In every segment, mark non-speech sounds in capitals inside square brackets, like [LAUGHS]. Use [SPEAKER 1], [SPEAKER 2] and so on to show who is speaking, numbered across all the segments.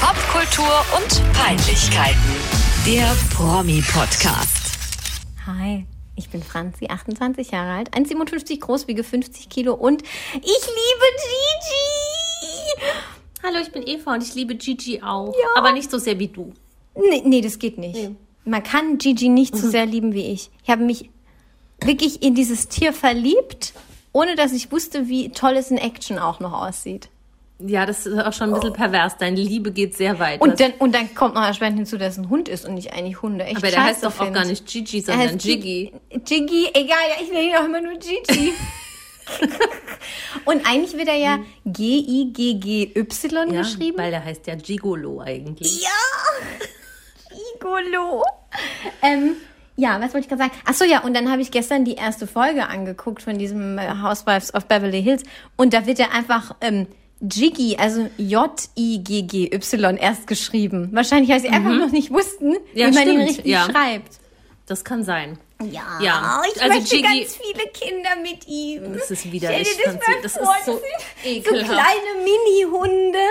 [SPEAKER 1] Popkultur und Peinlichkeiten. Der Promi-Podcast.
[SPEAKER 2] Hi, ich bin Franzi, 28 Jahre alt, 1,57 groß, wiege 50 Kilo und ich liebe Gigi.
[SPEAKER 3] Hallo, ich bin Eva und ich liebe Gigi auch. Aber nicht so sehr wie du.
[SPEAKER 2] Nee, nee das geht nicht. Man kann Gigi nicht
[SPEAKER 3] Mhm.
[SPEAKER 2] so sehr lieben wie ich. Ich habe mich wirklich in dieses Tier verliebt, ohne dass ich wusste, wie toll es in Action auch noch aussieht.
[SPEAKER 3] Ja, das ist auch schon ein bisschen pervers. Deine Liebe geht sehr weit.
[SPEAKER 2] Und
[SPEAKER 3] Das-
[SPEAKER 2] dann, und dann kommt noch erschwerend hinzu, dass es ein Hund ist und nicht eigentlich Hunde. Echt
[SPEAKER 3] aber der heißt
[SPEAKER 2] scheiße
[SPEAKER 3] doch auch
[SPEAKER 2] find.
[SPEAKER 3] gar nicht Gigi,
[SPEAKER 2] Er
[SPEAKER 3] sondern
[SPEAKER 2] heißt
[SPEAKER 3] Jiggy.
[SPEAKER 2] Jiggy, egal, ja, ich nenne ihn auch immer nur
[SPEAKER 3] [LAUGHS]
[SPEAKER 2] Gigi. und eigentlich wird er ja G-I-G-G-Y
[SPEAKER 3] Hm. Ja,
[SPEAKER 2] geschrieben.
[SPEAKER 3] weil der heißt ja Gigolo eigentlich.
[SPEAKER 2] [LAUGHS] Igolo. Ähm, ja, was wollte ich gerade sagen? Ach so, ja, und dann habe ich gestern die erste Folge angeguckt von diesem äh, Housewives of Beverly Hills. Und da wird ja einfach ähm, Jiggy, also J-I-G-G-Y erst geschrieben. Wahrscheinlich, weil sie einfach noch nicht wussten,
[SPEAKER 3] Mhm. Ja,
[SPEAKER 2] wie man ihn
[SPEAKER 3] stimmt,
[SPEAKER 2] richtig
[SPEAKER 3] ja.
[SPEAKER 2] schreibt.
[SPEAKER 3] Das kann sein.
[SPEAKER 2] Ja,
[SPEAKER 3] Ja, ich also möchte Gigi- ganz
[SPEAKER 2] viele Kinder mit ihm.
[SPEAKER 3] Das ist widerlich, Stell dir das Franzi. mal Das ist vor, so das sind so
[SPEAKER 2] so
[SPEAKER 3] ekelhaft.
[SPEAKER 2] kleine Mini-Hunde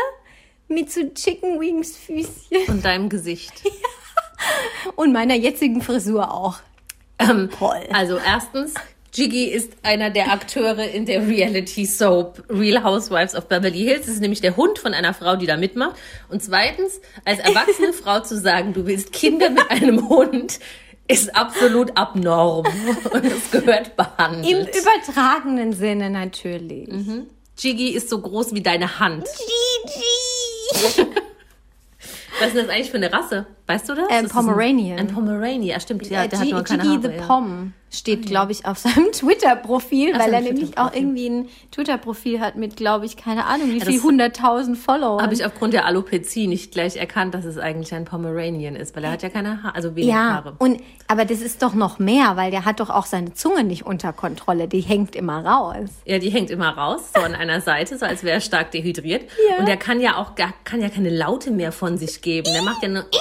[SPEAKER 2] mit so Chicken Wings Füßchen.
[SPEAKER 3] Und deinem Gesicht.
[SPEAKER 2] Und meiner jetzigen Frisur auch.
[SPEAKER 3] Ähm,
[SPEAKER 2] Toll.
[SPEAKER 3] Also erstens, Jiggy ist einer der Akteure in der Reality Soap Real Housewives of Beverly Hills. Das ist nämlich der Hund von einer Frau, die da mitmacht. Und zweitens,
[SPEAKER 2] [LAUGHS]
[SPEAKER 3] als erwachsene Frau zu sagen, du willst Kinder mit einem Hund, ist absolut abnorm. Und es gehört
[SPEAKER 2] Im
[SPEAKER 3] behandelt.
[SPEAKER 2] übertragenen Sinne natürlich.
[SPEAKER 3] Mhm. Jiggy ist so groß wie deine Hand.
[SPEAKER 2] Gigi!
[SPEAKER 3] Was ist denn das eigentlich für eine Rasse? Weißt du das?
[SPEAKER 2] Ähm,
[SPEAKER 3] Das ist
[SPEAKER 2] Pomeranian.
[SPEAKER 3] Ein, ein Pomeranian, ja stimmt. Ja,
[SPEAKER 2] Äh,
[SPEAKER 3] der hat
[SPEAKER 2] G-
[SPEAKER 3] nur keine
[SPEAKER 2] Gigi
[SPEAKER 3] Haare.
[SPEAKER 2] the
[SPEAKER 3] ja.
[SPEAKER 2] Pom steht, glaube ich, auf seinem [LAUGHS] Twitter-Profil, weil
[SPEAKER 3] seinem
[SPEAKER 2] er nämlich auch
[SPEAKER 3] Twitter-Profil.
[SPEAKER 2] irgendwie ein Twitter-Profil hat mit, glaube ich, keine Ahnung, wie
[SPEAKER 3] das
[SPEAKER 2] viel, hunderttausend Follower.
[SPEAKER 3] Habe ich aufgrund der Alopezie nicht gleich erkannt, dass es eigentlich ein Pomeranian ist, weil er hat ja keine Haare, also wenig
[SPEAKER 2] ja,
[SPEAKER 3] Haare.
[SPEAKER 2] und, aber das ist doch noch mehr, weil der hat doch auch seine Zunge nicht unter Kontrolle. Die hängt immer raus.
[SPEAKER 3] Ja, die hängt immer raus, so an einer Seite, so als wäre er stark dehydriert.
[SPEAKER 2] Ja.
[SPEAKER 3] Und er kann ja auch gar, kann ja keine Laute mehr von sich geben. Der macht ja nur Genau.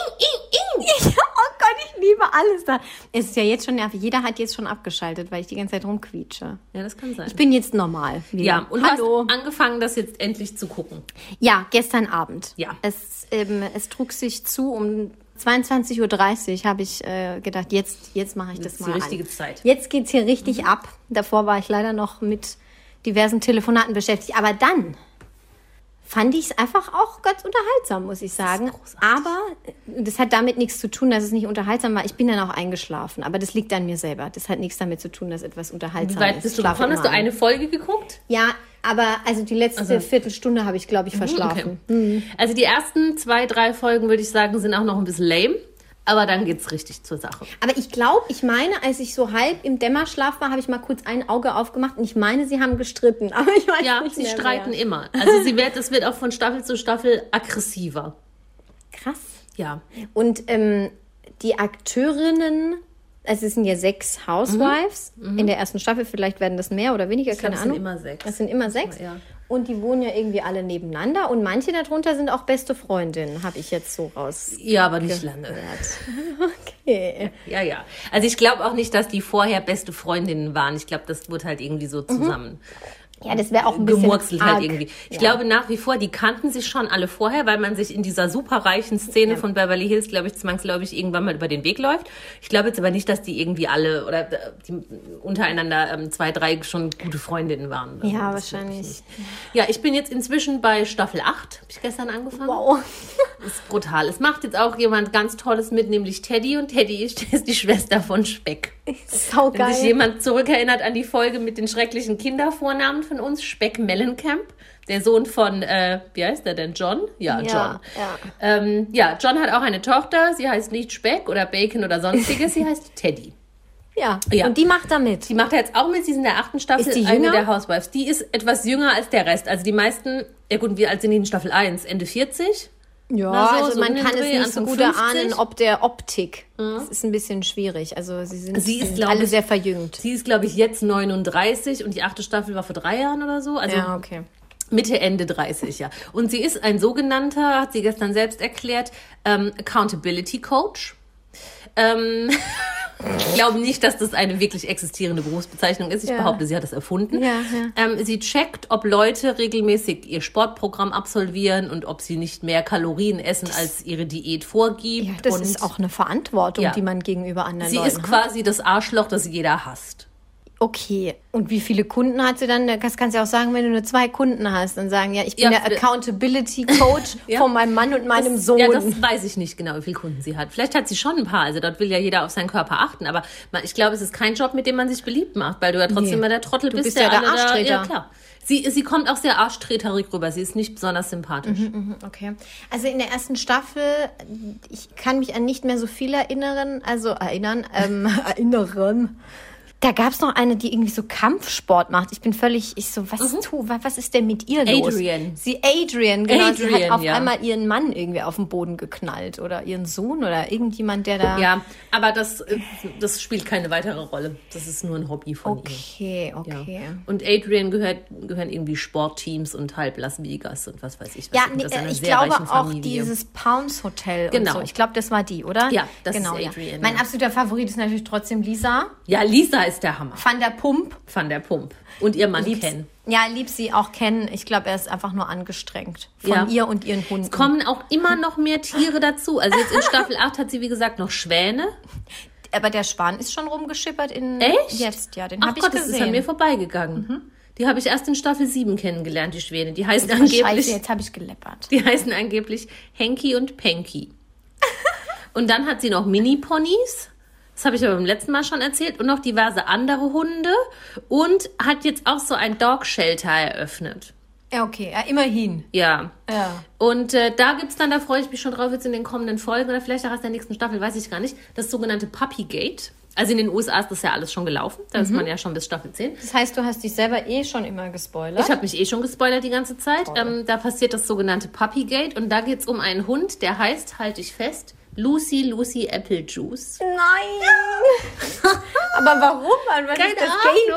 [SPEAKER 3] ing, ing, ing.
[SPEAKER 2] [LAUGHS] Ja, oh Gott, ich liebe alles da. Es ist ja jetzt schon nervig. Jeder hat jetzt schon abgeschaltet, weil ich die ganze Zeit rumquietsche.
[SPEAKER 3] Ja, das kann sein.
[SPEAKER 2] Ich bin jetzt normal. wieder.
[SPEAKER 3] Ja, und
[SPEAKER 2] Hallo.
[SPEAKER 3] du hast angefangen, das jetzt endlich zu gucken.
[SPEAKER 2] Ja, gestern Abend.
[SPEAKER 3] Ja.
[SPEAKER 2] Es, ähm, es trug sich zu um 22.30 Uhr habe ich äh, gedacht, jetzt, jetzt mache ich das
[SPEAKER 3] ist
[SPEAKER 2] mal.
[SPEAKER 3] die
[SPEAKER 2] an.
[SPEAKER 3] richtige Zeit. Mhm.
[SPEAKER 2] Jetzt geht's hier richtig ab. Davor war ich leider noch mit diversen Telefonaten beschäftigt. Aber dann fand ich es einfach auch ganz unterhaltsam, muss ich sagen. Aber äh, das hat damit nichts zu tun, dass es nicht unterhaltsam war. Ich bin dann auch eingeschlafen. Aber das liegt an mir selber. Das hat nichts damit zu tun, dass etwas unterhaltsam
[SPEAKER 3] Wie
[SPEAKER 2] ist.
[SPEAKER 3] weit bist du
[SPEAKER 2] Ich schlafe
[SPEAKER 3] gekommen? Hast du
[SPEAKER 2] immer ein.
[SPEAKER 3] eine Folge geguckt?
[SPEAKER 2] Ja, aber also die letzte Viertelstunde habe ich, glaube ich, verschlafen.
[SPEAKER 3] Mhm, Okay. Also die ersten zwei, drei Folgen, würde ich sagen, sind auch noch ein bisschen lame. Aber dann geht's richtig
[SPEAKER 2] [LAUGHS]
[SPEAKER 3] zur Sache.
[SPEAKER 2] Aber ich glaube, ich meine, als ich so halb im Dämmerschlaf war, habe ich mal kurz ein Auge aufgemacht und ich meine, sie haben gestritten. [LAUGHS] Aber ich weiß
[SPEAKER 3] Ja,
[SPEAKER 2] nicht
[SPEAKER 3] sie
[SPEAKER 2] mehr
[SPEAKER 3] streiten
[SPEAKER 2] Mehr.
[SPEAKER 3] immer. Also sie wird, es wird auch von Staffel zu Staffel aggressiver.
[SPEAKER 2] Krass.
[SPEAKER 3] Ja.
[SPEAKER 2] Und ähm, die Akteurinnen, also es sind ja sechs Housewives in der ersten Staffel, vielleicht werden das mehr oder weniger,
[SPEAKER 3] Mhm. glaub,
[SPEAKER 2] keine
[SPEAKER 3] es sind
[SPEAKER 2] Ahnung.
[SPEAKER 3] immer sechs.
[SPEAKER 2] Es sind immer sechs.
[SPEAKER 3] Ja.
[SPEAKER 2] Und die wohnen ja irgendwie alle nebeneinander und manche darunter sind auch beste Freundinnen, habe ich jetzt so
[SPEAKER 3] [LAUGHS]
[SPEAKER 2] raus.
[SPEAKER 3] Ja, aber nicht lange.
[SPEAKER 2] Okay.
[SPEAKER 3] Ja, ja. Also ich glaube auch nicht, dass die vorher beste Freundinnen waren. Ich glaube, das wurde halt irgendwie so zusammen
[SPEAKER 2] Ja, das wäre auch ein Mhm. bisschen
[SPEAKER 3] gemurkselt
[SPEAKER 2] arg.
[SPEAKER 3] halt irgendwie. Ich glaube nach wie vor, die kannten sich schon alle vorher, weil man sich in dieser superreichen Szene von Beverly Hills, glaube ich, zwangsläufig irgendwann mal über den Weg läuft. Ich glaube jetzt aber nicht, dass die irgendwie alle oder äh, die untereinander ähm, zwei, drei schon gute Freundinnen waren. Also
[SPEAKER 2] Ja,
[SPEAKER 3] das glaub ich
[SPEAKER 2] wahrscheinlich.
[SPEAKER 3] nicht. Ja, ich bin jetzt inzwischen bei Staffel 8. Habe ich gestern angefangen.
[SPEAKER 2] Wow. [LAUGHS]
[SPEAKER 3] ist brutal. Es macht jetzt auch jemand ganz Tolles mit, nämlich Teddy. Und Teddy ist [LAUGHS] die Schwester von Speck. Wenn
[SPEAKER 2] Saugeil.
[SPEAKER 3] sich jemand zurückerinnert an die Folge mit den schrecklichen Kindervornamen von uns, Speck Mellencamp, der Sohn von, äh, wie heißt der denn, John?
[SPEAKER 2] Ja,
[SPEAKER 3] Ja, John.
[SPEAKER 2] ja.
[SPEAKER 3] Ähm, ja, John hat auch eine Tochter, sie heißt nicht Speck oder Bacon oder sonstiges,
[SPEAKER 2] [LAUGHS]
[SPEAKER 3] sie heißt Teddy.
[SPEAKER 2] Ja.
[SPEAKER 3] Ja.
[SPEAKER 2] Und die macht da mit.
[SPEAKER 3] Die macht er jetzt auch mit, sie ist in der achten Staffel
[SPEAKER 2] Ist die
[SPEAKER 3] eine
[SPEAKER 2] jünger?
[SPEAKER 3] der Housewives. Die ist etwas jünger als der Rest. Also die meisten, ja gut, wie alt sind die in Staffel 1? Ende 40?
[SPEAKER 2] Ja,
[SPEAKER 3] Na, so-
[SPEAKER 2] also
[SPEAKER 3] so um
[SPEAKER 2] man
[SPEAKER 3] den
[SPEAKER 2] kann es
[SPEAKER 3] Dreh,
[SPEAKER 2] nicht so
[SPEAKER 3] Anfang
[SPEAKER 2] gut
[SPEAKER 3] 50.
[SPEAKER 2] erahnen, ob der Optik. Das ist ein bisschen schwierig. Also sie sind,
[SPEAKER 3] Sie ist,
[SPEAKER 2] sind
[SPEAKER 3] glaub
[SPEAKER 2] alle
[SPEAKER 3] ich-
[SPEAKER 2] sehr verjüngt.
[SPEAKER 3] Sie ist, glaube ich, jetzt 39 und die achte Staffel war vor drei Jahren oder so. Also
[SPEAKER 2] Ja, okay.
[SPEAKER 3] Mitte, Ende 30, ja. Und sie ist ein sogenannter, hat sie gestern selbst erklärt, ähm, [LAUGHS] Accountability Coach. Ähm, Ich glaube nicht, dass das eine wirklich existierende Berufsbezeichnung ist. Ich
[SPEAKER 2] Ja.
[SPEAKER 3] behaupte, sie hat das erfunden.
[SPEAKER 2] Ja, ja.
[SPEAKER 3] Ähm, sie checkt, ob Leute regelmäßig ihr Sportprogramm absolvieren und ob sie nicht mehr Kalorien essen, als ihre Diät vorgibt.
[SPEAKER 2] Ja, das
[SPEAKER 3] und
[SPEAKER 2] ist auch ne? eine Verantwortung,
[SPEAKER 3] Ja.
[SPEAKER 2] die man gegenüber anderen
[SPEAKER 3] Sie
[SPEAKER 2] Leuten
[SPEAKER 3] ist
[SPEAKER 2] hat.
[SPEAKER 3] quasi das Arschloch, das jeder hasst.
[SPEAKER 2] Okay. Und wie viele Kunden hat sie dann? Das kannst du ja auch sagen, wenn du nur zwei Kunden hast und sagen, ja, ich bin
[SPEAKER 3] Ja,
[SPEAKER 2] der Accountability
[SPEAKER 3] [LAUGHS]
[SPEAKER 2] Coach von meinem Mann und meinem
[SPEAKER 3] das,
[SPEAKER 2] Sohn.
[SPEAKER 3] Ja, das weiß ich nicht genau, wie viele Kunden sie hat. Vielleicht hat sie schon ein paar. Also dort will ja jeder auf seinen Körper achten. Aber man, ich glaube, es ist kein Job, mit dem man sich beliebt macht, weil du ja trotzdem
[SPEAKER 2] Nee.
[SPEAKER 3] immer der Trottel
[SPEAKER 2] Du
[SPEAKER 3] bist.
[SPEAKER 2] bist ja der
[SPEAKER 3] alle da-
[SPEAKER 2] Arschtreter.
[SPEAKER 3] Ja, klar. Sie, sie kommt auch sehr arschtreterig rüber. Sie ist nicht besonders sympathisch.
[SPEAKER 2] Mhm, okay. Also in der ersten Staffel, ich kann mich an nicht mehr so viel erinnern, also erinnern, [LAUGHS] ähm, erinnern. Da gab es noch eine, die irgendwie so Kampfsport macht. Ich bin völlig, ich so, was tu, wa- was ist denn mit ihr los?
[SPEAKER 3] Mhm. Adrian.
[SPEAKER 2] Sie Adrian, genau. sie hat
[SPEAKER 3] Adrian,
[SPEAKER 2] auf
[SPEAKER 3] ja.
[SPEAKER 2] einmal ihren Mann irgendwie auf den Boden geknallt oder ihren Sohn oder irgendjemand, der da.
[SPEAKER 3] Ja, aber das, äh, das spielt keine weitere Rolle. Das ist nur ein Hobby von ihr.
[SPEAKER 2] Okay,
[SPEAKER 3] Ja.
[SPEAKER 2] okay.
[SPEAKER 3] Und Adrian gehört, gehören irgendwie Sportteams und halb Las Vegas und was weiß ich. Was
[SPEAKER 2] Ja,
[SPEAKER 3] Und
[SPEAKER 2] nee, äh,
[SPEAKER 3] aus einer
[SPEAKER 2] ich
[SPEAKER 3] sehr
[SPEAKER 2] glaube
[SPEAKER 3] reichen
[SPEAKER 2] auch
[SPEAKER 3] Familie.
[SPEAKER 2] dieses Pounds Hotel
[SPEAKER 3] Genau.
[SPEAKER 2] und so. Ich glaube, das war die, oder?
[SPEAKER 3] Ja, das
[SPEAKER 2] genau,
[SPEAKER 3] ist
[SPEAKER 2] ja.
[SPEAKER 3] Adrian,
[SPEAKER 2] Mein
[SPEAKER 3] ja.
[SPEAKER 2] absoluter Favorit ist natürlich trotzdem Lisa.
[SPEAKER 3] Ja, Lisa ist der Hammer.
[SPEAKER 2] Van der Pump.
[SPEAKER 3] Van der Pump. Und ihr Mann Ken.
[SPEAKER 2] Ja, lieb sie auch kennen. Ich glaube, er ist einfach nur angestrengt. Von
[SPEAKER 3] Ja.
[SPEAKER 2] ihr und ihren Hunden.
[SPEAKER 3] Kommen auch immer noch mehr Tiere dazu. Also jetzt in Staffel 8 hat sie, wie gesagt, noch Schwäne.
[SPEAKER 2] Aber der Schwan ist schon rumgeschippert in.
[SPEAKER 3] Echt?
[SPEAKER 2] Jetzt, ja. Den
[SPEAKER 3] Ach
[SPEAKER 2] habe ich
[SPEAKER 3] Gott, das ist an
[SPEAKER 2] gesehen. Mhm.
[SPEAKER 3] mir vorbeigegangen. Die habe ich erst in Staffel 7 kennengelernt, die Schwäne. Die heißen
[SPEAKER 2] Scheiße,
[SPEAKER 3] angeblich,
[SPEAKER 2] jetzt habe ich geleppert.
[SPEAKER 3] [LAUGHS] die heißen angeblich Henki und Penki. Und dann hat sie noch Mini-Ponys. Das habe ich aber beim letzten Mal schon erzählt. Und noch diverse andere Hunde. Und hat jetzt auch so ein Dog-Shelter eröffnet.
[SPEAKER 2] Ja, okay. Ja, immerhin.
[SPEAKER 3] Ja.
[SPEAKER 2] Ja.
[SPEAKER 3] Und äh, da gibt's dann, da freue ich mich schon drauf, jetzt in den kommenden Folgen oder vielleicht auch aus der nächsten Staffel, weiß ich gar nicht, das sogenannte Puppy Gate. Also in den USA ist das ja alles schon gelaufen. Da
[SPEAKER 2] Mhm.
[SPEAKER 3] ist man ja schon bis Staffel 10.
[SPEAKER 2] Das heißt, du hast dich selber eh schon immer gespoilert.
[SPEAKER 3] Ich habe mich eh schon gespoilert die ganze Zeit. Ähm, da passiert das sogenannte Puppy Gate und da geht's um einen Hund, der heißt, halte ich fest, Lucy Lucy Apple Juice.
[SPEAKER 2] Nein!
[SPEAKER 3] [LAUGHS]
[SPEAKER 2] Aber warum? An was ist das Gate?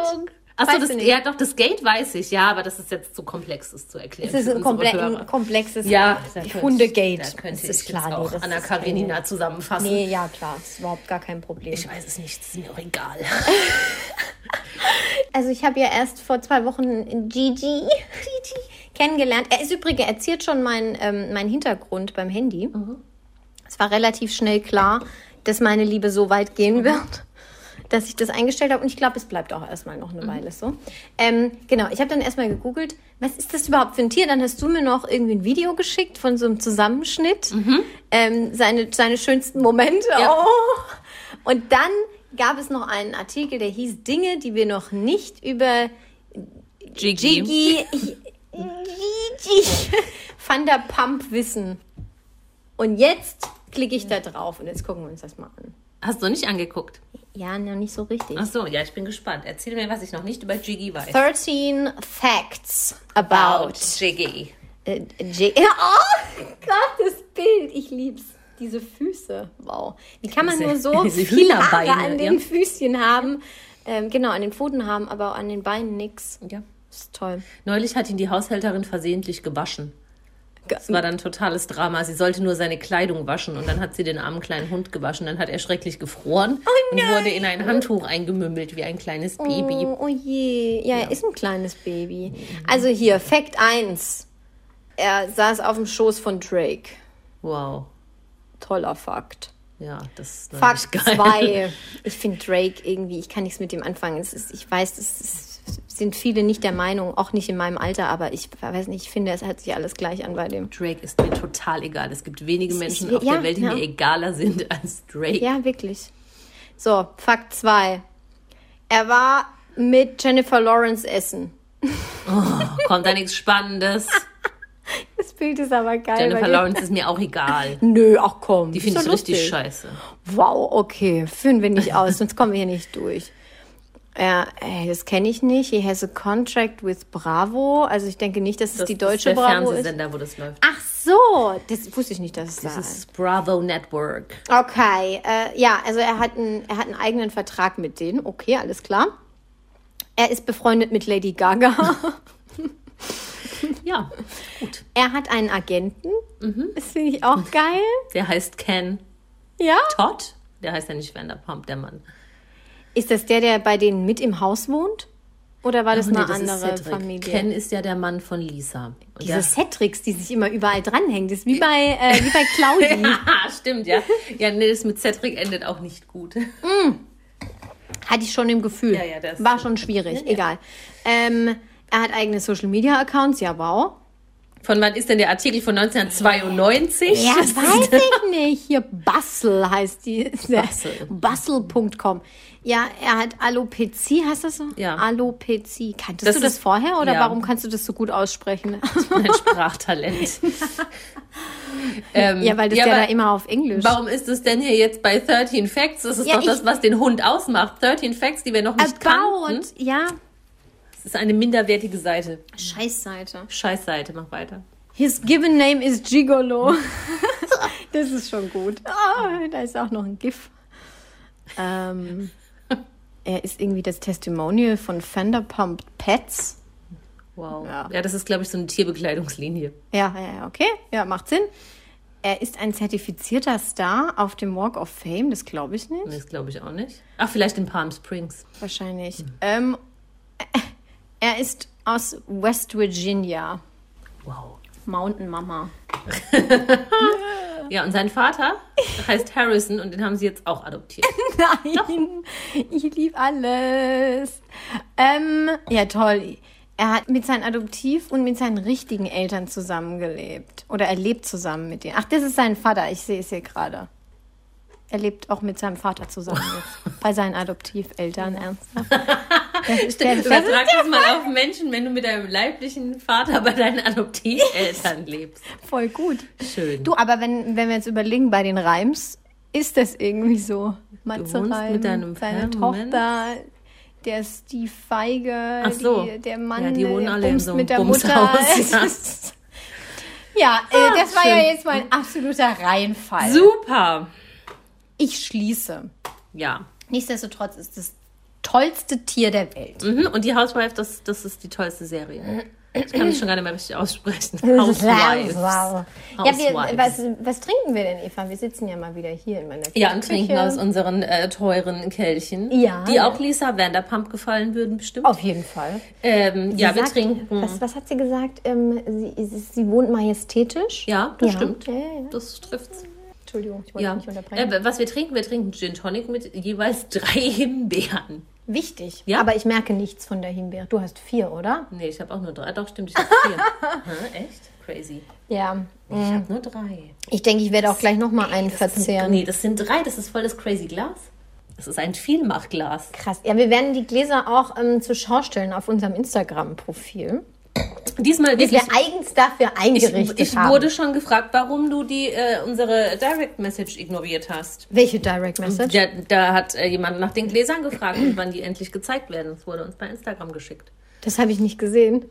[SPEAKER 3] Achso,
[SPEAKER 2] Weißt
[SPEAKER 3] das,
[SPEAKER 2] du nicht.
[SPEAKER 3] ja doch, das Gate weiß ich, ja, aber das ist jetzt zu komplex, das zu erklären.
[SPEAKER 2] Es ist
[SPEAKER 3] für
[SPEAKER 2] ein,
[SPEAKER 3] unsere
[SPEAKER 2] komple
[SPEAKER 3] Hörer.
[SPEAKER 2] ein komplexes
[SPEAKER 3] ja, da könnte-
[SPEAKER 2] Hundegate.
[SPEAKER 3] Da könnte
[SPEAKER 2] das
[SPEAKER 3] ich
[SPEAKER 2] ist
[SPEAKER 3] klar, jetzt
[SPEAKER 2] klar.
[SPEAKER 3] auch
[SPEAKER 2] das
[SPEAKER 3] Anna
[SPEAKER 2] ist
[SPEAKER 3] Karenina
[SPEAKER 2] keine-
[SPEAKER 3] zusammenfassen.
[SPEAKER 2] Nee, ja, klar. Das ist überhaupt gar kein Problem.
[SPEAKER 3] Ich weiß es nicht, ist mir auch egal.
[SPEAKER 2] Also ich habe ja erst vor zwei Wochen Gigi, Gigi kennengelernt. Er ist übrigens, er ziert schon meinen ähm, meinen Hintergrund beim Handy. Es war relativ schnell klar, dass meine Liebe so weit gehen wird, dass ich das eingestellt habe. Und ich glaube, es bleibt auch erstmal noch eine Weile so. Ähm, genau, ich habe dann erstmal gegoogelt, was ist das überhaupt für ein Tier? Dann hast du mir noch irgendwie ein Video geschickt von so einem Zusammenschnitt. Ähm, seine, seine schönsten Momente. Oh.
[SPEAKER 3] Ja.
[SPEAKER 2] Und dann gab es noch einen Artikel, der hieß Dinge, die wir noch nicht über Gigi, Gigi [LAUGHS] van der Pump wissen. Und jetzt klicke ich da drauf und jetzt gucken wir uns das mal an.
[SPEAKER 3] Hast du nicht angeguckt?
[SPEAKER 2] Ja, noch nicht so richtig.
[SPEAKER 3] Ach so, ja, ich bin gespannt. Erzähl mir, was ich noch nicht über Jiggy weiß.
[SPEAKER 2] 13 Facts about
[SPEAKER 3] Jiggy.
[SPEAKER 2] äh, J. [LAUGHS] Oh Gott, das Bild, ich lieb's. Diese Füße, wow. Wie kann man
[SPEAKER 3] Diese-
[SPEAKER 2] nur so
[SPEAKER 3] [LAUGHS] diese
[SPEAKER 2] viele Haare
[SPEAKER 3] Hühnerbeine,
[SPEAKER 2] an den
[SPEAKER 3] ja.
[SPEAKER 2] Füßchen haben? Ähm, genau, an den Pfoten haben, aber an den Beinen nix.
[SPEAKER 3] Ja.
[SPEAKER 2] Ist toll.
[SPEAKER 3] Neulich hat ihn die Haushälterin versehentlich gewaschen. Das war dann totales Drama. Sie sollte nur seine Kleidung waschen und dann hat sie den armen kleinen Hund gewaschen. Dann hat er schrecklich gefroren und wurde in ein Handtuch eingemümmelt wie ein kleines Baby.
[SPEAKER 2] Oh, oh je, ja, er ist ein kleines Baby. Also hier, Fact 1. Er saß auf dem Schoß von Drake.
[SPEAKER 3] Wow.
[SPEAKER 2] Toller Fakt.
[SPEAKER 3] Ja, das ist
[SPEAKER 2] Fakt
[SPEAKER 3] natürlich geil. [LAUGHS]
[SPEAKER 2] 2. Ich finde Drake irgendwie, ich kann nichts mit dem anfangen. Es ist, ich weiß, es ist, sind viele nicht der Meinung, auch nicht in meinem Alter, aber ich weiß nicht, ich finde, es hört sich alles gleich an bei dem.
[SPEAKER 3] Drake ist mir total egal. Es gibt wenige Menschen
[SPEAKER 2] ist-
[SPEAKER 3] auf
[SPEAKER 2] ja,
[SPEAKER 3] der Welt, die
[SPEAKER 2] ja.
[SPEAKER 3] mir egaler sind als Drake.
[SPEAKER 2] Ja, wirklich. So, Fakt 2. Er war mit Jennifer Lawrence essen.
[SPEAKER 3] Oh, Kommt da nichts Spannendes.
[SPEAKER 2] Das Bild ist aber geil.
[SPEAKER 3] Jennifer
[SPEAKER 2] weil die-
[SPEAKER 3] Lawrence ist mir auch egal.
[SPEAKER 2] Nö, ach komm.
[SPEAKER 3] Die finde ich richtig scheiße.
[SPEAKER 2] Wow, okay, führen wir nicht aus, sonst kommen wir hier nicht durch. Ja, ey, das kenne ich nicht. He has a contract with Bravo. Also ich denke nicht, dass es
[SPEAKER 3] Das
[SPEAKER 2] die
[SPEAKER 3] ist
[SPEAKER 2] deutsche
[SPEAKER 3] der
[SPEAKER 2] Bravo ist.
[SPEAKER 3] Fernsehsender, wo das läuft.
[SPEAKER 2] Ach so, das wusste ich nicht, dass es da
[SPEAKER 3] Das
[SPEAKER 2] ist.
[SPEAKER 3] ist Bravo Network.
[SPEAKER 2] Okay, äh, ja, also er hat, einen, er hat einen eigenen Vertrag mit denen. Okay, alles klar. Er ist befreundet mit Lady
[SPEAKER 3] [LAUGHS]
[SPEAKER 2] Gaga.
[SPEAKER 3] Ja, gut.
[SPEAKER 2] er hat
[SPEAKER 3] Mhm.
[SPEAKER 2] einen Agenten. Das finde ich auch geil.
[SPEAKER 3] Der heißt Ken
[SPEAKER 2] Ja,
[SPEAKER 3] Todd. Der heißt ja nicht Vanderpump, der Mann.
[SPEAKER 2] Ist das der, der bei denen mit im Haus wohnt? Oder war das
[SPEAKER 3] Nee,
[SPEAKER 2] eine
[SPEAKER 3] das ist
[SPEAKER 2] andere
[SPEAKER 3] Cedric.
[SPEAKER 2] Familie?
[SPEAKER 3] Ken ist ja der Mann von Lisa. Und
[SPEAKER 2] Diese
[SPEAKER 3] der-
[SPEAKER 2] Cedrics, die sich immer überall dranhängen, das ist wie bei, äh, wie
[SPEAKER 3] [LAUGHS]
[SPEAKER 2] bei Claudi.
[SPEAKER 3] Ah, stimmt, ja. Ja, nee, das mit Cedric endet auch nicht gut.
[SPEAKER 2] Hatte ich schon im Gefühl.
[SPEAKER 3] Ja, ja, das-
[SPEAKER 2] War schon schwierig, egal. Ähm, er hat eigene Social Media Accounts, ja, wow.
[SPEAKER 3] Von wann ist denn der Artikel von 1992?
[SPEAKER 2] Ja,
[SPEAKER 3] Das ist-
[SPEAKER 2] weiß
[SPEAKER 3] [LAUGHS]
[SPEAKER 2] ich nicht. Hier Basel heißt die.
[SPEAKER 3] Basel.
[SPEAKER 2] Basel.com. Ja, er hat Alopecia, heißt das so?
[SPEAKER 3] Ja.
[SPEAKER 2] Alopecia. Kanntest
[SPEAKER 3] Das
[SPEAKER 2] du das
[SPEAKER 3] ist-
[SPEAKER 2] vorher oder
[SPEAKER 3] ja.
[SPEAKER 2] warum kannst du das so gut aussprechen?
[SPEAKER 3] [LAUGHS]
[SPEAKER 2] [LAUGHS]
[SPEAKER 3] Ein Sprachtalent. Ähm,
[SPEAKER 2] ja, weil das ja, da
[SPEAKER 3] aber
[SPEAKER 2] immer auf Englisch.
[SPEAKER 3] Warum ist es denn hier jetzt bei 13 Facts? Das ist
[SPEAKER 2] Ja,
[SPEAKER 3] doch das,
[SPEAKER 2] ich-
[SPEAKER 3] was den Hund ausmacht. 13 Facts, die wir noch nicht Hm? kannten.
[SPEAKER 2] About, ja.
[SPEAKER 3] Das ist eine minderwertige Seite.
[SPEAKER 2] Scheißseite.
[SPEAKER 3] Scheiß Seite, mach weiter.
[SPEAKER 2] His given name is [LAUGHS] Gigolo. das ist schon gut. Ah, da ist auch noch ein GIF. Ähm, er ist irgendwie das Testimonial von Vanderpump Pets.
[SPEAKER 3] Wow.
[SPEAKER 2] Ja.
[SPEAKER 3] Ja, das ist, glaube ich, so eine Tierbekleidungslinie.
[SPEAKER 2] Ja, ja, ja, okay. Ja, macht Sinn. Er ist ein zertifizierter Star auf dem Walk of Fame. Das glaube ich nicht.
[SPEAKER 3] Das glaube ich auch nicht. Ach, vielleicht in Palm Springs.
[SPEAKER 2] Wahrscheinlich. Ähm, äh, er ist aus West Virginia.
[SPEAKER 3] Wow.
[SPEAKER 2] Mountain Mama.
[SPEAKER 3] Ja, und
[SPEAKER 2] [LAUGHS]
[SPEAKER 3] sein Vater heißt Harrison und den haben sie jetzt auch adoptiert.
[SPEAKER 2] Nein, [LAUGHS] ich liebe alles. Ähm, ja, toll. Er hat mit seinen Adoptiv- und mit seinen richtigen Eltern zusammengelebt. Oder er lebt zusammen mit denen. Ach, das ist sein Vater. Ich sehe es hier gerade. Er lebt auch mit seinem Vater zusammen jetzt. Bei seinen Adoptiveltern, ernsthaft. Das ist der, das
[SPEAKER 3] Übertrag
[SPEAKER 2] ist
[SPEAKER 3] das mal auf Menschen, wenn du mit deinem leiblichen Vater bei deinen
[SPEAKER 2] [LAUGHS]
[SPEAKER 3] Adoptiveltern lebst.
[SPEAKER 2] der voll gut.
[SPEAKER 3] Schön.
[SPEAKER 2] Du, aber wenn, wenn wir jetzt überlegen, bei den Reims ist das irgendwie so. Matze
[SPEAKER 3] wohnst mit
[SPEAKER 2] Reim,
[SPEAKER 3] deinem
[SPEAKER 2] seine
[SPEAKER 3] Freund,
[SPEAKER 2] Tochter, der Steve Feige,
[SPEAKER 3] Ach so.
[SPEAKER 2] die, der Mann,
[SPEAKER 3] Ja, die
[SPEAKER 2] der
[SPEAKER 3] wohnen alle in
[SPEAKER 2] bumst
[SPEAKER 3] so einem
[SPEAKER 2] mit der Mutter.
[SPEAKER 3] Bumshaus, ja.
[SPEAKER 2] [LAUGHS]
[SPEAKER 3] Ah,
[SPEAKER 2] Ja, äh, das war
[SPEAKER 3] schön.
[SPEAKER 2] ja jetzt mein absoluter Reihenfall.
[SPEAKER 3] Super.
[SPEAKER 2] Ich schließe.
[SPEAKER 3] Ja.
[SPEAKER 2] Nichtsdestotrotz ist das tollste Tier der Welt.
[SPEAKER 3] Mhm. Und die Housewife, das, das ist die tollste Serie. Ich kann das schon gar nicht mehr richtig aussprechen.
[SPEAKER 2] Wow.
[SPEAKER 3] Housewives.
[SPEAKER 2] Ja, wir,
[SPEAKER 3] Housewives.
[SPEAKER 2] was, was trinken wir denn, Eva? Wir sitzen ja mal wieder hier in meiner
[SPEAKER 3] Ja, und trinken
[SPEAKER 2] Küche.
[SPEAKER 3] aus unseren äh, teuren Kelchen,
[SPEAKER 2] Ja.
[SPEAKER 3] die auch Lisa Vanderpump gefallen würden bestimmt.
[SPEAKER 2] Auf jeden Fall.
[SPEAKER 3] Ähm, ja,
[SPEAKER 2] Sie
[SPEAKER 3] wir
[SPEAKER 2] sagt-
[SPEAKER 3] trinken.
[SPEAKER 2] Was, was hat sie gesagt? Ähm, sie, sie, sie wohnt majestätisch.
[SPEAKER 3] Ja, das
[SPEAKER 2] Ja.
[SPEAKER 3] stimmt.
[SPEAKER 2] Ja, ja, ja.
[SPEAKER 3] Das trifft's.
[SPEAKER 2] Entschuldigung, ich wollte
[SPEAKER 3] Ja.
[SPEAKER 2] nicht unterbrechen.
[SPEAKER 3] Äh, was wir trinken, wir trinken Gin Tonic mit jeweils [LAUGHS] drei Himbeeren.
[SPEAKER 2] Wichtig.
[SPEAKER 3] Ja.
[SPEAKER 2] Aber ich merke nichts von der Himbeere. Du hast vier, oder?
[SPEAKER 3] Nee, ich habe auch nur drei. Doch, stimmt, ich habe
[SPEAKER 2] [LAUGHS]
[SPEAKER 3] vier. Hä, echt? Crazy.
[SPEAKER 2] Ja.
[SPEAKER 3] Ich habe nur drei.
[SPEAKER 2] Ich denke, ich werde auch gleich nochmal einen
[SPEAKER 3] Das sind-
[SPEAKER 2] verzehren.
[SPEAKER 3] Nee, das sind drei. Das ist voll das crazy Glas. Das ist ein Vielmachglas.
[SPEAKER 2] Krass. Ja, wir werden die Gläser auch ähm, zur Schau stellen auf unserem Instagram-Profil.
[SPEAKER 3] Diesmal
[SPEAKER 2] Die
[SPEAKER 3] wirklich.
[SPEAKER 2] wir eigens dafür
[SPEAKER 3] Ich,
[SPEAKER 2] eingerichtet
[SPEAKER 3] ich
[SPEAKER 2] haben.
[SPEAKER 3] wurde schon gefragt, warum du die äh, unsere Direct Message ignoriert hast.
[SPEAKER 2] Welche Direct Message?
[SPEAKER 3] Ja, da hat äh, jemand nach den Gläsern
[SPEAKER 2] [CLEARS THROAT]
[SPEAKER 3] gefragt und wann die endlich gezeigt werden. Das wurde uns bei Instagram geschickt.
[SPEAKER 2] Das habe ich nicht gesehen.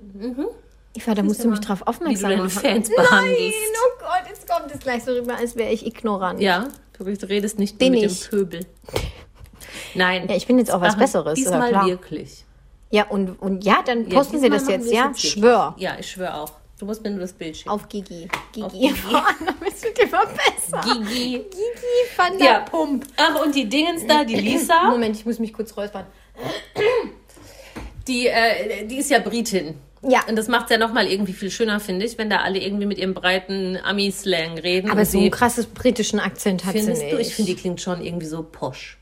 [SPEAKER 2] Eva, da musst du mich drauf
[SPEAKER 3] Wie Mhm. du
[SPEAKER 2] aufmerksam
[SPEAKER 3] deine
[SPEAKER 2] machen.
[SPEAKER 3] Fans
[SPEAKER 2] Nein,
[SPEAKER 3] behandelst.
[SPEAKER 2] oh Gott, jetzt kommt es gleich so rüber, als wäre ich ignorant.
[SPEAKER 3] Ja, du redest nicht
[SPEAKER 2] Bin
[SPEAKER 3] nur mit
[SPEAKER 2] ich.
[SPEAKER 3] dem Pöbel. Nein.
[SPEAKER 2] Ja, ich bin jetzt auch was
[SPEAKER 3] Machen
[SPEAKER 2] Besseres, ist ja
[SPEAKER 3] Diesmal
[SPEAKER 2] klar.
[SPEAKER 3] wirklich.
[SPEAKER 2] Ja, und, und ja, dann
[SPEAKER 3] Ja,
[SPEAKER 2] posten Sie
[SPEAKER 3] diesmal
[SPEAKER 2] das
[SPEAKER 3] machen
[SPEAKER 2] jetzt,
[SPEAKER 3] wir es
[SPEAKER 2] ja?
[SPEAKER 3] wirklich.
[SPEAKER 2] Schwör.
[SPEAKER 3] Ja, ich schwöre auch. Du musst mir nur das Bild schicken.
[SPEAKER 2] Auf Gigi. Gigi.
[SPEAKER 3] Auf Gigi.
[SPEAKER 2] [LAUGHS] Vorne bist du dir verbessert.
[SPEAKER 3] Gigi.
[SPEAKER 2] Gigi van der
[SPEAKER 3] Ja,
[SPEAKER 2] Pump.
[SPEAKER 3] Ach, und die Dingens da, die
[SPEAKER 2] [CLEARS THROAT]
[SPEAKER 3] Lisa,
[SPEAKER 2] Moment, ich muss mich kurz räuspern.
[SPEAKER 3] die, äh, die ist ja Britin.
[SPEAKER 2] Ja.
[SPEAKER 3] Und das macht es ja nochmal irgendwie viel schöner, finde ich, wenn da alle irgendwie mit ihrem breiten Ami-Slang reden.
[SPEAKER 2] Aber
[SPEAKER 3] und
[SPEAKER 2] so einen
[SPEAKER 3] sie-
[SPEAKER 2] krasses britischen Akzent hat
[SPEAKER 3] Findest
[SPEAKER 2] sie nicht.
[SPEAKER 3] du? Ich finde, die klingt schon irgendwie so posch.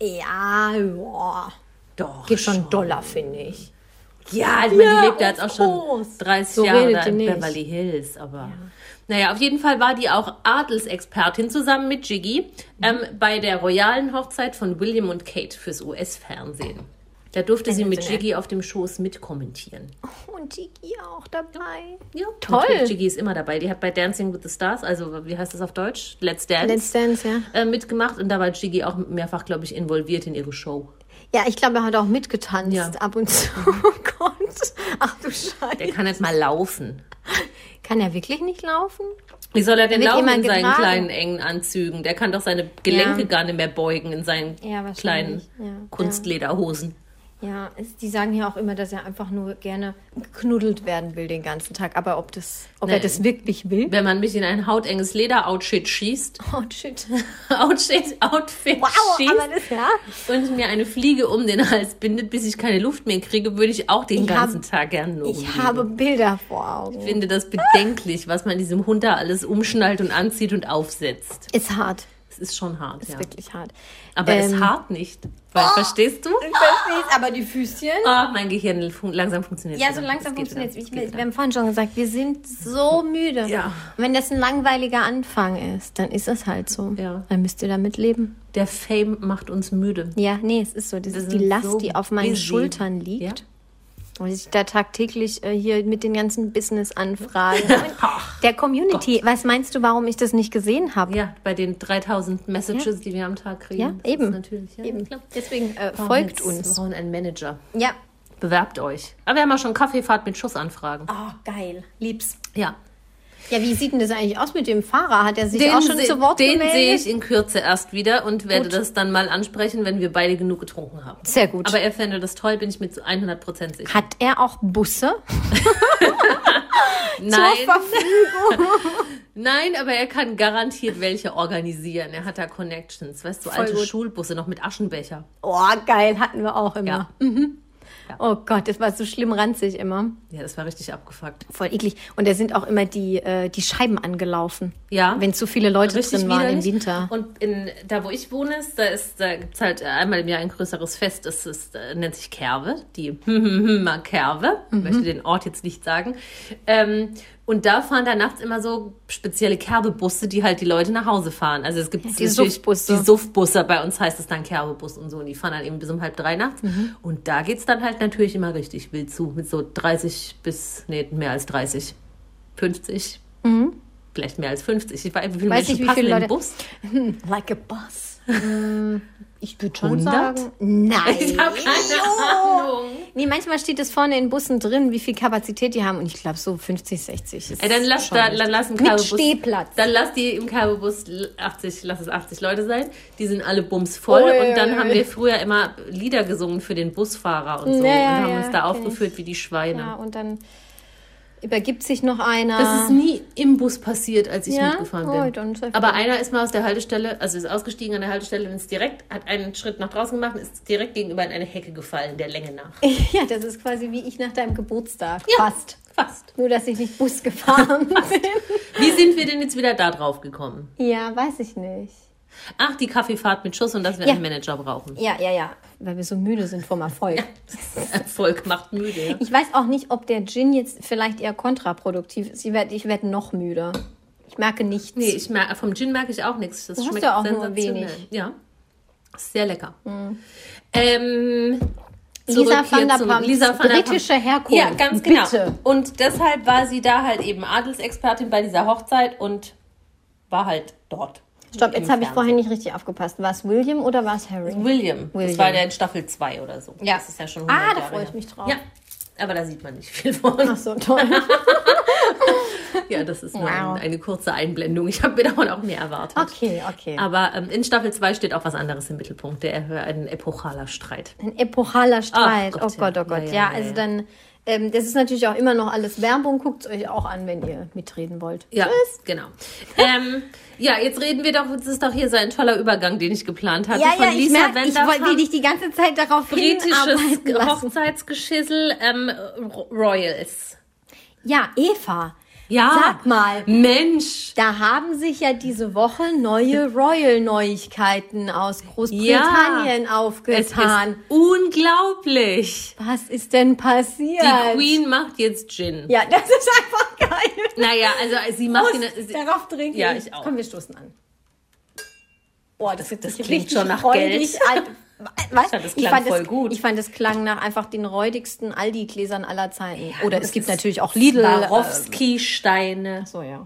[SPEAKER 2] ja, ja.
[SPEAKER 3] Doch.
[SPEAKER 2] Geht schon doller, finde ich.
[SPEAKER 3] Ja, ich meine,
[SPEAKER 2] Ja,
[SPEAKER 3] die lebt ja jetzt
[SPEAKER 2] of
[SPEAKER 3] auch schon
[SPEAKER 2] course.
[SPEAKER 3] 30
[SPEAKER 2] So
[SPEAKER 3] Jahre
[SPEAKER 2] redet
[SPEAKER 3] da
[SPEAKER 2] die
[SPEAKER 3] in
[SPEAKER 2] nicht.
[SPEAKER 3] Beverly Hills, aber. Naja, auf jeden Fall war die auch Adelsexpertin zusammen mit Jiggy ähm, bei der royalen Hochzeit von William und Kate fürs US-Fernsehen. Da durfte sie mit
[SPEAKER 2] Sensationell.
[SPEAKER 3] Jiggy auf dem Schoß mitkommentieren.
[SPEAKER 2] Und Gigi auch dabei.
[SPEAKER 3] Ja,
[SPEAKER 2] Toll.
[SPEAKER 3] Natürlich, Jiggy ist immer dabei. Die hat bei Dancing with the Stars, also wie heißt das auf Deutsch? Let's Dance.
[SPEAKER 2] Let's Dance, ja.
[SPEAKER 3] äh, Mitgemacht und da war Jiggy auch mehrfach, glaube ich, involviert in ihre Show.
[SPEAKER 2] Ja, ich glaube, er hat auch mitgetanzt
[SPEAKER 3] Ja. Mhm.
[SPEAKER 2] ab und zu. [LAUGHS] Oh Gott. Ach du Scheiße.
[SPEAKER 3] Der kann jetzt mal laufen.
[SPEAKER 2] Kann er wirklich nicht laufen?
[SPEAKER 3] Wie soll er denn
[SPEAKER 2] wird
[SPEAKER 3] laufen
[SPEAKER 2] immer
[SPEAKER 3] in seinen
[SPEAKER 2] getragen.
[SPEAKER 3] kleinen engen Anzügen? Der kann doch seine Gelenke
[SPEAKER 2] Ja.
[SPEAKER 3] gar nicht mehr beugen in seinen
[SPEAKER 2] Ja, wahrscheinlich.
[SPEAKER 3] kleinen
[SPEAKER 2] Ja, ja.
[SPEAKER 3] Kunstlederhosen.
[SPEAKER 2] Ja, es, die sagen ja auch immer, dass er einfach nur gerne geknuddelt werden will den ganzen Tag. Aber ob, das, ob er
[SPEAKER 3] Nein.
[SPEAKER 2] das wirklich will?
[SPEAKER 3] Wenn man mich in ein hautenges Leder-Outfit schießt,
[SPEAKER 2] [LAUGHS]
[SPEAKER 3] [LAUGHS]
[SPEAKER 2] Oh, shit.
[SPEAKER 3] Outfit, Outfit
[SPEAKER 2] Wow, aber
[SPEAKER 3] schießt
[SPEAKER 2] das, ja.
[SPEAKER 3] und mir eine Fliege um den Hals bindet, bis ich keine Luft mehr kriege, würde ich auch den
[SPEAKER 2] Ich
[SPEAKER 3] ganzen
[SPEAKER 2] hab-
[SPEAKER 3] Tag gerne nur
[SPEAKER 2] Ich
[SPEAKER 3] rumliegen.
[SPEAKER 2] habe Bilder vor Augen.
[SPEAKER 3] Ich finde das bedenklich, was man diesem Hund da alles umschnallt und anzieht und aufsetzt.
[SPEAKER 2] Ist hart.
[SPEAKER 3] Es ist schon hart,
[SPEAKER 2] Ist
[SPEAKER 3] ja.
[SPEAKER 2] wirklich hart.
[SPEAKER 3] Aber es
[SPEAKER 2] Ähm, Oh.
[SPEAKER 3] hart nicht. Weil, verstehst
[SPEAKER 2] [LAUGHS]
[SPEAKER 3] du?
[SPEAKER 2] Ich verstehe es, aber die Füßchen.
[SPEAKER 3] Ah, mein Gehirn fun langsam funktioniert.
[SPEAKER 2] Ja,
[SPEAKER 3] wieder.
[SPEAKER 2] so langsam
[SPEAKER 3] Es geht
[SPEAKER 2] funktioniert es.
[SPEAKER 3] wieder.
[SPEAKER 2] Wir haben vorhin schon gesagt, wir sind so müde.
[SPEAKER 3] [LAUGHS] Ja.
[SPEAKER 2] Und wenn das ein langweiliger Anfang ist, dann ist es halt so.
[SPEAKER 3] Ja.
[SPEAKER 2] Dann müsst ihr damit leben.
[SPEAKER 3] Der Fame macht uns müde.
[SPEAKER 2] Ja, nee, es ist so. Das ist die
[SPEAKER 3] sind
[SPEAKER 2] Last,
[SPEAKER 3] so
[SPEAKER 2] die auf meinen
[SPEAKER 3] busy.
[SPEAKER 2] Schultern liegt.
[SPEAKER 3] Ja.
[SPEAKER 2] Und ich da tagtäglich äh, hier mit den ganzen Business-Anfragen und der Community. Was meinst du, warum ich das nicht gesehen habe?
[SPEAKER 3] Ja, bei den 3000 Messages, die wir am Tag kriegen.
[SPEAKER 2] Ja,
[SPEAKER 3] Das
[SPEAKER 2] eben.
[SPEAKER 3] Ist natürlich, ja,
[SPEAKER 2] Eben.
[SPEAKER 3] klar.
[SPEAKER 2] Deswegen äh,
[SPEAKER 3] Wir brauchen
[SPEAKER 2] folgt
[SPEAKER 3] jetzt- Wir
[SPEAKER 2] uns.
[SPEAKER 3] brauchen einen Manager.
[SPEAKER 2] Ja.
[SPEAKER 3] Bewerbt euch. Aber wir haben ja schon Kaffeefahrt mit Schussanfragen.
[SPEAKER 2] Oh, geil. Lieb's.
[SPEAKER 3] Ja.
[SPEAKER 2] Ja, wie sieht denn das eigentlich aus mit dem Fahrer? Hat er sich auch schon
[SPEAKER 3] se-
[SPEAKER 2] zu Wort
[SPEAKER 3] den
[SPEAKER 2] gemeldet?
[SPEAKER 3] sehe ich in Kürze erst wieder und werde
[SPEAKER 2] Gut.
[SPEAKER 3] das dann mal ansprechen, wenn wir beide genug getrunken haben.
[SPEAKER 2] Sehr gut.
[SPEAKER 3] Aber er fände das toll, bin ich mit zu 100% sicher.
[SPEAKER 2] Hat er auch Busse?
[SPEAKER 3] Nein,
[SPEAKER 2] Zur Verfügung?
[SPEAKER 3] nein, aber er kann garantiert welche organisieren. Er hat da Connections, weißt du, alte
[SPEAKER 2] gut.
[SPEAKER 3] Schulbusse noch mit Aschenbecher.
[SPEAKER 2] Oh, geil, hatten wir auch immer.
[SPEAKER 3] Ja.
[SPEAKER 2] Oh Gott, das war so schlimm ranzig immer.
[SPEAKER 3] ja, das war richtig abgefuckt.
[SPEAKER 2] Voll eklig. Und da sind auch immer die, äh, die Scheiben angelaufen.
[SPEAKER 3] Ja.
[SPEAKER 2] Wenn zu viele Leute
[SPEAKER 3] richtig
[SPEAKER 2] drin waren im
[SPEAKER 3] widerlich.
[SPEAKER 2] Winter.
[SPEAKER 3] Und in, da, wo ich wohne, ist, da, ist, da gibt es halt äh, einmal im Jahr ein größeres Fest. Das ist, äh, nennt sich Kerwe, die [LAUGHS] Hmmer Kerwe.
[SPEAKER 2] Mhm.
[SPEAKER 3] Ich möchte den Ort jetzt nicht sagen. Ähm, und da fahren da nachts immer so spezielle Kerbebusse, die halt die Leute nach Hause fahren. Also es gibt
[SPEAKER 2] die
[SPEAKER 3] natürlich
[SPEAKER 2] Suffbusse.
[SPEAKER 3] Die Suffbusse, bei uns heißt es dann Kerbebus und so. Und die fahren dann eben bis um halb drei nachts.
[SPEAKER 2] Mhm.
[SPEAKER 3] Und da geht es dann halt natürlich immer richtig wild zu. Mit so 30 bis, nee, mehr als 30, 50 vielleicht mehr als 50. Ich weiß, wie viele
[SPEAKER 2] Weiß
[SPEAKER 3] Menschen
[SPEAKER 2] nicht, wie
[SPEAKER 3] passen
[SPEAKER 2] viele
[SPEAKER 3] in den
[SPEAKER 2] Leute-
[SPEAKER 3] Bus. [LAUGHS]
[SPEAKER 2] Like a bus. Hm, ich würde schon
[SPEAKER 3] 100?
[SPEAKER 2] sagen. Nein.
[SPEAKER 3] Ich habe keine Ahnung.
[SPEAKER 2] Nee, manchmal steht es vorne in Bussen drin, wie viel Kapazität die haben. Und ich glaube so 50, 60 ist
[SPEAKER 3] Ey, dann lass,
[SPEAKER 2] schon
[SPEAKER 3] da,
[SPEAKER 2] richtig.
[SPEAKER 3] dann lass im
[SPEAKER 2] Mit
[SPEAKER 3] Kabelbus.
[SPEAKER 2] Stehplatz.
[SPEAKER 3] Dann lass die im Kabelbus 80, lass es 80 Leute sein. Die sind alle bumsvoll.
[SPEAKER 2] Ui,
[SPEAKER 3] und dann
[SPEAKER 2] ui,
[SPEAKER 3] haben
[SPEAKER 2] ui.
[SPEAKER 3] wir früher immer Lieder gesungen für den Busfahrer und so.
[SPEAKER 2] Ja,
[SPEAKER 3] und haben
[SPEAKER 2] ja,
[SPEAKER 3] uns
[SPEAKER 2] kenn
[SPEAKER 3] da
[SPEAKER 2] ich.
[SPEAKER 3] aufgeführt wie die Schweine.
[SPEAKER 2] Ja, und dann übergibt sich noch einer.
[SPEAKER 3] Das ist nie im Bus passiert, als ich
[SPEAKER 2] Ja?
[SPEAKER 3] mitgefahren
[SPEAKER 2] Oh,
[SPEAKER 3] bin.
[SPEAKER 2] dann ist ja
[SPEAKER 3] Aber
[SPEAKER 2] gut.
[SPEAKER 3] einer ist mal aus der Haltestelle, also ist ausgestiegen an der Haltestelle und ist direkt, hat einen Schritt nach draußen gemacht und ist direkt gegenüber in eine Hecke gefallen, der Länge nach.
[SPEAKER 2] [LAUGHS] ja, das ist quasi wie ich nach deinem Geburtstag. Fast.
[SPEAKER 3] Fast.
[SPEAKER 2] Nur, dass ich nicht Bus [LAUGHS] gefahren bin.
[SPEAKER 3] Wie sind wir denn jetzt wieder da drauf gekommen?
[SPEAKER 2] Ja, weiß ich nicht.
[SPEAKER 3] Ach, die Kaffeefahrt mit Schuss und dass wir
[SPEAKER 2] Ja.
[SPEAKER 3] einen
[SPEAKER 2] [LAUGHS]
[SPEAKER 3] Manager brauchen.
[SPEAKER 2] Ja, ja, ja. Weil wir so müde sind vom Erfolg.
[SPEAKER 3] Erfolg macht müde. ja.
[SPEAKER 2] Ich weiß auch nicht, ob der Gin jetzt vielleicht eher kontraproduktiv ist. Ich werde ich werd noch müder. Ich merke nichts.
[SPEAKER 3] Nee, ich mer vom Gin merke ich auch nichts. Das
[SPEAKER 2] Du hast
[SPEAKER 3] schmeckt
[SPEAKER 2] ja auch nur
[SPEAKER 3] sensationell.
[SPEAKER 2] wenig. Mm.
[SPEAKER 3] Ja. Ist Sehr lecker. Ähm, zurück
[SPEAKER 2] Lisa
[SPEAKER 3] hier
[SPEAKER 2] van der
[SPEAKER 3] zu-
[SPEAKER 2] Pamp,
[SPEAKER 3] Lisa van der Pamp.
[SPEAKER 2] britische Herkunft.
[SPEAKER 3] Ja, ganz genau.
[SPEAKER 2] Bitte.
[SPEAKER 3] Und deshalb war sie da halt eben Adelsexpertin bei dieser Hochzeit und war halt dort.
[SPEAKER 2] Stopp, jetzt
[SPEAKER 3] Im
[SPEAKER 2] habe ich
[SPEAKER 3] Fernsehen.
[SPEAKER 2] vorhin nicht richtig aufgefasst. War es William oder war es Harry?
[SPEAKER 3] William. Das
[SPEAKER 2] William.
[SPEAKER 3] war der in Staffel 2 oder so.
[SPEAKER 2] Ja.
[SPEAKER 3] Das ist ja schon
[SPEAKER 2] Ah,
[SPEAKER 3] 100
[SPEAKER 2] da
[SPEAKER 3] Jahre
[SPEAKER 2] freue ich
[SPEAKER 3] her.
[SPEAKER 2] mich drauf. Ah.
[SPEAKER 3] Ja. Aber da sieht man nicht viel von.
[SPEAKER 2] Ach so,
[SPEAKER 3] [LAUGHS]
[SPEAKER 2] toll. [LAUGHS]
[SPEAKER 3] Ja, das ist nur
[SPEAKER 2] Wow.
[SPEAKER 3] ein, eine kurze Einblendung. Ich habe mir [LAUGHS] davon auch mehr erwartet.
[SPEAKER 2] Okay, okay.
[SPEAKER 3] Aber ähm, in Staffel 2 steht auch was anderes im Mittelpunkt. Der ein epochaler Streit.
[SPEAKER 2] Ein epochaler Streit.
[SPEAKER 3] Ach
[SPEAKER 2] oh
[SPEAKER 3] Gott,
[SPEAKER 2] Gott,
[SPEAKER 3] ja.
[SPEAKER 2] oh Gott. Ja,
[SPEAKER 3] Ja, ja, ja,
[SPEAKER 2] also
[SPEAKER 3] ja.
[SPEAKER 2] dann, ähm, das ist natürlich auch immer noch alles Werbung. Guckt es euch auch an, wenn ihr mitreden wollt.
[SPEAKER 3] Ja, genau. ähm, ja, jetzt reden wir doch, das ist doch hier so ein toller Übergang, den ich geplant hatte.
[SPEAKER 2] Ja,
[SPEAKER 3] also von
[SPEAKER 2] ja, ich
[SPEAKER 3] Lisa
[SPEAKER 2] merke, ich
[SPEAKER 3] Vanderpump.
[SPEAKER 2] wollte will dich die ganze Zeit darauf hinarbeiten
[SPEAKER 3] britisches
[SPEAKER 2] lassen.
[SPEAKER 3] Hochzeitsgeschissel, ähm, Ro- Royals.
[SPEAKER 2] Ja, Eva,
[SPEAKER 3] Ja.
[SPEAKER 2] sag mal,
[SPEAKER 3] Mensch.
[SPEAKER 2] da haben sich ja diese Woche neue Royal-Neuigkeiten aus Großbritannien
[SPEAKER 3] Es ist
[SPEAKER 2] aufgetan.
[SPEAKER 3] unglaublich.
[SPEAKER 2] Was ist denn passiert?
[SPEAKER 3] Die Queen macht jetzt Gin.
[SPEAKER 2] Halt. Ja, das ist einfach geil.
[SPEAKER 3] Naja, also sie macht
[SPEAKER 2] Prost,
[SPEAKER 3] ihn- sie-
[SPEAKER 2] darauf trinken.
[SPEAKER 3] Ja, ich auch.
[SPEAKER 2] Komm, wir stoßen an. Boah, das,
[SPEAKER 3] das
[SPEAKER 2] riecht
[SPEAKER 3] klingt
[SPEAKER 2] richtig
[SPEAKER 3] schon
[SPEAKER 2] [LAUGHS]
[SPEAKER 3] nach
[SPEAKER 2] räudig
[SPEAKER 3] Geld.
[SPEAKER 2] an. Was? Ich
[SPEAKER 3] fand, das
[SPEAKER 2] ich,
[SPEAKER 3] klang
[SPEAKER 2] fand
[SPEAKER 3] voll
[SPEAKER 2] das,
[SPEAKER 3] gut.
[SPEAKER 2] ich fand, das klang nach einfach den räudigsten Aldi-Gläsern aller Zeiten.
[SPEAKER 3] Ja,
[SPEAKER 2] Oder
[SPEAKER 3] das
[SPEAKER 2] es gibt
[SPEAKER 3] ist
[SPEAKER 2] natürlich auch Lidl. äh,
[SPEAKER 3] Swarovski-Steine.
[SPEAKER 2] So, ja.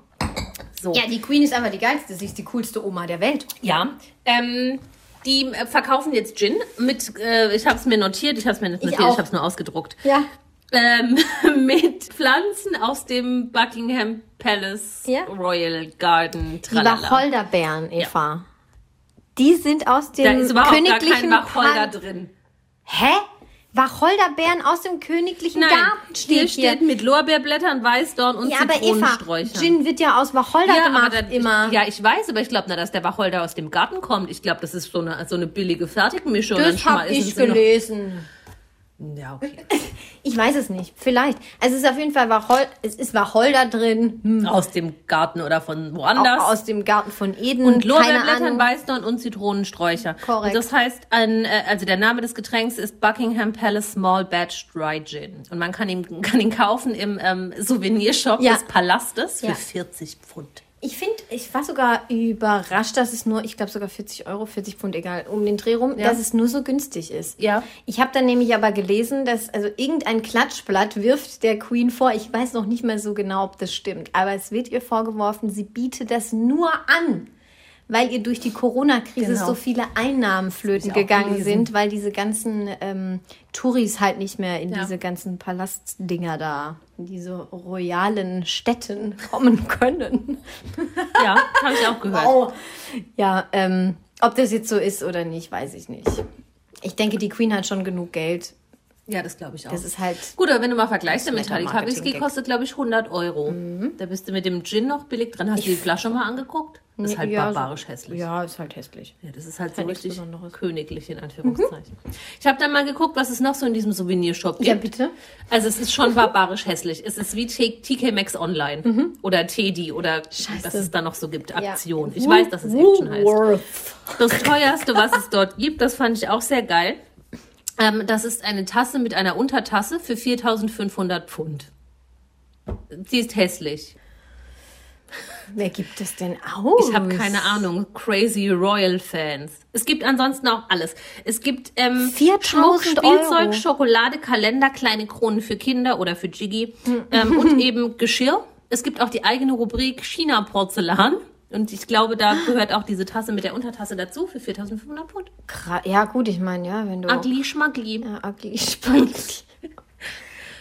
[SPEAKER 3] So.
[SPEAKER 2] Ja, die Queen ist einfach die geilste. Sie ist die coolste Oma der Welt.
[SPEAKER 3] Ja, ähm, die äh, verkaufen jetzt Gin mit, äh, ich habe es mir notiert, ich habe es mir nicht
[SPEAKER 2] Ich
[SPEAKER 3] notiert,
[SPEAKER 2] auch.
[SPEAKER 3] ich, habe es nur ausgedruckt.
[SPEAKER 2] Ja.
[SPEAKER 3] Ähm, [LAUGHS] mit Pflanzen aus dem Buckingham Palace
[SPEAKER 2] Ja.
[SPEAKER 3] Royal Garden.
[SPEAKER 2] Die Wacholderbeeren, Eva. Die sind aus dem
[SPEAKER 3] Da ist überhaupt gar
[SPEAKER 2] königlichen
[SPEAKER 3] kein Wacholder
[SPEAKER 2] Palm-
[SPEAKER 3] drin.
[SPEAKER 2] Hä? Wacholderbeeren aus dem königlichen
[SPEAKER 3] Nein,
[SPEAKER 2] Garten
[SPEAKER 3] hier
[SPEAKER 2] steht hier.
[SPEAKER 3] steht mit Lorbeerblättern, Weißdorn und
[SPEAKER 2] ja, aber Eva,
[SPEAKER 3] Zitronensträuchern.
[SPEAKER 2] Gin wird ja aus Wacholder
[SPEAKER 3] ja,
[SPEAKER 2] gemacht
[SPEAKER 3] aber dann,
[SPEAKER 2] immer.
[SPEAKER 3] ja, ich weiß, aber ich glaube nicht, dass der Wacholder aus dem Garten kommt. Ich glaube, das ist so eine, so eine billige Fertigmischung. Dann
[SPEAKER 2] das habe
[SPEAKER 3] schmeißen
[SPEAKER 2] ich
[SPEAKER 3] sie noch-
[SPEAKER 2] gelesen.
[SPEAKER 3] Ja, okay.
[SPEAKER 2] Ich weiß es nicht. Vielleicht. Es ist auf jeden Fall Wachol es ist Wacholder drin. [LAUGHS] Hm.
[SPEAKER 3] Aus dem Garten oder von
[SPEAKER 2] Auch
[SPEAKER 3] woanders.
[SPEAKER 2] aus dem Garten von Eden.
[SPEAKER 3] und
[SPEAKER 2] Keine Ahnung.
[SPEAKER 3] Lorbeerblättern, Weißdorn und Zitronensträucher.
[SPEAKER 2] Korrekt.
[SPEAKER 3] Und das heißt, ein, äh, also der Name des Getränks ist Buckingham Palace Small Batch Dry Gin. Und man kann ihn, [LAUGHS] kann ihn kaufen im ähm, Souvenirshop
[SPEAKER 2] Ja.
[SPEAKER 3] des Palastes für
[SPEAKER 2] Ja.
[SPEAKER 3] 40 Pfund.
[SPEAKER 2] Ich finde, ich war sogar überrascht, dass es nur, ich glaube sogar 40 Euro, 40 Pfund, egal, um den Dreh rum, dass es nur so günstig ist.
[SPEAKER 3] Ja.
[SPEAKER 2] Ich habe dann nämlich aber gelesen, dass also irgendein Klatschblatt wirft der Queen vor. Ich weiß noch nicht mehr so genau, ob das stimmt, aber es wird ihr vorgeworfen, sie biete das nur an, weil ihr durch die Corona-Krise
[SPEAKER 3] Genau.
[SPEAKER 2] so viele Einnahmen flöten
[SPEAKER 3] Hab ich auch
[SPEAKER 2] gegangen
[SPEAKER 3] gelesen.
[SPEAKER 2] sind, weil diese ganzen ähm, Touris halt nicht mehr in
[SPEAKER 3] Ja.
[SPEAKER 2] diese ganzen Palastdinger da, in diese royalen Städten kommen [LAUGHS] können.
[SPEAKER 3] Ja, habe ich auch gehört.
[SPEAKER 2] Oh. Ja, ähm, ob das jetzt so ist oder nicht, weiß ich nicht. Ich denke, die Queen hat schon genug Geld.
[SPEAKER 3] Ja, das glaube ich auch.
[SPEAKER 2] Das ist halt.
[SPEAKER 3] Gut, aber wenn du mal vergleichst, der
[SPEAKER 2] Das ist netter
[SPEAKER 3] Metallica Whisky
[SPEAKER 2] Marketing-Gag. Mhm.
[SPEAKER 3] kostet, glaube ich, 100 Euro. Da bist du mit dem Gin noch billig dran. Hast du die Flasche mal angeguckt? Das ist halt
[SPEAKER 2] ja, so-
[SPEAKER 3] barbarisch hässlich. Ja.
[SPEAKER 2] Ja, ist halt hässlich.
[SPEAKER 3] das ist halt so
[SPEAKER 2] nichts
[SPEAKER 3] richtig
[SPEAKER 2] Besonderes. Mhm.
[SPEAKER 3] königlich, in Anführungszeichen. Ich habe dann mal geguckt, was es noch so in diesem Souvenirshop gibt.
[SPEAKER 2] Ja, bitte.
[SPEAKER 3] Also es ist schon barbarisch hässlich. Es ist wie T TK Maxx Online
[SPEAKER 2] Mhm.
[SPEAKER 3] oder Teddy oder was es da noch so gibt. Aktion. Ich weiß, dass es Action heißt.
[SPEAKER 2] Woolworth.
[SPEAKER 3] Das teuerste, was es dort gibt, das fand ich auch sehr geil. Ähm, das ist eine Tasse mit einer Untertasse für 4500 Pfund. Sie ist hässlich.
[SPEAKER 2] Wer gibt das denn aus?
[SPEAKER 3] Ich habe keine Ahnung. Crazy Royal Fans. Es gibt ansonsten auch alles. Es gibt ähm,
[SPEAKER 2] 4000
[SPEAKER 3] Schmuck, Spielzeug,
[SPEAKER 2] Euro.
[SPEAKER 3] Schokolade, Kalender, kleine Kronen für Kinder oder für Jiggy
[SPEAKER 2] [LAUGHS]
[SPEAKER 3] ähm, und eben Geschirr. Es gibt auch die eigene Rubrik China Porzellan. Und ich glaube, da gehört auch diese Tasse mit der Untertasse dazu für 4500 Pfund.
[SPEAKER 2] Kra ja, gut, ich meine, ja, wenn du.
[SPEAKER 3] Ugly Schmugly.
[SPEAKER 2] Ja, ugly
[SPEAKER 3] [LAUGHS]
[SPEAKER 2] Spaghetti.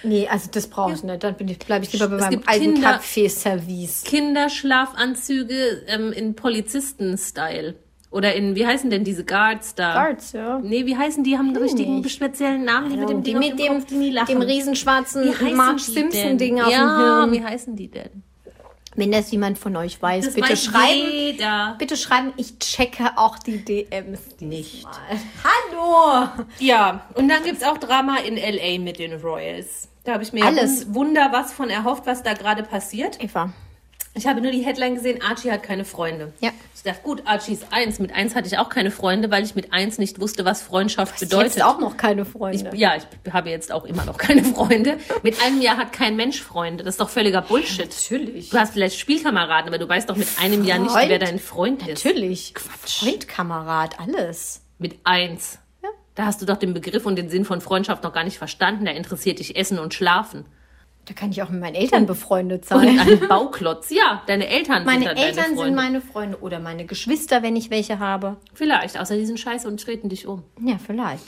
[SPEAKER 2] Nee, also das brauche ich nicht. Dann bin ich, bleibe ich lieber bei
[SPEAKER 3] Es
[SPEAKER 2] meinem
[SPEAKER 3] gibt
[SPEAKER 2] alten
[SPEAKER 3] Kinder-
[SPEAKER 2] Kaffeeservice.
[SPEAKER 3] Kinderschlafanzüge ähm, in Polizisten-Style. Oder in, wie heißen denn diese Guards da?
[SPEAKER 2] Guards, Oh. Hm, ja.
[SPEAKER 3] Nee, wie heißen die? Haben einen richtigen speziellen Namen, die mit dem Ding
[SPEAKER 2] Die
[SPEAKER 3] auf
[SPEAKER 2] mit
[SPEAKER 3] dem,
[SPEAKER 2] dem,
[SPEAKER 3] Kopf, die nie
[SPEAKER 2] dem,
[SPEAKER 3] lachen.
[SPEAKER 2] dem riesenschwarzen
[SPEAKER 3] heißen
[SPEAKER 2] Marge
[SPEAKER 3] die denn?
[SPEAKER 2] Simpson-Ding auf dem
[SPEAKER 3] ja,
[SPEAKER 2] Hirn.
[SPEAKER 3] wie heißen die denn?
[SPEAKER 2] Wenn das jemand von euch weiß,
[SPEAKER 3] Das
[SPEAKER 2] bitte
[SPEAKER 3] weiß
[SPEAKER 2] schreiben.
[SPEAKER 3] Jeder.
[SPEAKER 2] Bitte schreiben, ich checke auch die DMs nicht. Hallo!
[SPEAKER 3] Ja, und dann gibt's auch Drama in L.A. mit den Royals. Da habe ich mir
[SPEAKER 2] Alles.
[SPEAKER 3] ein Wunder was von erhofft, was da gerade passiert.
[SPEAKER 2] Eva.
[SPEAKER 3] Ich habe nur die Headline gesehen, Archie hat keine Freunde.
[SPEAKER 2] Ja.
[SPEAKER 3] Ich dachte, gut, Archie ist eins. Mit eins hatte ich auch keine Freunde, weil ich mit eins nicht wusste, was Freundschaft bedeutet.
[SPEAKER 2] Jetzt auch noch keine Freunde.
[SPEAKER 3] ja, ich habe jetzt auch immer noch keine Freunde. Mit einem Jahr hat kein Mensch Freunde. Das ist doch völliger Bullshit.
[SPEAKER 2] natürlich.
[SPEAKER 3] Du hast vielleicht Spielkameraden, aber du weißt doch mit einem Jahr nicht,
[SPEAKER 2] Freund?
[SPEAKER 3] wer dein Freund ist.
[SPEAKER 2] Natürlich. Quatsch. Freund, Kamerad, alles.
[SPEAKER 3] Mit eins. Da hast du doch den Begriff und den Sinn von Freundschaft noch gar nicht verstanden. Da interessiert dich Essen
[SPEAKER 2] [LAUGHS]
[SPEAKER 3] und Schlafen.
[SPEAKER 2] Da kann ich auch mit meinen Eltern befreundet
[SPEAKER 3] Und
[SPEAKER 2] sein. [LAUGHS]
[SPEAKER 3] ein Bauklotz. Ja, deine Eltern
[SPEAKER 2] Meine
[SPEAKER 3] sind dann deine
[SPEAKER 2] Eltern
[SPEAKER 3] Freunde.
[SPEAKER 2] sind meine Freunde oder meine Geschwister, wenn ich welche habe.
[SPEAKER 3] Vielleicht, außer die sind scheiße und treten dich um.
[SPEAKER 2] Ja, vielleicht.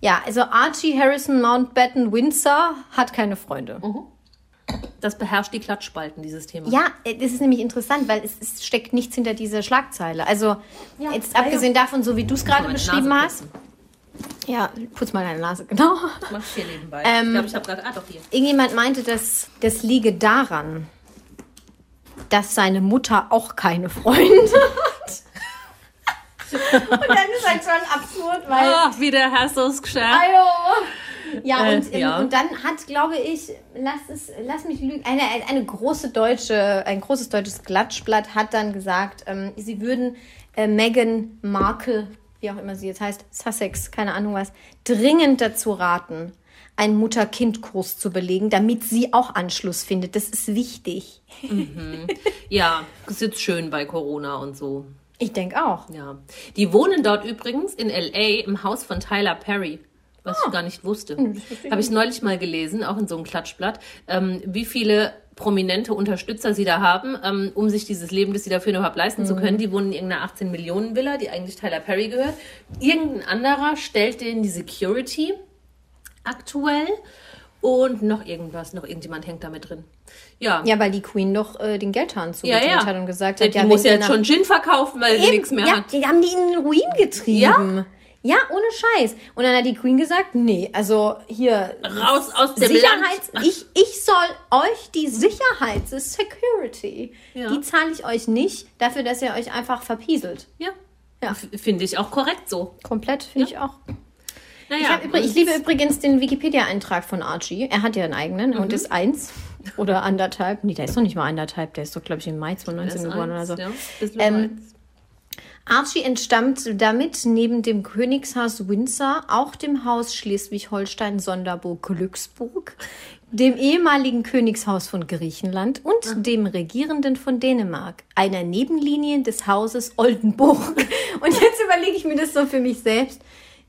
[SPEAKER 2] Ja, also Archie Harrison Mountbatten Windsor hat keine Freunde.
[SPEAKER 3] Das beherrscht die Klatschspalten, dieses Thema.
[SPEAKER 2] Ja, äh, das ist nämlich interessant, weil es, es steckt nichts hinter dieser Schlagzeile. Also jetzt abgesehen davon, so wie du es gerade
[SPEAKER 3] Meine
[SPEAKER 2] beschrieben
[SPEAKER 3] Nase
[SPEAKER 2] hast. Ja, putz mal deine Nase, genau. [LAUGHS]
[SPEAKER 3] Ich mach's hier nebenbei. ich glaube, ich habe gerade. Ah, doch hier.
[SPEAKER 2] Irgendjemand meinte, dass das liege daran, dass seine Mutter auch keine Freunde [LAUGHS] hat. Und dann ist halt schon absurd, weil
[SPEAKER 3] Ach, wieder hast du es geschafft.
[SPEAKER 2] Ajo. Ja,
[SPEAKER 3] Äh,
[SPEAKER 2] und, ähm,
[SPEAKER 3] ja.
[SPEAKER 2] und dann hat, glaube ich, lass, es, lass mich lügen, eine, eine große deutsche, ein großes deutsches Klatschblatt hat dann gesagt, ähm, sie würden äh, Meghan Markle, wie auch immer sie jetzt heißt, Sussex, keine Ahnung was, dringend dazu raten, einen Mutter-Kind-Kurs zu belegen, damit sie auch Anschluss findet. Das ist wichtig.
[SPEAKER 3] Ja, ist jetzt schön bei Corona und so.
[SPEAKER 2] Ich denke auch.
[SPEAKER 3] Ja. Die wohnen dort übrigens in L.A. im Haus von Tyler Perry. Was ich gar nicht wusste. Habe ich neulich mal gelesen, auch in so einem Klatschblatt, ähm, wie viele prominente Unterstützer sie da haben, ähm, um sich dieses Leben, das sie dafür überhaupt leisten zu können. Die wohnen in irgendeiner 18-Millionen-Villa, die eigentlich Tyler Perry gehört. Irgendein anderer stellt denen die Security aktuell und noch irgendwas, noch irgendjemand hängt damit drin. Ja,
[SPEAKER 2] Ja, weil die Queen doch äh, den Geldhahn
[SPEAKER 3] ja,
[SPEAKER 2] zugedreht
[SPEAKER 3] ja.
[SPEAKER 2] hat und gesagt
[SPEAKER 3] die
[SPEAKER 2] hat, ja,
[SPEAKER 3] muss
[SPEAKER 2] wenn
[SPEAKER 3] ja
[SPEAKER 2] ihr
[SPEAKER 3] jetzt
[SPEAKER 2] nach-
[SPEAKER 3] schon Gin verkaufen, weil sie
[SPEAKER 2] Eben,
[SPEAKER 3] nichts mehr
[SPEAKER 2] ja,
[SPEAKER 3] hat.
[SPEAKER 2] Die haben die in den Ruin getrieben. Ja. Ja, ohne Scheiß. Und dann hat die Queen gesagt, nee, also hier
[SPEAKER 3] Raus aus dem
[SPEAKER 2] Sicherheits
[SPEAKER 3] Land.
[SPEAKER 2] ich, ich soll euch die Sicherheits die Security,
[SPEAKER 3] Ja.
[SPEAKER 2] die zahle ich euch nicht dafür, dass ihr euch einfach verpieselt.
[SPEAKER 3] Ja.
[SPEAKER 2] Ja.
[SPEAKER 3] F- Finde ich auch korrekt so.
[SPEAKER 2] Komplett finde ich auch.
[SPEAKER 3] Naja,
[SPEAKER 2] Ich, hab übr- ich liebe übrigens den Wikipedia-Eintrag von Archie. Er hat ja einen eigenen und ist eins oder anderthalb. Nee, der ist doch nicht mal anderthalb. Der ist doch, glaube ich, im Mai 2019
[SPEAKER 3] das
[SPEAKER 2] geboren oder
[SPEAKER 3] eins, ne?
[SPEAKER 2] so.
[SPEAKER 3] ja, bisschen
[SPEAKER 2] Ähm,
[SPEAKER 3] eins.
[SPEAKER 2] Archie entstammt damit neben dem Königshaus Windsor auch dem Haus Schleswig-Holstein-Sonderburg-Glücksburg, dem ehemaligen Königshaus von Griechenland und dem Regierenden von Dänemark, einer Nebenlinie des Hauses [LAUGHS] Oldenburg. Und jetzt überlege ich mir das so für mich selbst.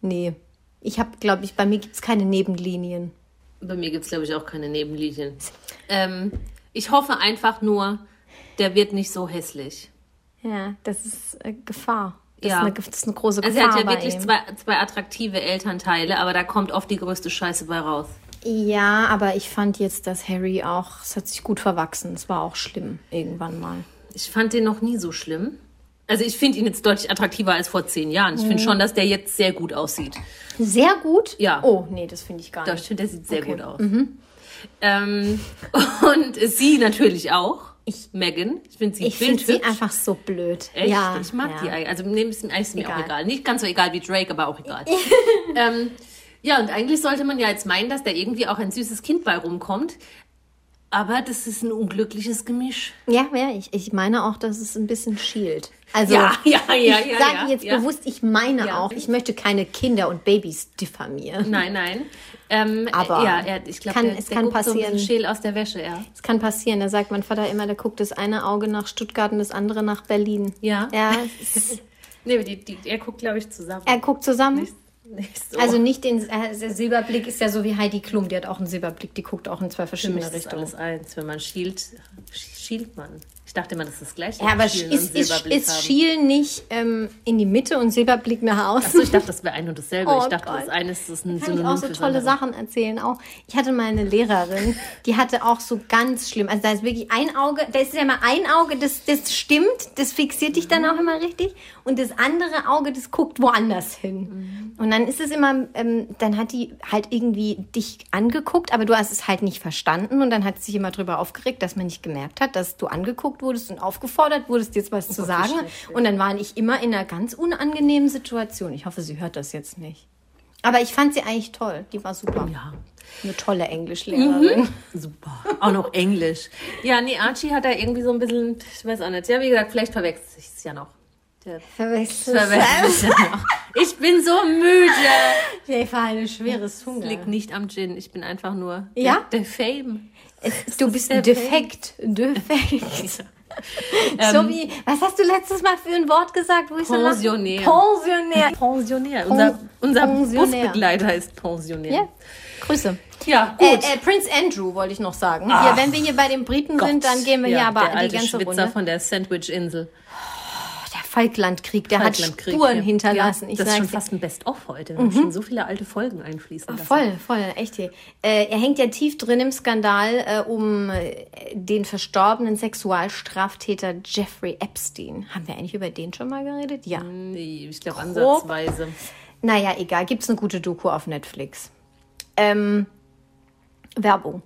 [SPEAKER 2] Nee, ich habe, glaube ich, bei mir gibt es keine Nebenlinien.
[SPEAKER 3] Bei mir gibt es, glaube ich, auch keine Nebenlinien. Ähm, ich hoffe einfach nur, der wird nicht so hässlich.
[SPEAKER 2] Ja, das ist äh, Gefahr. Das,
[SPEAKER 3] Ja.
[SPEAKER 2] ist eine, das ist eine große
[SPEAKER 3] Also
[SPEAKER 2] Gefahr.
[SPEAKER 3] er hat ja
[SPEAKER 2] bei
[SPEAKER 3] wirklich
[SPEAKER 2] ihm.
[SPEAKER 3] zwei, zwei attraktive Elternteile, aber da kommt oft die größte Scheiße bei raus.
[SPEAKER 2] Ja, aber ich fand jetzt, dass Harry auch, es hat sich gut verwachsen. Es war auch schlimm irgendwann mal.
[SPEAKER 3] Ich fand den noch nie so schlimm. Also ich finde ihn jetzt deutlich attraktiver als vor zehn Jahren. Ich
[SPEAKER 2] Mhm.
[SPEAKER 3] finde schon, dass der jetzt sehr gut aussieht.
[SPEAKER 2] Sehr gut?
[SPEAKER 3] Ja.
[SPEAKER 2] Oh, nee, das finde ich gar
[SPEAKER 3] Doch, ich
[SPEAKER 2] nicht.
[SPEAKER 3] finde, der sieht sehr
[SPEAKER 2] Okay. Mhm.
[SPEAKER 3] gut aus. Ähm, [LAUGHS] und sie natürlich auch.
[SPEAKER 2] Ich-
[SPEAKER 3] Megan. Ich finde sie
[SPEAKER 2] Ich finde sie
[SPEAKER 3] bildhübsch.
[SPEAKER 2] einfach so blöd.
[SPEAKER 3] Echt?
[SPEAKER 2] Ja,
[SPEAKER 3] ich mag
[SPEAKER 2] ja.
[SPEAKER 3] die eigentlich. Also neben ist mir eigentlich ist mir auch
[SPEAKER 2] Egal.
[SPEAKER 3] egal. Nicht ganz so egal wie Drake, aber
[SPEAKER 2] [LAUGHS]
[SPEAKER 3] auch egal. ähm, ja, und eigentlich sollte man ja jetzt meinen, dass da irgendwie auch ein süßes Kind bei rumkommt. Aber das ist ein unglückliches Gemisch.
[SPEAKER 2] Ja, ja, ich, ich meine auch, dass es ein bisschen schielt. Also,
[SPEAKER 3] Ja, ja, ja,
[SPEAKER 2] ich
[SPEAKER 3] ja,
[SPEAKER 2] sage
[SPEAKER 3] ja,
[SPEAKER 2] jetzt
[SPEAKER 3] ja.
[SPEAKER 2] bewusst, ich meine
[SPEAKER 3] Ja.
[SPEAKER 2] auch, ich möchte keine Kinder und Babys diffamieren.
[SPEAKER 3] Nein, nein. Ähm,
[SPEAKER 2] Aber
[SPEAKER 3] ja, er, ich glaube,
[SPEAKER 2] kann-
[SPEAKER 3] der,
[SPEAKER 2] es
[SPEAKER 3] der
[SPEAKER 2] kann
[SPEAKER 3] guckt So ein
[SPEAKER 2] passieren.
[SPEAKER 3] bisschen scheel aus der Wäsche, ja.
[SPEAKER 2] Es kann passieren, da sagt mein Vater immer, der guckt das eine Auge nach Stuttgart und das andere nach Berlin.
[SPEAKER 3] Ja.
[SPEAKER 2] Ja, es ist-
[SPEAKER 3] Nee, die, die, er guckt, glaube ich, zusammen. [LAUGHS]
[SPEAKER 2] er guckt zusammen.
[SPEAKER 3] Nicht so.
[SPEAKER 2] Also nicht den äh, der Silberblick ist ja so wie Heidi Klum, die hat auch einen Silberblick, die guckt auch in zwei
[SPEAKER 3] Für mich
[SPEAKER 2] verschiedene
[SPEAKER 3] ist das
[SPEAKER 2] Richtungen.
[SPEAKER 3] alles eins. Wenn man schielt, sch- schielt man. Ich dachte immer, das ist das Gleiche.
[SPEAKER 2] Ja, aber
[SPEAKER 3] Schielen
[SPEAKER 2] ist,
[SPEAKER 3] und
[SPEAKER 2] ist,
[SPEAKER 3] Silberblick
[SPEAKER 2] ist
[SPEAKER 3] haben.
[SPEAKER 2] Schielen nicht ähm, in die Mitte und Silberblick nach
[SPEAKER 3] Achso,
[SPEAKER 2] außen?
[SPEAKER 3] ich dachte, das wäre ein und dasselbe.
[SPEAKER 2] Oh
[SPEAKER 3] ich dachte,
[SPEAKER 2] Gott.
[SPEAKER 3] das eine ist das ein
[SPEAKER 2] kann ich
[SPEAKER 3] Synonym
[SPEAKER 2] auch so
[SPEAKER 3] fürs
[SPEAKER 2] tolle
[SPEAKER 3] andere.
[SPEAKER 2] Sachen erzählen. Auch ich hatte mal eine Lehrerin, die hatte auch so ganz schlimm. Also da ist wirklich ein Auge, da ist ja immer ein Auge, das, das stimmt, das fixiert dich
[SPEAKER 3] Mhm.
[SPEAKER 2] dann auch immer richtig. Und das andere Auge, das guckt woanders
[SPEAKER 3] Mhm.
[SPEAKER 2] hin. Und dann ist es immer, ähm, dann hat die halt irgendwie dich angeguckt, aber du hast es halt nicht verstanden. Und dann hat sie sich immer drüber aufgeregt, dass man nicht gemerkt hat, dass du angeguckt wurdest und aufgefordert wurdest, jetzt was zu
[SPEAKER 3] Oh wie
[SPEAKER 2] sagen.
[SPEAKER 3] schrecklich.
[SPEAKER 2] Und dann war ich immer in einer ganz unangenehmen Situation. Ich hoffe, sie hört das jetzt nicht. Aber ich fand sie eigentlich toll. Die war super.
[SPEAKER 3] Ja, Mhm.
[SPEAKER 2] Eine tolle Englischlehrerin.
[SPEAKER 3] super.
[SPEAKER 2] [LAUGHS]
[SPEAKER 3] Auch noch Englisch. Ja, nee, Archie hat da irgendwie so ein bisschen, ich weiß auch nicht. Ja, wie gesagt, vielleicht verwechselt ich es ja noch. Der
[SPEAKER 2] Verwechselt.
[SPEAKER 3] verwechselt es ja noch. Ich bin so müde.
[SPEAKER 2] Ich war eine schweres Hunger.
[SPEAKER 3] Es liegt nicht am Gin. Ich bin einfach nur
[SPEAKER 2] Ja?
[SPEAKER 3] der, der Fame.
[SPEAKER 2] Es- Du bist
[SPEAKER 3] der
[SPEAKER 2] defekt.
[SPEAKER 3] [LAUGHS]
[SPEAKER 2] Defekt.
[SPEAKER 3] Ähm,
[SPEAKER 2] so wie, was hast du letztes Mal für ein Wort gesagt, wo ich
[SPEAKER 3] Pensionär.
[SPEAKER 2] so lache? Pensionär.
[SPEAKER 3] Pensionär. Unser, unser
[SPEAKER 2] Pensionär.
[SPEAKER 3] Busbegleiter ist Pensionär.
[SPEAKER 2] Ja, Grüße.
[SPEAKER 3] Ja,
[SPEAKER 2] Äh,
[SPEAKER 3] gut.
[SPEAKER 2] äh, Prince Andrew wollte ich noch sagen.
[SPEAKER 3] Ach,
[SPEAKER 2] Hier, wenn wir hier bei den Briten sind, dann gehen wir
[SPEAKER 3] ja,
[SPEAKER 2] hier aber
[SPEAKER 3] der
[SPEAKER 2] an
[SPEAKER 3] alte
[SPEAKER 2] die ganze
[SPEAKER 3] Schwitzer
[SPEAKER 2] Runde.
[SPEAKER 3] von der Sandwich-Insel.
[SPEAKER 2] Der Falklandkrieg, der
[SPEAKER 3] Falklandkrieg,
[SPEAKER 2] hat Spuren
[SPEAKER 3] ja.
[SPEAKER 2] hinterlassen.
[SPEAKER 3] Ja,
[SPEAKER 2] ich
[SPEAKER 3] das ist
[SPEAKER 2] sag's
[SPEAKER 3] schon
[SPEAKER 2] dir.
[SPEAKER 3] fast ein Best-of heute. Wir haben schon so viele alte Folgen einfließen lassen.
[SPEAKER 2] Ah, Voll, voll, echt. hier. Äh, er hängt ja tief drin im Skandal äh, um äh, den verstorbenen Sexualstraftäter Jeffrey Epstein. Haben wir eigentlich über den schon mal geredet? Ja.
[SPEAKER 3] Nee, ich glaube ansatzweise.
[SPEAKER 2] Naja, egal. Gibt's eine gute Doku auf Netflix? Ähm, Werbung.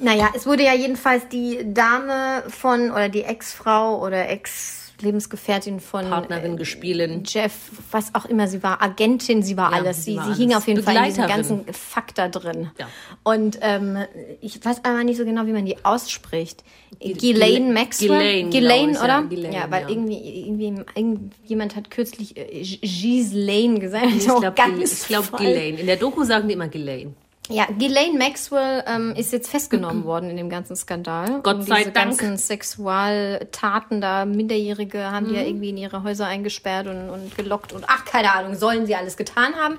[SPEAKER 2] Naja, es wurde ja jedenfalls die Dame von oder die Ex-Frau oder Ex-Lebensgefährtin von
[SPEAKER 3] Partnerin gespielen.
[SPEAKER 2] Jeff, was auch immer sie war, Agentin, sie war
[SPEAKER 3] Ja,
[SPEAKER 2] alles.
[SPEAKER 3] sie
[SPEAKER 2] Sie,
[SPEAKER 3] war
[SPEAKER 2] sie
[SPEAKER 3] alles.
[SPEAKER 2] hing auf jeden Fall in diesem
[SPEAKER 3] Begleiterin.
[SPEAKER 2] ganzen Fakt da drin.
[SPEAKER 3] Ja.
[SPEAKER 2] Und ähm, ich weiß aber nicht so genau, wie man die ausspricht.
[SPEAKER 3] Ghislaine-
[SPEAKER 2] Ghislaine Maxwell?
[SPEAKER 3] Ghislaine,
[SPEAKER 2] Ghislaine,
[SPEAKER 3] glaub ich, ja,
[SPEAKER 2] oder?
[SPEAKER 3] Ghislaine,
[SPEAKER 2] ja, weil
[SPEAKER 3] ja.
[SPEAKER 2] Irgendwie, irgendwie, irgendjemand hat kürzlich äh, G- Ghislaine gesagt. [LAUGHS]
[SPEAKER 3] Ich
[SPEAKER 2] Auch
[SPEAKER 3] glaube
[SPEAKER 2] ganz
[SPEAKER 3] ich glaub,
[SPEAKER 2] voll.
[SPEAKER 3] Ghislaine. In der Doku sagen die immer Ghislaine.
[SPEAKER 2] Ja, Ghislaine Maxwell ähm, ist jetzt
[SPEAKER 3] [CLEARS THROAT]
[SPEAKER 2] festgenommen worden in dem ganzen Skandal.
[SPEAKER 3] Gott
[SPEAKER 2] um
[SPEAKER 3] sei
[SPEAKER 2] diese
[SPEAKER 3] Dank.
[SPEAKER 2] ganzen Sexualtaten da, Minderjährige haben die
[SPEAKER 3] Mhm.
[SPEAKER 2] ja irgendwie in ihre Häuser eingesperrt und, und gelockt und ach, keine Ahnung, sollen sie alles getan haben.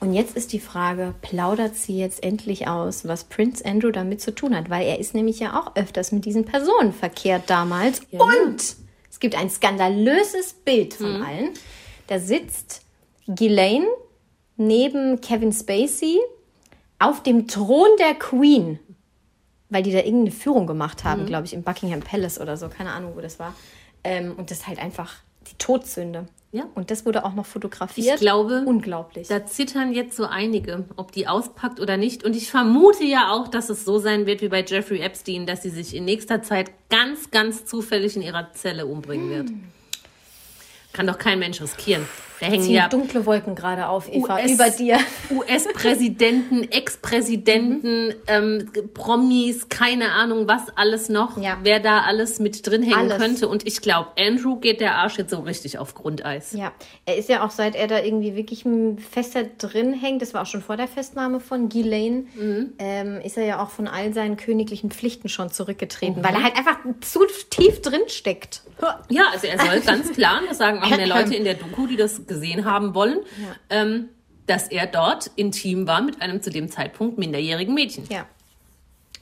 [SPEAKER 2] Und jetzt ist die Frage, plaudert sie jetzt endlich aus, was Prince Andrew damit zu tun hat? Weil er ist nämlich ja auch öfters mit diesen Personen verkehrt damals. und es gibt ein skandalöses Bild von
[SPEAKER 3] Mhm.
[SPEAKER 2] allen. Da sitzt Ghislaine neben Kevin Spacey auf dem Thron der Queen, weil die da irgendeine
[SPEAKER 3] Mhm.
[SPEAKER 2] Führung gemacht haben, glaube ich, im Buckingham Palace oder so, keine Ahnung, wo das war. Ähm, und das halt einfach Die Todsünde.
[SPEAKER 3] Ja.
[SPEAKER 2] Und das wurde auch noch fotografiert.
[SPEAKER 3] Ich glaube,
[SPEAKER 2] Unglaublich.
[SPEAKER 3] da zittern jetzt so einige, ob die auspackt oder nicht. Und ich vermute ja auch, dass es so sein wird wie bei Jeffrey Epstein, dass sie sich in nächster Zeit ganz, ganz zufällig in ihrer Zelle umbringen wird.
[SPEAKER 2] Hm.
[SPEAKER 3] Kann doch kein Mensch riskieren. Da hängen
[SPEAKER 2] Ziehen
[SPEAKER 3] ja
[SPEAKER 2] dunkle Wolken gerade auf, Eva.
[SPEAKER 3] US
[SPEAKER 2] über dir. [LAUGHS]
[SPEAKER 3] US-Präsidenten,
[SPEAKER 2] Mhm.
[SPEAKER 3] Ex-Präsidenten, ähm, Promis, keine Ahnung, was alles noch,
[SPEAKER 2] Ja.
[SPEAKER 3] wer da alles mit drin hängen
[SPEAKER 2] Alles.
[SPEAKER 3] könnte. Und ich glaube, Andrew geht der Arsch jetzt so richtig auf Grundeis.
[SPEAKER 2] Ja, er ist ja auch, seit er da irgendwie wirklich m- fester drin hängt, das war auch schon vor der Festnahme von Ghislaine,
[SPEAKER 3] Mhm.
[SPEAKER 2] ähm, ist er ja auch von all seinen königlichen Pflichten schon zurückgetreten,
[SPEAKER 3] Mhm.
[SPEAKER 2] weil er halt einfach zu tief drin steckt.
[SPEAKER 3] Ja, also er soll ganz klar, das sagen
[SPEAKER 2] [LAUGHS]
[SPEAKER 3] auch mehr Leute in der Doku, die das gesehen haben wollen, ähm, dass er dort intim war mit einem zu dem Zeitpunkt minderjährigen Mädchen.
[SPEAKER 2] Ja.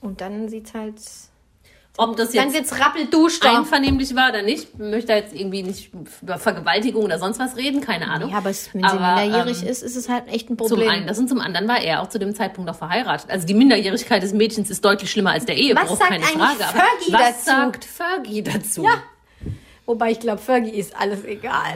[SPEAKER 2] Und dann sieht's halt.
[SPEAKER 3] Ob das
[SPEAKER 2] Dann
[SPEAKER 3] jetzt
[SPEAKER 2] wird's rappelduscht. Ja,
[SPEAKER 3] einvernehmlich war oder nicht, möchte da jetzt irgendwie nicht über Vergewaltigung oder sonst was reden, keine Ahnung.
[SPEAKER 2] aber es, wenn sie
[SPEAKER 3] Aber, ähm,
[SPEAKER 2] minderjährig ist, ist es halt echt ein
[SPEAKER 3] Zum
[SPEAKER 2] Problem.
[SPEAKER 3] einen das und zum anderen war er auch zu dem Zeitpunkt noch verheiratet. Also die Minderjährigkeit des Mädchens ist deutlich schlimmer als der Ehebruch,
[SPEAKER 2] Was sagt
[SPEAKER 3] keine
[SPEAKER 2] eigentlich
[SPEAKER 3] Frage.
[SPEAKER 2] Fergie
[SPEAKER 3] was
[SPEAKER 2] dazu?
[SPEAKER 3] sagt Fergie dazu?
[SPEAKER 2] Ja. Wobei ich glaube, Fergie ist alles egal.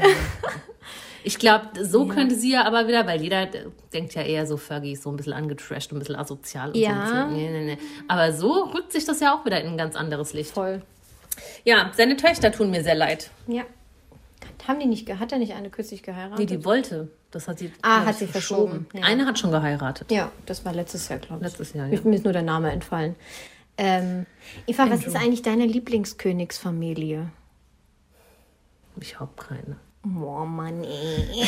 [SPEAKER 3] Ich glaube, so könnte sie ja aber wieder, weil jeder äh, denkt ja eher so, Fergie ist so ein bisschen angetrashed, ein bisschen asozial und
[SPEAKER 2] Ja.
[SPEAKER 3] so ein bisschen, nee, nee, nee. Aber so rückt sich das ja auch wieder in ein ganz anderes Licht.
[SPEAKER 2] Voll.
[SPEAKER 3] Ja, seine Töchter tun mir sehr leid.
[SPEAKER 2] Ja. Haben die nicht, ge- hat er nicht eine kürzlich geheiratet?
[SPEAKER 3] Nee, die wollte. Das hat sie.
[SPEAKER 2] Ah,
[SPEAKER 3] glaub
[SPEAKER 2] hat
[SPEAKER 3] ich,
[SPEAKER 2] sie verschoben. Ja.
[SPEAKER 3] Eine hat schon geheiratet.
[SPEAKER 2] Ja, das war letztes Jahr, glaube ich.
[SPEAKER 3] Letztes Jahr,
[SPEAKER 2] Mir-
[SPEAKER 3] Ah, ja.
[SPEAKER 2] Mir ist nur der Name entfallen. Ähm, Eva, was ist eigentlich deine Lieblingskönigsfamilie?
[SPEAKER 3] Ich hab keine.
[SPEAKER 2] Oh Mann, ey.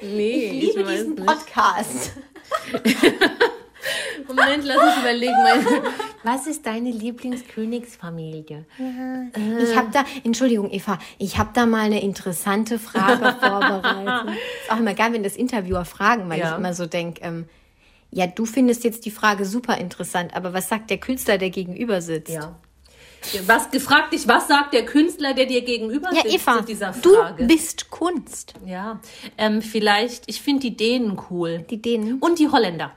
[SPEAKER 3] Nee,
[SPEAKER 2] Ich liebe diesen Podcast.
[SPEAKER 3] Moment, lass mich überlegen. Meine, was ist deine Lieblingskönigsfamilie?
[SPEAKER 2] Ich habe da, Entschuldigung, Eva, ich habe da mal eine interessante
[SPEAKER 3] [LAUGHS]
[SPEAKER 2] Frage vorbereitet. Ist auch immer geil, wenn das Interviewer fragen, weil
[SPEAKER 3] Ja.
[SPEAKER 2] ich immer so denke, ähm, ja, du findest jetzt die Frage super interessant, aber was sagt der Künstler, der gegenüber sitzt?
[SPEAKER 3] Ja. Was gefragt dich, was sagt der Künstler, der dir gegenüber
[SPEAKER 2] Ja,
[SPEAKER 3] sitzt
[SPEAKER 2] Eva,
[SPEAKER 3] zu dieser Frage?
[SPEAKER 2] du bist Kunst.
[SPEAKER 3] ja, ähm, vielleicht, ich finde die Dänen cool.
[SPEAKER 2] Die Dänen.
[SPEAKER 3] Und die Holländer.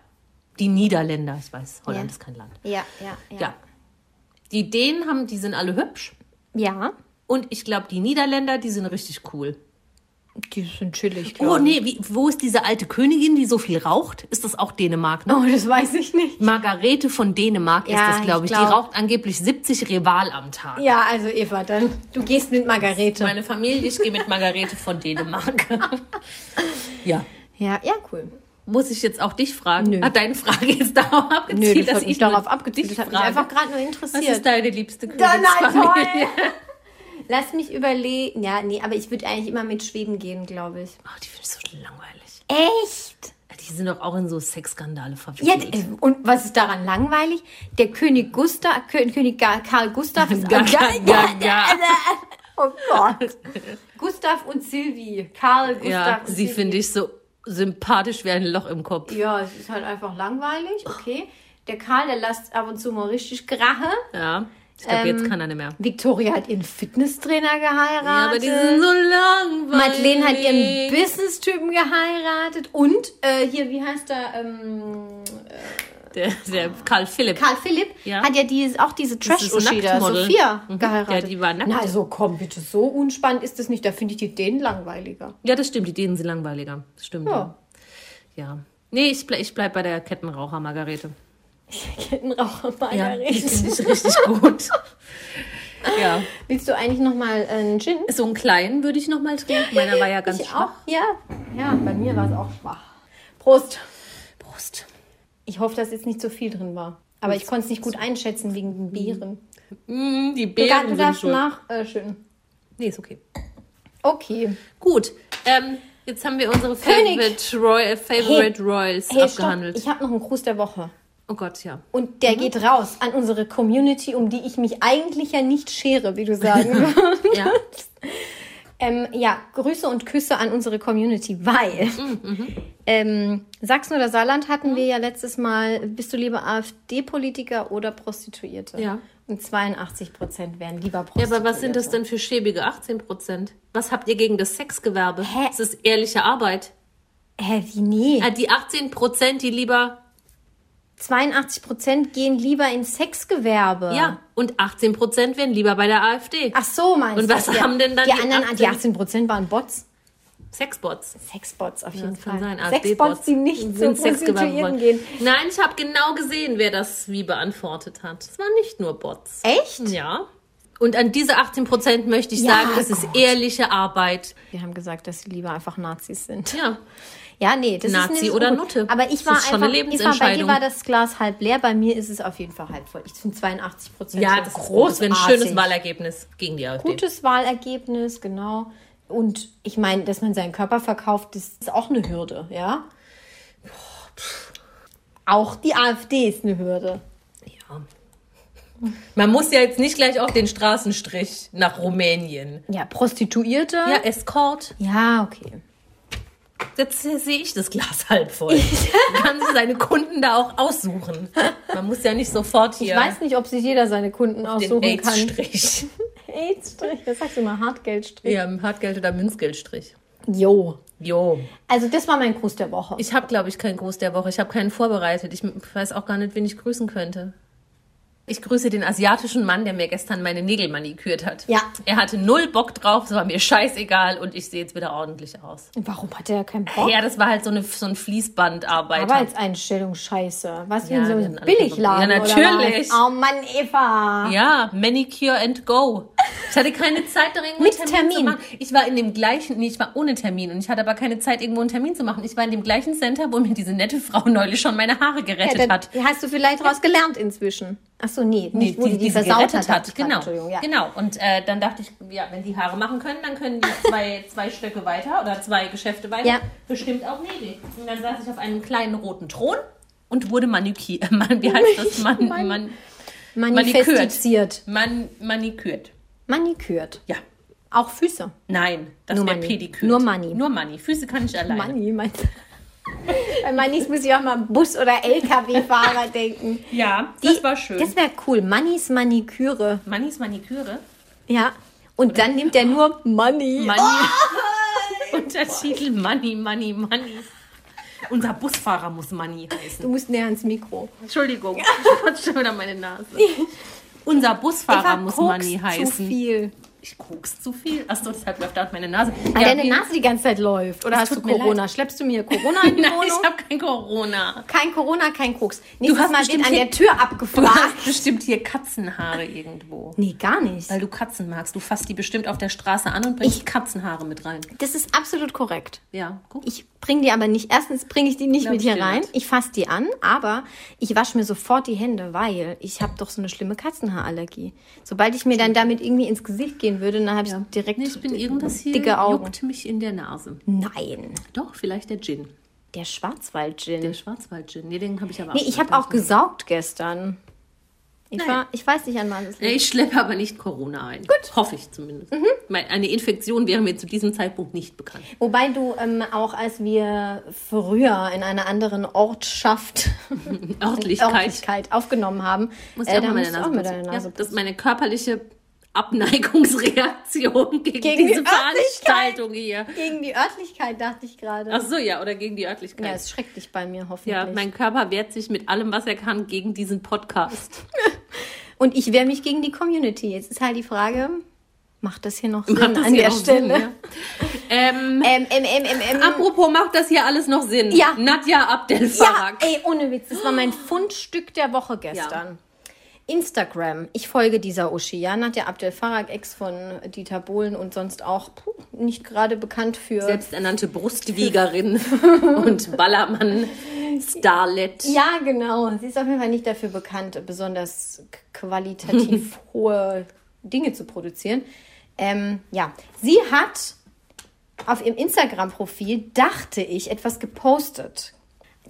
[SPEAKER 3] Die Niederländer, ich weiß, Holland
[SPEAKER 2] Ja.
[SPEAKER 3] ist kein Land.
[SPEAKER 2] Ja, ja, ja.
[SPEAKER 3] Ja. Die Dänen haben, die sind alle hübsch.
[SPEAKER 2] Ja,
[SPEAKER 3] Und ich glaube, die Niederländer, die sind richtig cool.
[SPEAKER 2] die sind chillig,
[SPEAKER 3] Oh,
[SPEAKER 2] glaub ich.
[SPEAKER 3] nee, wie, wo ist diese alte Königin, die so viel raucht? Ist das auch Dänemark, ne?
[SPEAKER 2] Oh, das weiß ich nicht.
[SPEAKER 3] Margarete von Dänemark
[SPEAKER 2] Ja,
[SPEAKER 3] ist das, glaube ich.
[SPEAKER 2] ich glaub-
[SPEAKER 3] Die raucht angeblich 70 Rival am Tag.
[SPEAKER 2] Ja, also Eva, dann du gehst mit Margarete.
[SPEAKER 3] Meine Familie, ich gehe mit Margarete von Dänemark. ja.
[SPEAKER 2] [LAUGHS] Ja, ja, cool.
[SPEAKER 3] Muss ich jetzt auch dich fragen?
[SPEAKER 2] Nö.
[SPEAKER 3] Hat deine Frage jetzt darauf abgezielt,
[SPEAKER 2] Nö, das hat mich
[SPEAKER 3] nur
[SPEAKER 2] darauf abgezielt.
[SPEAKER 3] dich
[SPEAKER 2] Das hat mich
[SPEAKER 3] frage?
[SPEAKER 2] einfach gerade nur
[SPEAKER 3] Was ist
[SPEAKER 2] interessiert.
[SPEAKER 3] deine liebste
[SPEAKER 2] Dann halt
[SPEAKER 3] Königsfamilie? [LAUGHS]
[SPEAKER 2] Lass mich überlegen. Ja, nee, aber ich würde eigentlich immer mit Schweden gehen, glaube ich.
[SPEAKER 3] Ach, Oh, die finde ich so langweilig.
[SPEAKER 2] Echt?
[SPEAKER 3] Die sind doch auch in so Sexskandale
[SPEAKER 2] Ja,
[SPEAKER 3] verwickelt.
[SPEAKER 2] d- äh, und was ist daran langweilig? Der König Gustav, Kö König Ga- Karl Gustav ist
[SPEAKER 3] [LAUGHS] Ga- ga- ga- ga.
[SPEAKER 2] [LAUGHS] Oh
[SPEAKER 3] [LAUGHS]
[SPEAKER 2] Gott. Gustav und Sylvie. Karl äh, Gustav
[SPEAKER 3] Ja,
[SPEAKER 2] und
[SPEAKER 3] sie
[SPEAKER 2] Sylvie.
[SPEAKER 3] finde ich so sympathisch wie ein Loch im Kopf.
[SPEAKER 2] Ja, es ist halt einfach langweilig, okay. Der Karl, der lässt ab und zu mal richtig Grache.
[SPEAKER 3] Ja, ich glaube,
[SPEAKER 2] Ähm,
[SPEAKER 3] jetzt kann er nicht mehr.
[SPEAKER 2] Victoria hat ihren Fitnesstrainer geheiratet.
[SPEAKER 3] Ja, aber die sind so langweilig.
[SPEAKER 2] Madeleine hat ihren Business-Typen geheiratet. Und äh, hier, wie heißt er? Ähm,
[SPEAKER 3] Der, der Karl Philipp.
[SPEAKER 2] Karl Philipp
[SPEAKER 3] Ja.
[SPEAKER 2] hat ja dieses, auch diese
[SPEAKER 3] Das ist ein
[SPEAKER 2] Trash-Uschi da,
[SPEAKER 3] Nacktmodel.
[SPEAKER 2] Sophia,
[SPEAKER 3] Mhm.
[SPEAKER 2] geheiratet.
[SPEAKER 3] Ja, die war nackt.
[SPEAKER 2] Na, also komm, bitte, so unspannend ist das nicht. Da finde ich die Dänen langweiliger. [LAUGHS]
[SPEAKER 3] ja, das stimmt, die Dänen sind langweiliger. Das stimmt.
[SPEAKER 2] Ja.
[SPEAKER 3] Ja. ja. Nee, ich, ble ich bleib bei der Kettenraucher Margarete.
[SPEAKER 2] Kettenraucher
[SPEAKER 3] Ja, die
[SPEAKER 2] Margarete.
[SPEAKER 3] finde ich richtig
[SPEAKER 2] [LAUGHS]
[SPEAKER 3] gut. ja.
[SPEAKER 2] Willst du eigentlich nochmal einen Gin?
[SPEAKER 3] So einen kleinen würde ich nochmal trinken. Meiner war ja ganz
[SPEAKER 2] Ich
[SPEAKER 3] schwach.
[SPEAKER 2] auch, ja. Ja, bei mir war es auch schwach. Prost.
[SPEAKER 3] Prost.
[SPEAKER 2] Ich hoffe, dass jetzt nicht so viel drin war. Aber ich konnte es nicht gut einschätzen wegen den Bieren.
[SPEAKER 3] Mm, die
[SPEAKER 2] Du,
[SPEAKER 3] Beeren
[SPEAKER 2] du
[SPEAKER 3] sind
[SPEAKER 2] darfst
[SPEAKER 3] schuld.
[SPEAKER 2] nach. Äh, schön.
[SPEAKER 3] Nee, ist okay.
[SPEAKER 2] Okay.
[SPEAKER 3] Gut. Ähm, jetzt haben wir unsere
[SPEAKER 2] König.
[SPEAKER 3] Favorite, Roy Favorite
[SPEAKER 2] Hey.
[SPEAKER 3] Royals
[SPEAKER 2] Hey, stopp.
[SPEAKER 3] abgehandelt.
[SPEAKER 2] Ich habe noch einen Gruß der Woche.
[SPEAKER 3] Oh Gott, ja.
[SPEAKER 2] Und der geht raus an unsere Community, um die ich mich eigentlich ja nicht schere, wie du
[SPEAKER 3] [LAUGHS]
[SPEAKER 2] sagen würdest. [LAUGHS]
[SPEAKER 3] Ja.
[SPEAKER 2] ähm, ja, Grüße und Küsse an unsere Community, weil
[SPEAKER 3] Mhm,
[SPEAKER 2] ähm, Sachsen oder Saarland hatten wir ja letztes Mal, bist du lieber AfD-Politiker oder Prostituierte?
[SPEAKER 3] Ja.
[SPEAKER 2] Und 82 Prozent wären lieber
[SPEAKER 3] Ja,
[SPEAKER 2] Prostituierte.
[SPEAKER 3] aber was sind das denn für schäbige 18 Prozent? Was habt ihr gegen das Sexgewerbe?
[SPEAKER 2] Hä?
[SPEAKER 3] Es ist ehrliche Arbeit.
[SPEAKER 2] Hä, wie nee?
[SPEAKER 3] Ah, Die 18 Prozent, die lieber,
[SPEAKER 2] 82 Prozent gehen lieber ins Sexgewerbe.
[SPEAKER 3] ja, und 18 Prozent wären lieber bei der AfD.
[SPEAKER 2] Äh, Ach so, meinst
[SPEAKER 3] Und
[SPEAKER 2] du?
[SPEAKER 3] was
[SPEAKER 2] Ja.
[SPEAKER 3] haben denn dann
[SPEAKER 2] die,
[SPEAKER 3] die
[SPEAKER 2] anderen?
[SPEAKER 3] 18?
[SPEAKER 2] Die 18 Prozent waren Bots.
[SPEAKER 3] Sexbots.
[SPEAKER 2] Sexbots auf jeden
[SPEAKER 3] Das
[SPEAKER 2] Fall.
[SPEAKER 3] kann sein.
[SPEAKER 2] Sexbots,
[SPEAKER 3] AfD-Bots
[SPEAKER 2] die nicht zu Prostituierten gehen.
[SPEAKER 3] Nein, ich habe genau gesehen, wer das wie beantwortet hat. Es waren nicht nur Bots.
[SPEAKER 2] Echt?
[SPEAKER 3] Ja. Und an diese 18 Prozent möchte ich
[SPEAKER 2] Ja,
[SPEAKER 3] sagen, das ist
[SPEAKER 2] Gott.
[SPEAKER 3] ehrliche Arbeit.
[SPEAKER 2] Wir haben gesagt, dass sie lieber einfach Nazis sind.
[SPEAKER 3] Ja.
[SPEAKER 2] Ja, nee, das
[SPEAKER 3] Nazi
[SPEAKER 2] ist nicht so
[SPEAKER 3] oder
[SPEAKER 2] gut.
[SPEAKER 3] Nutte.
[SPEAKER 2] Aber ich
[SPEAKER 3] Das
[SPEAKER 2] war
[SPEAKER 3] ist schon
[SPEAKER 2] einfach,
[SPEAKER 3] eine
[SPEAKER 2] ich war, bei dir
[SPEAKER 3] Lebensentscheidung.
[SPEAKER 2] war das Glas halb leer, bei mir ist es auf jeden Fall halb voll. Ich finde 82 Prozent
[SPEAKER 3] Ja, das groß, wenn ein schönes Wahlergebnis gegen die AfD.
[SPEAKER 2] Gutes Wahlergebnis, genau. Und ich meine, dass man seinen Körper verkauft, das ist auch eine Hürde, ja. Auch die AfD ist eine Hürde.
[SPEAKER 3] Ja. Man muss ja jetzt nicht gleich auf den Straßenstrich nach Rumänien.
[SPEAKER 2] Ja, Prostituierte.
[SPEAKER 3] Ja, Escort.
[SPEAKER 2] ja okay.
[SPEAKER 3] Jetzt sehe ich das Glas [LAUGHS] halb voll. Man kann sich seine Kunden da auch aussuchen. Man muss ja nicht sofort hier
[SPEAKER 2] Ich weiß nicht, ob sich jeder seine Kunden
[SPEAKER 3] den
[SPEAKER 2] aussuchen kann.
[SPEAKER 3] AIDS-Strich.
[SPEAKER 2] AIDS-Strich. Das sagst du immer, Hartgeldstrich.
[SPEAKER 3] [LAUGHS] Ja, Hartgeld oder Münzgeldstrich.
[SPEAKER 2] Jo.
[SPEAKER 3] Jo.
[SPEAKER 2] Also das war mein Gruß der Woche.
[SPEAKER 3] Ich habe, glaube ich, keinen Gruß der Woche. Ich habe keinen vorbereitet. Ich weiß auch gar nicht, wen ich grüßen könnte. Ich grüße den asiatischen Mann, der mir gestern meine Nägel manikürt hat.
[SPEAKER 2] Ja.
[SPEAKER 3] Er hatte null Bock drauf, es war mir scheißegal und ich sehe jetzt wieder ordentlich aus.
[SPEAKER 2] Warum hat er keinen Bock?
[SPEAKER 3] Ja, das war halt so, eine, so ein Fließbandarbeit.
[SPEAKER 2] Arbeitseinstellung, scheiße. Was für
[SPEAKER 3] Ja,
[SPEAKER 2] in so
[SPEAKER 3] wir
[SPEAKER 2] einem
[SPEAKER 3] sind alle
[SPEAKER 2] Billigladen
[SPEAKER 3] verrückt. Ja, natürlich.
[SPEAKER 2] Oder was? Oh Mann, Eva.
[SPEAKER 3] Ja, Manicure and Go. Ich hatte keine Zeit, da irgendwo einen
[SPEAKER 2] Mit
[SPEAKER 3] Termin, zu
[SPEAKER 2] Termin.
[SPEAKER 3] machen. Ich war in dem gleichen, nee, ich war ohne Termin und ich hatte aber keine Zeit, irgendwo einen Termin zu machen. Ich war in dem gleichen Center, wo mir diese nette Frau [LAUGHS] neulich schon meine Haare gerettet
[SPEAKER 2] Ja, da-
[SPEAKER 3] hat.
[SPEAKER 2] Hast du vielleicht raus gelernt inzwischen? Ach so, nee, nicht, wo die, die,
[SPEAKER 3] sie
[SPEAKER 2] versaut
[SPEAKER 3] gerettet
[SPEAKER 2] hat. dachte ich gerade.
[SPEAKER 3] Genau,
[SPEAKER 2] Entschuldigung, ja.
[SPEAKER 3] genau. Und äh, dann dachte ich, ja, wenn die Haare machen können, dann können die
[SPEAKER 2] [LAUGHS]
[SPEAKER 3] zwei, zwei Stöcke weiter oder zwei Geschäfte weiter
[SPEAKER 2] Ja.
[SPEAKER 3] bestimmt auch Nägel. Und dann saß ich auf einem kleinen roten Thron und wurde manikürt. [LAUGHS] Man, wie heißt
[SPEAKER 2] [LAUGHS]
[SPEAKER 3] das? Man, man,
[SPEAKER 2] Manifestiert.
[SPEAKER 3] man, manikürt.
[SPEAKER 2] Manikürt.
[SPEAKER 3] Ja.
[SPEAKER 2] Auch Füße.
[SPEAKER 3] Nein, das
[SPEAKER 2] Nur
[SPEAKER 3] wäre
[SPEAKER 2] Mani.
[SPEAKER 3] Pedikürt.
[SPEAKER 2] Nur Mani.
[SPEAKER 3] Nur Mani. Füße kann ich alleine.
[SPEAKER 2] Manni, meinst du? [LAUGHS] Bei Mannis muss ich auch mal an Bus- oder
[SPEAKER 3] [LAUGHS]
[SPEAKER 2] LKW-Fahrer denken.
[SPEAKER 3] Ja, das
[SPEAKER 2] Die-
[SPEAKER 3] war schön.
[SPEAKER 2] Das wäre cool. Mannis Maniküre.
[SPEAKER 3] Manis Maniküre.
[SPEAKER 2] Ja. Und dann nimmt er nur Money. Oh!
[SPEAKER 3] Mani. [LAUGHS] Untertitel Mani, Mani, Mani. Unser Busfahrer muss Mani heißen.
[SPEAKER 2] Du musst näher ans Mikro.
[SPEAKER 3] Entschuldigung, ich hatte schon wieder meine Nase. [LAUGHS] Unser Busfahrer muss
[SPEAKER 2] Koks
[SPEAKER 3] Mani
[SPEAKER 2] Zu
[SPEAKER 3] heißen.
[SPEAKER 2] viel.
[SPEAKER 3] Ich guck's zu viel. Achso, deshalb läuft da meine Nase.
[SPEAKER 2] Weil deine
[SPEAKER 3] wie-
[SPEAKER 2] Nase die ganze Zeit läuft. Oder
[SPEAKER 3] Es
[SPEAKER 2] hast du
[SPEAKER 3] tut mir
[SPEAKER 2] Corona? Schleppst du mir Corona in die
[SPEAKER 3] [LAUGHS] Nein,
[SPEAKER 2] Wohnung?
[SPEAKER 3] ich habe kein Corona.
[SPEAKER 2] Kein Corona, kein Koks. Nächstes
[SPEAKER 3] hast
[SPEAKER 2] Mal wird
[SPEAKER 3] bestimmt
[SPEAKER 2] an der
[SPEAKER 3] hier-
[SPEAKER 2] Tür
[SPEAKER 3] Du hast
[SPEAKER 2] abgefragt.
[SPEAKER 3] bestimmt hier Katzenhaare irgendwo.
[SPEAKER 2] Nee, gar nicht.
[SPEAKER 3] Weil du Katzen magst. Du fasst die bestimmt auf der Straße an und bringst Katzenhaare mit rein.
[SPEAKER 2] Das ist absolut korrekt.
[SPEAKER 3] Ja, guck.
[SPEAKER 2] Ich bringe die aber nicht. Erstens bringe ich die nicht
[SPEAKER 3] Glaub
[SPEAKER 2] mit
[SPEAKER 3] ich
[SPEAKER 2] hier
[SPEAKER 3] dir
[SPEAKER 2] rein.
[SPEAKER 3] nicht.
[SPEAKER 2] Ich fasse die an, aber ich wasche mir sofort die Hände, weil ich habe doch so eine schlimme Katzenhaarallergie. Sobald ich mir dann damit irgendwie ins Gesicht gehen würde, dann habe ich direkt
[SPEAKER 3] Nee, ich bin irgendwas hier
[SPEAKER 2] dicke Augen.
[SPEAKER 3] juckt mich in der Nase.
[SPEAKER 2] Nein,
[SPEAKER 3] Doch, vielleicht der Gin.
[SPEAKER 2] der Schwarzwald-Gin.
[SPEAKER 3] Der Schwarzwald-Gin. Nee, den habe ich aber
[SPEAKER 2] Nee, ich habe auch gesaugt gestern. Ich, war, ich weiß nicht, an wann es
[SPEAKER 3] Nee,
[SPEAKER 2] liegt.
[SPEAKER 3] Ich schleppe aber nicht Corona ein. Gut. Hoffe ich zumindest.
[SPEAKER 2] Mhm.
[SPEAKER 3] Weil Eine Infektion wäre mir zu diesem Zeitpunkt nicht bekannt. [LAUGHS]
[SPEAKER 2] Wobei du ähm, auch, als wir früher in einer anderen Ortschaft
[SPEAKER 3] [LAUGHS] Örtlichkeit.
[SPEAKER 2] Örtlichkeit aufgenommen haben,
[SPEAKER 3] Muss
[SPEAKER 2] äh,
[SPEAKER 3] ja auch
[SPEAKER 2] da
[SPEAKER 3] mal meine
[SPEAKER 2] musst du auch
[SPEAKER 3] Nase,
[SPEAKER 2] mit
[SPEAKER 3] putzen.
[SPEAKER 2] deiner Nase
[SPEAKER 3] ja, Das ist meine körperliche Abneigungsreaktion gegen,
[SPEAKER 2] Gegen
[SPEAKER 3] diese
[SPEAKER 2] die Örtlichkeit.
[SPEAKER 3] Veranstaltung hier.
[SPEAKER 2] Gegen die Örtlichkeit dachte ich gerade.
[SPEAKER 3] Ach so, ja, oder gegen die Örtlichkeit.
[SPEAKER 2] Ja, es schreckt dich bei mir
[SPEAKER 3] ja,
[SPEAKER 2] hoffentlich.
[SPEAKER 3] mein Körper wehrt sich mit allem, was er kann, gegen diesen Podcast.
[SPEAKER 2] und ich wehre mich gegen die Community. Jetzt ist halt die Frage, macht das hier noch Sinn
[SPEAKER 3] Macht das
[SPEAKER 2] an
[SPEAKER 3] hier
[SPEAKER 2] der
[SPEAKER 3] noch Sinn,
[SPEAKER 2] Stelle?
[SPEAKER 3] ja? Ähm,
[SPEAKER 2] Ähm, ähm, ähm, ähm, ähm.
[SPEAKER 3] apropos, macht das hier alles noch Sinn?
[SPEAKER 2] Ja.
[SPEAKER 3] Nadja
[SPEAKER 2] ja,
[SPEAKER 3] Abdel-Farag.
[SPEAKER 2] ey, ohne Witz, das war mein Fundstück der Woche gestern. Instagram. Ich folge dieser Uschi. Ja, Nadja Abdel Farag, Ex von Dieter Bohlen und sonst auch puh, nicht gerade bekannt für
[SPEAKER 3] Selbsternannte
[SPEAKER 2] [LAUGHS]
[SPEAKER 3] Brustwiegerin und Ballermann-Starlet.
[SPEAKER 2] Ja, genau. Sie ist auf jeden Fall nicht dafür bekannt, besonders k- qualitativ hohe Dinge zu produzieren. Ähm, ja, sie hat auf ihrem Instagram-Profil, dachte ich, etwas gepostet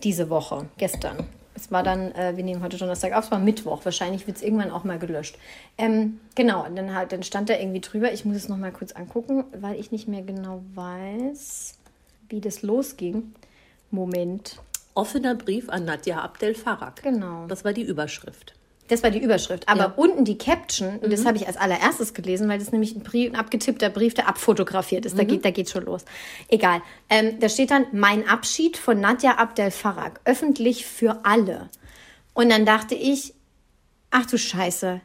[SPEAKER 2] diese Woche, gestern. Es war dann, äh, wir nehmen heute Donnerstag auf, es war Mittwoch. Wahrscheinlich wird es irgendwann auch mal gelöscht. Ähm, genau, und dann, hat, dann stand da irgendwie drüber. Ich muss es nochmal kurz angucken, weil ich nicht mehr genau weiß, wie das losging. Moment.
[SPEAKER 3] Offener Brief an Nadja Abdel Farag.
[SPEAKER 2] Genau.
[SPEAKER 3] Das war die Überschrift.
[SPEAKER 2] Das war die Überschrift. Aber
[SPEAKER 3] Ja.
[SPEAKER 2] unten die Caption, und das habe ich als allererstes gelesen, weil das nämlich ein, Brief, ein abgetippter Brief, der abfotografiert ist. Da, geht, da geht schon los. Egal. Ähm, da steht dann: Mein Abschied von Nadja Abdel Farag, öffentlich für alle. Und dann dachte ich: Ach du Scheiße,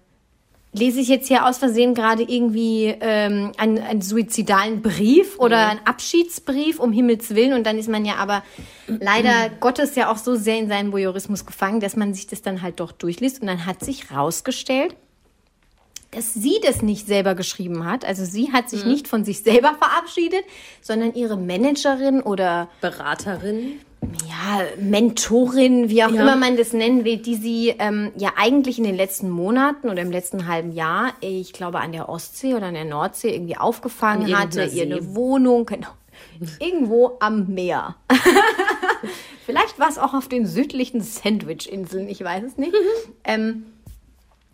[SPEAKER 2] lese ich jetzt hier aus Versehen gerade irgendwie ähm, einen, einen suizidalen Brief oder einen Abschiedsbrief, um Himmels Willen. Und dann ist man ja aber leider Gottes ja auch so sehr in seinen Voyeurismus gefangen, dass man sich das dann halt doch durchliest. Und dann hat sich rausgestellt, dass sie das nicht selber geschrieben hat. Also sie hat sich nicht von sich selber verabschiedet, sondern ihre Managerin oder
[SPEAKER 3] Beraterin.
[SPEAKER 2] ja, Mentorin, wie auch
[SPEAKER 3] Ja.
[SPEAKER 2] immer man das nennen will, die sie ähm, ja eigentlich in den letzten Monaten oder im letzten halben Jahr, ich glaube an der Ostsee oder an der Nordsee, irgendwie aufgefangen
[SPEAKER 3] In
[SPEAKER 2] hatte,
[SPEAKER 3] irgendeiner
[SPEAKER 2] ihr eine
[SPEAKER 3] See.
[SPEAKER 2] Wohnung, genau, irgendwo am Meer. [LAUGHS] Vielleicht war es auch auf den südlichen Sandwich-Inseln, ich weiß es nicht.
[SPEAKER 3] Mhm.
[SPEAKER 2] ähm,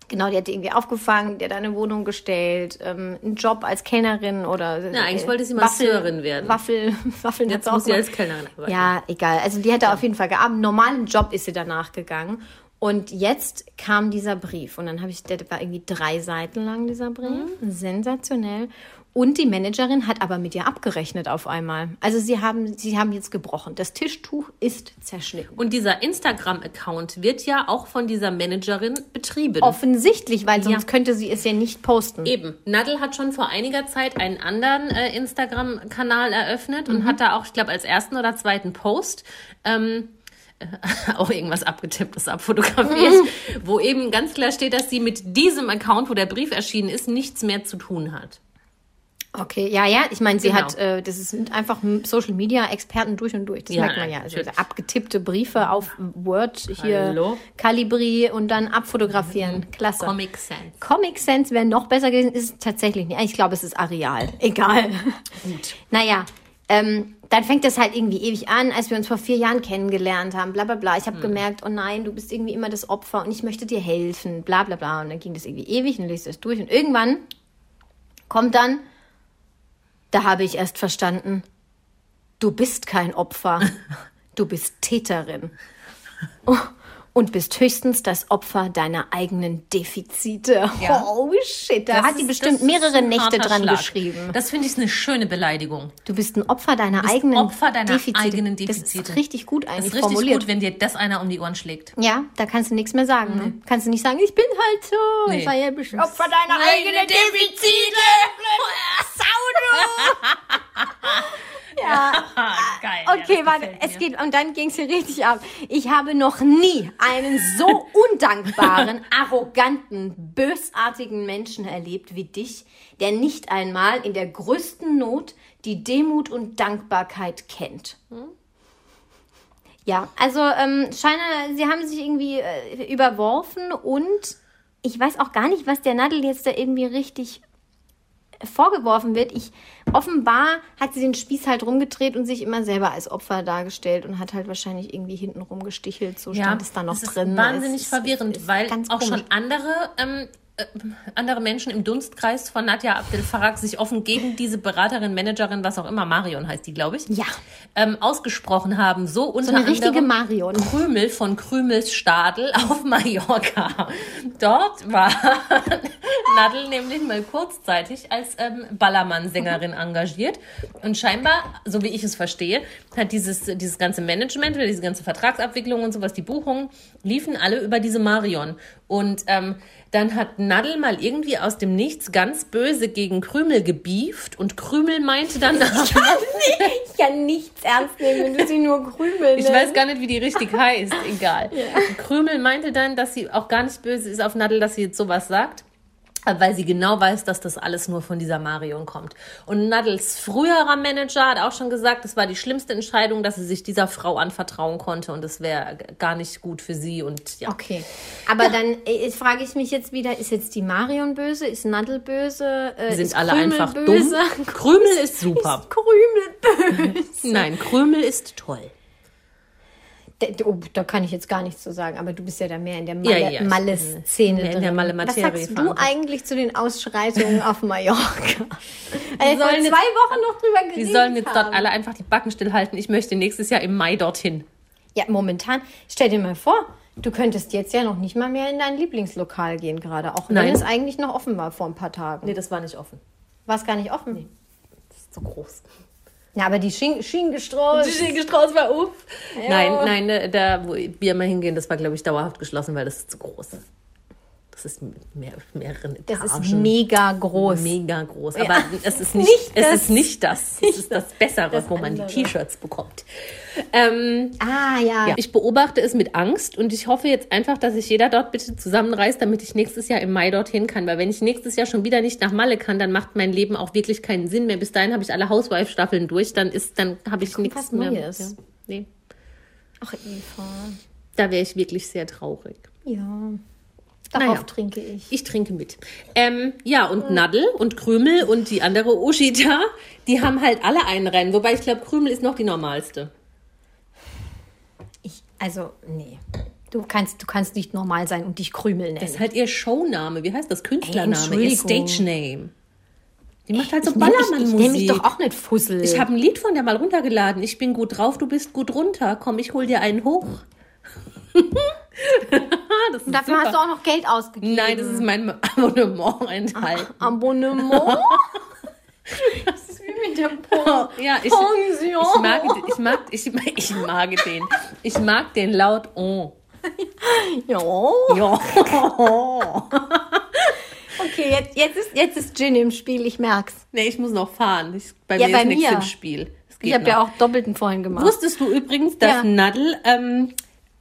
[SPEAKER 2] genau, die hat die irgendwie aufgefangen, die hat eine Wohnung gestellt, ähm, einen Job als Kellnerin oder. äh,
[SPEAKER 3] Na, eigentlich wollte sie Masseurin werden.
[SPEAKER 2] Waffel, [LAUGHS] Waffeln hat
[SPEAKER 3] Jetzt
[SPEAKER 2] sie auch
[SPEAKER 3] muss sie
[SPEAKER 2] gemacht.
[SPEAKER 3] als Kellnerin arbeiten.
[SPEAKER 2] Ja, egal. Also die hat da auf jeden Fall gearbeitet. Normalen Job ist sie danach gegangen. Und jetzt kam dieser Brief. Und dann habe ich, der war irgendwie drei Seiten lang, dieser Brief.
[SPEAKER 3] Mhm.
[SPEAKER 2] Sensationell. Und die Managerin hat aber mit ihr abgerechnet auf einmal. Also sie haben, sie haben jetzt gebrochen. Das Tischtuch ist zerschnitten.
[SPEAKER 3] Und dieser Instagram-Account wird ja auch von dieser Managerin betrieben.
[SPEAKER 2] Offensichtlich, weil sonst
[SPEAKER 3] Ja.
[SPEAKER 2] könnte sie es ja nicht posten.
[SPEAKER 3] Eben. Nadel hat schon vor einiger Zeit einen anderen äh, Instagram-Kanal eröffnet und hat da auch, ich glaube, als ersten oder zweiten Post ähm, äh, [LAUGHS] auch irgendwas abgetipptes abfotografiert, wo eben ganz klar steht, dass sie mit diesem Account, wo der Brief erschienen ist, nichts mehr zu tun hat.
[SPEAKER 2] Okay, ja, ja. Ich meine, sie
[SPEAKER 3] Genau.
[SPEAKER 2] hat, äh, das sind einfach Social Media Experten durch und durch. Das
[SPEAKER 3] Ja,
[SPEAKER 2] merkt man ja. Also
[SPEAKER 3] natürlich.
[SPEAKER 2] abgetippte Briefe auf Word hier,
[SPEAKER 3] Hallo?
[SPEAKER 2] Calibri und dann abfotografieren. Klasse.
[SPEAKER 3] Comic Sans.
[SPEAKER 2] Comic Sense wäre noch besser gewesen, ist es tatsächlich nicht. Ich glaube, es ist Areal. Egal. Gut. Naja, ähm, dann fängt das halt irgendwie ewig an, als wir uns vor vier Jahren kennengelernt haben, bla bla bla.
[SPEAKER 3] Hm.
[SPEAKER 2] Ich habe gemerkt, oh nein, du bist irgendwie immer das Opfer und ich möchte dir helfen, bla bla bla. Und dann ging das irgendwie ewig und liest das durch. Und irgendwann kommt dann, da habe ich erst verstanden, du bist kein
[SPEAKER 3] [LAUGHS]
[SPEAKER 2] Opfer, du bist Täterin Oh, und bist höchstens das Opfer deiner eigenen Defizite.
[SPEAKER 3] Ja.
[SPEAKER 2] Oh shit, da
[SPEAKER 3] Das
[SPEAKER 2] hat die
[SPEAKER 3] ist- das
[SPEAKER 2] bestimmt
[SPEAKER 3] ist
[SPEAKER 2] mehrere
[SPEAKER 3] ein
[SPEAKER 2] Nächte
[SPEAKER 3] harter
[SPEAKER 2] dran
[SPEAKER 3] Schlag.
[SPEAKER 2] geschrieben.
[SPEAKER 3] Das finde ich eine schöne Beleidigung.
[SPEAKER 2] Du bist ein Opfer deiner eigenen
[SPEAKER 3] Opfer deiner
[SPEAKER 2] Defizite.
[SPEAKER 3] eigenen
[SPEAKER 2] Das
[SPEAKER 3] Defizite.
[SPEAKER 2] ist richtig gut
[SPEAKER 3] Das
[SPEAKER 2] eigentlich
[SPEAKER 3] ist richtig
[SPEAKER 2] formuliert.
[SPEAKER 3] gut, wenn dir das einer um die Ohren schlägt.
[SPEAKER 2] ja, da kannst du nichts mehr sagen. Ne? Kannst du nicht sagen, ich bin halt so.
[SPEAKER 3] Nee.
[SPEAKER 2] Ich war ja bestimmt Opfer deiner eigenen
[SPEAKER 3] Defizite!
[SPEAKER 2] [LAUGHS] Ja.
[SPEAKER 3] Geil.
[SPEAKER 2] Okay,
[SPEAKER 3] ja, das
[SPEAKER 2] warte,
[SPEAKER 3] gefällt
[SPEAKER 2] es
[SPEAKER 3] mir.
[SPEAKER 2] geht, und dann ging es hier richtig ab. Ich habe noch nie einen
[SPEAKER 3] [LAUGHS]
[SPEAKER 2] so undankbaren, arroganten, bösartigen Menschen erlebt wie dich, der nicht einmal in der größten Not die Demut und Dankbarkeit kennt. Ja, also ähm, scheine, sie haben sich irgendwie äh, überworfen und ich weiß auch gar nicht, was der Nadel jetzt da irgendwie richtig vorgeworfen wird. Ich offenbar hat sie den Spieß halt rumgedreht und sich immer selber als Opfer dargestellt und hat halt wahrscheinlich irgendwie hinten rumgestichelt. So stand es da noch
[SPEAKER 3] das
[SPEAKER 2] drin.
[SPEAKER 3] Ist wahnsinnig
[SPEAKER 2] Es ist-
[SPEAKER 3] verwirrend,
[SPEAKER 2] es ist
[SPEAKER 3] weil
[SPEAKER 2] ganz
[SPEAKER 3] auch
[SPEAKER 2] komisch.
[SPEAKER 3] schon
[SPEAKER 2] [LAUGHS]
[SPEAKER 3] andere, ähm, äh, andere Menschen im Dunstkreis von Nadja Abdel Farag sich offen gegen diese Beraterin, Managerin, was auch immer, Marion heißt die, glaube ich,
[SPEAKER 2] Ja.
[SPEAKER 3] ähm, ausgesprochen haben. So unter
[SPEAKER 2] so eine richtige
[SPEAKER 3] anderem
[SPEAKER 2] Marion.
[SPEAKER 3] Krümel von Krümels Stadel [LAUGHS] auf Mallorca. Dort war [LAUGHS] Nadel nämlich mal kurzzeitig als ähm, Ballermann-Sängerin engagiert. Und scheinbar, so wie ich es verstehe, hat dieses, dieses ganze Management oder diese ganze Vertragsabwicklung und sowas, die Buchungen, liefen alle über diese Marion. Und ähm, dann hat Nadel mal irgendwie aus dem Nichts ganz böse gegen Krümel gebieft und Krümel
[SPEAKER 2] [LAUGHS]
[SPEAKER 3] meinte dann, [LAUGHS]
[SPEAKER 2] Ich kann nichts ernst nehmen, wenn du sie nur krümeln
[SPEAKER 3] Ich weiß gar nicht, wie
[SPEAKER 2] [LAUGHS]
[SPEAKER 3] die richtig heißt. Egal. Krümel meinte dann, dass sie auch gar nicht böse ist auf Nadel, dass sie jetzt sowas sagt. aber Weil sie genau weiß, dass das alles nur von dieser Marion kommt. Und Nadels früherer Manager hat auch schon gesagt, es war die schlimmste Entscheidung, dass sie sich dieser Frau anvertrauen konnte und das wäre g- gar nicht gut für sie. Und ja,
[SPEAKER 2] Okay. Aber dann äh, jetzt frage ich mich jetzt wieder, ist jetzt die Marion böse? Ist Nadel böse? Äh,
[SPEAKER 3] sind
[SPEAKER 2] ist
[SPEAKER 3] alle
[SPEAKER 2] Krümel
[SPEAKER 3] einfach
[SPEAKER 2] böse?
[SPEAKER 3] dumm. Krümel ist super.
[SPEAKER 2] Ist [LAUGHS] Krümel böse?
[SPEAKER 3] Nein, Krümel ist toll.
[SPEAKER 2] Da, oh, da kann ich jetzt gar nichts zu sagen, aber du bist ja da mehr in der Malle,
[SPEAKER 3] Ja, ja, ich bin
[SPEAKER 2] Malle-Szene.
[SPEAKER 3] mehr in
[SPEAKER 2] drin.
[SPEAKER 3] der Malle-Materie
[SPEAKER 2] Was sagst du
[SPEAKER 3] verantwortlich.
[SPEAKER 2] eigentlich zu den Ausschreitungen
[SPEAKER 3] [LAUGHS]
[SPEAKER 2] auf Mallorca? Wir vor
[SPEAKER 3] sollen
[SPEAKER 2] zwei
[SPEAKER 3] jetzt-
[SPEAKER 2] Wochen noch drüber geredet
[SPEAKER 3] Die sollen jetzt
[SPEAKER 2] haben.
[SPEAKER 3] dort alle einfach die Backen stillhalten. Ich möchte nächstes Jahr im Mai dorthin.
[SPEAKER 2] Ja, momentan. Stell dir mal vor, du könntest jetzt ja noch nicht mal mehr in dein Lieblingslokal gehen gerade, auch
[SPEAKER 3] Nein.
[SPEAKER 2] wenn es eigentlich noch offen war vor ein paar Tagen.
[SPEAKER 3] Nee, das war nicht offen.
[SPEAKER 2] War es gar nicht offen?
[SPEAKER 3] Das ist so groß.
[SPEAKER 2] Na, aber die Schien, Schienen gestreut.
[SPEAKER 3] Strauß war auf. Nein, nein, ne, da, wo wir immer hingehen, das war, glaube ich, dauerhaft geschlossen, weil das ist zu groß. Das Das ist mit mehr, mehreren
[SPEAKER 4] Das
[SPEAKER 3] Etagen.
[SPEAKER 4] ist mega groß.
[SPEAKER 3] mega groß.
[SPEAKER 4] Ja.
[SPEAKER 3] Aber es
[SPEAKER 4] [LAUGHS]
[SPEAKER 3] ist nicht,
[SPEAKER 4] Nicht
[SPEAKER 3] es
[SPEAKER 4] das.
[SPEAKER 3] ist nicht das. Es ist das Bessere,
[SPEAKER 4] das
[SPEAKER 3] wo man die
[SPEAKER 4] andere.
[SPEAKER 3] T-Shirts bekommt. Ähm,
[SPEAKER 4] ah, ja.
[SPEAKER 3] ja. Ich beobachte es mit Angst und ich hoffe jetzt einfach, dass sich jeder dort bitte zusammenreißt, damit ich nächstes Jahr im Mai dorthin kann. Weil wenn ich nächstes Jahr schon wieder nicht nach Malle kann, dann macht mein Leben auch wirklich keinen Sinn mehr. Bis dahin habe ich alle Housewife-Staffeln durch, dann ist, dann habe ich nichts
[SPEAKER 4] was
[SPEAKER 3] mehr.
[SPEAKER 4] Neues.
[SPEAKER 3] Ja. Nee,
[SPEAKER 4] Ach, Eva.
[SPEAKER 3] da wäre ich wirklich sehr traurig.
[SPEAKER 4] Ja. Darauf
[SPEAKER 3] Naja.
[SPEAKER 4] trinke ich.
[SPEAKER 3] Ich trinke mit. Ähm, ja, und Nadel und Krümel und die andere Uschita, die haben halt alle einen Rennen. Wobei ich glaube, Krümel ist noch die normalste.
[SPEAKER 4] ich. Also, nee. Du kannst, du kannst nicht normal sein und dich Krümel
[SPEAKER 3] Das ist
[SPEAKER 4] nennen.
[SPEAKER 3] halt ihr Showname. Wie heißt das? Künstlername. ihr
[SPEAKER 4] Entschuldigung.
[SPEAKER 3] Stage-Name. Die macht halt so
[SPEAKER 4] Ich nenn mich- Ich nenne mich
[SPEAKER 3] Ballermann-Musik.
[SPEAKER 4] doch auch nicht Fussel.
[SPEAKER 3] Ich habe ein Lied von der mal runtergeladen. Ich bin gut drauf, du bist gut runter. Komm, ich hol dir einen hoch. das ist
[SPEAKER 4] Dafür
[SPEAKER 3] super.
[SPEAKER 4] hast du auch noch Geld ausgegeben.
[SPEAKER 3] Nein, das ist mein Abonnement enthalten.
[SPEAKER 4] Abonnement?
[SPEAKER 3] [LAUGHS]
[SPEAKER 4] das ist wie mit der Pon
[SPEAKER 3] Oh, Ja, ich,
[SPEAKER 4] Pension.
[SPEAKER 3] ich, mag, ich, mag, ich, mag, ich mag den. Ich mag den laut on.
[SPEAKER 4] Ja.
[SPEAKER 3] Ja.
[SPEAKER 4] Okay, jetzt, jetzt, ist, jetzt ist Gin im Spiel, ich merk's.
[SPEAKER 3] Nee, ich muss noch fahren. Ich, bei
[SPEAKER 4] Ja,
[SPEAKER 3] mir
[SPEAKER 4] bei
[SPEAKER 3] ist nichts
[SPEAKER 4] mir.
[SPEAKER 3] im Spiel. Es geht
[SPEAKER 4] Ich habe
[SPEAKER 3] noch.
[SPEAKER 4] ja auch doppelten vorhin gemacht.
[SPEAKER 3] Wusstest du übrigens, dass
[SPEAKER 4] Ja.
[SPEAKER 3] Nadel, ähm,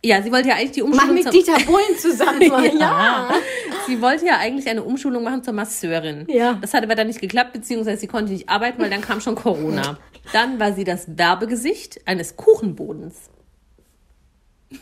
[SPEAKER 3] ja, sie wollte ja eigentlich die
[SPEAKER 4] Mach
[SPEAKER 3] Umschulung
[SPEAKER 4] mit
[SPEAKER 3] zur-
[SPEAKER 4] Dieter Bohlen zusammen. ja.
[SPEAKER 3] [LAUGHS] Ja. [LAUGHS] Sie wollte ja eigentlich eine Umschulung machen zur Masseurin.
[SPEAKER 4] Ja.
[SPEAKER 3] Das hat aber dann nicht geklappt, beziehungsweise sie konnte nicht arbeiten, weil dann kam schon
[SPEAKER 4] [LAUGHS]
[SPEAKER 3] Corona. Dann war sie das Werbegesicht eines Kuchenbodens. [LAUGHS]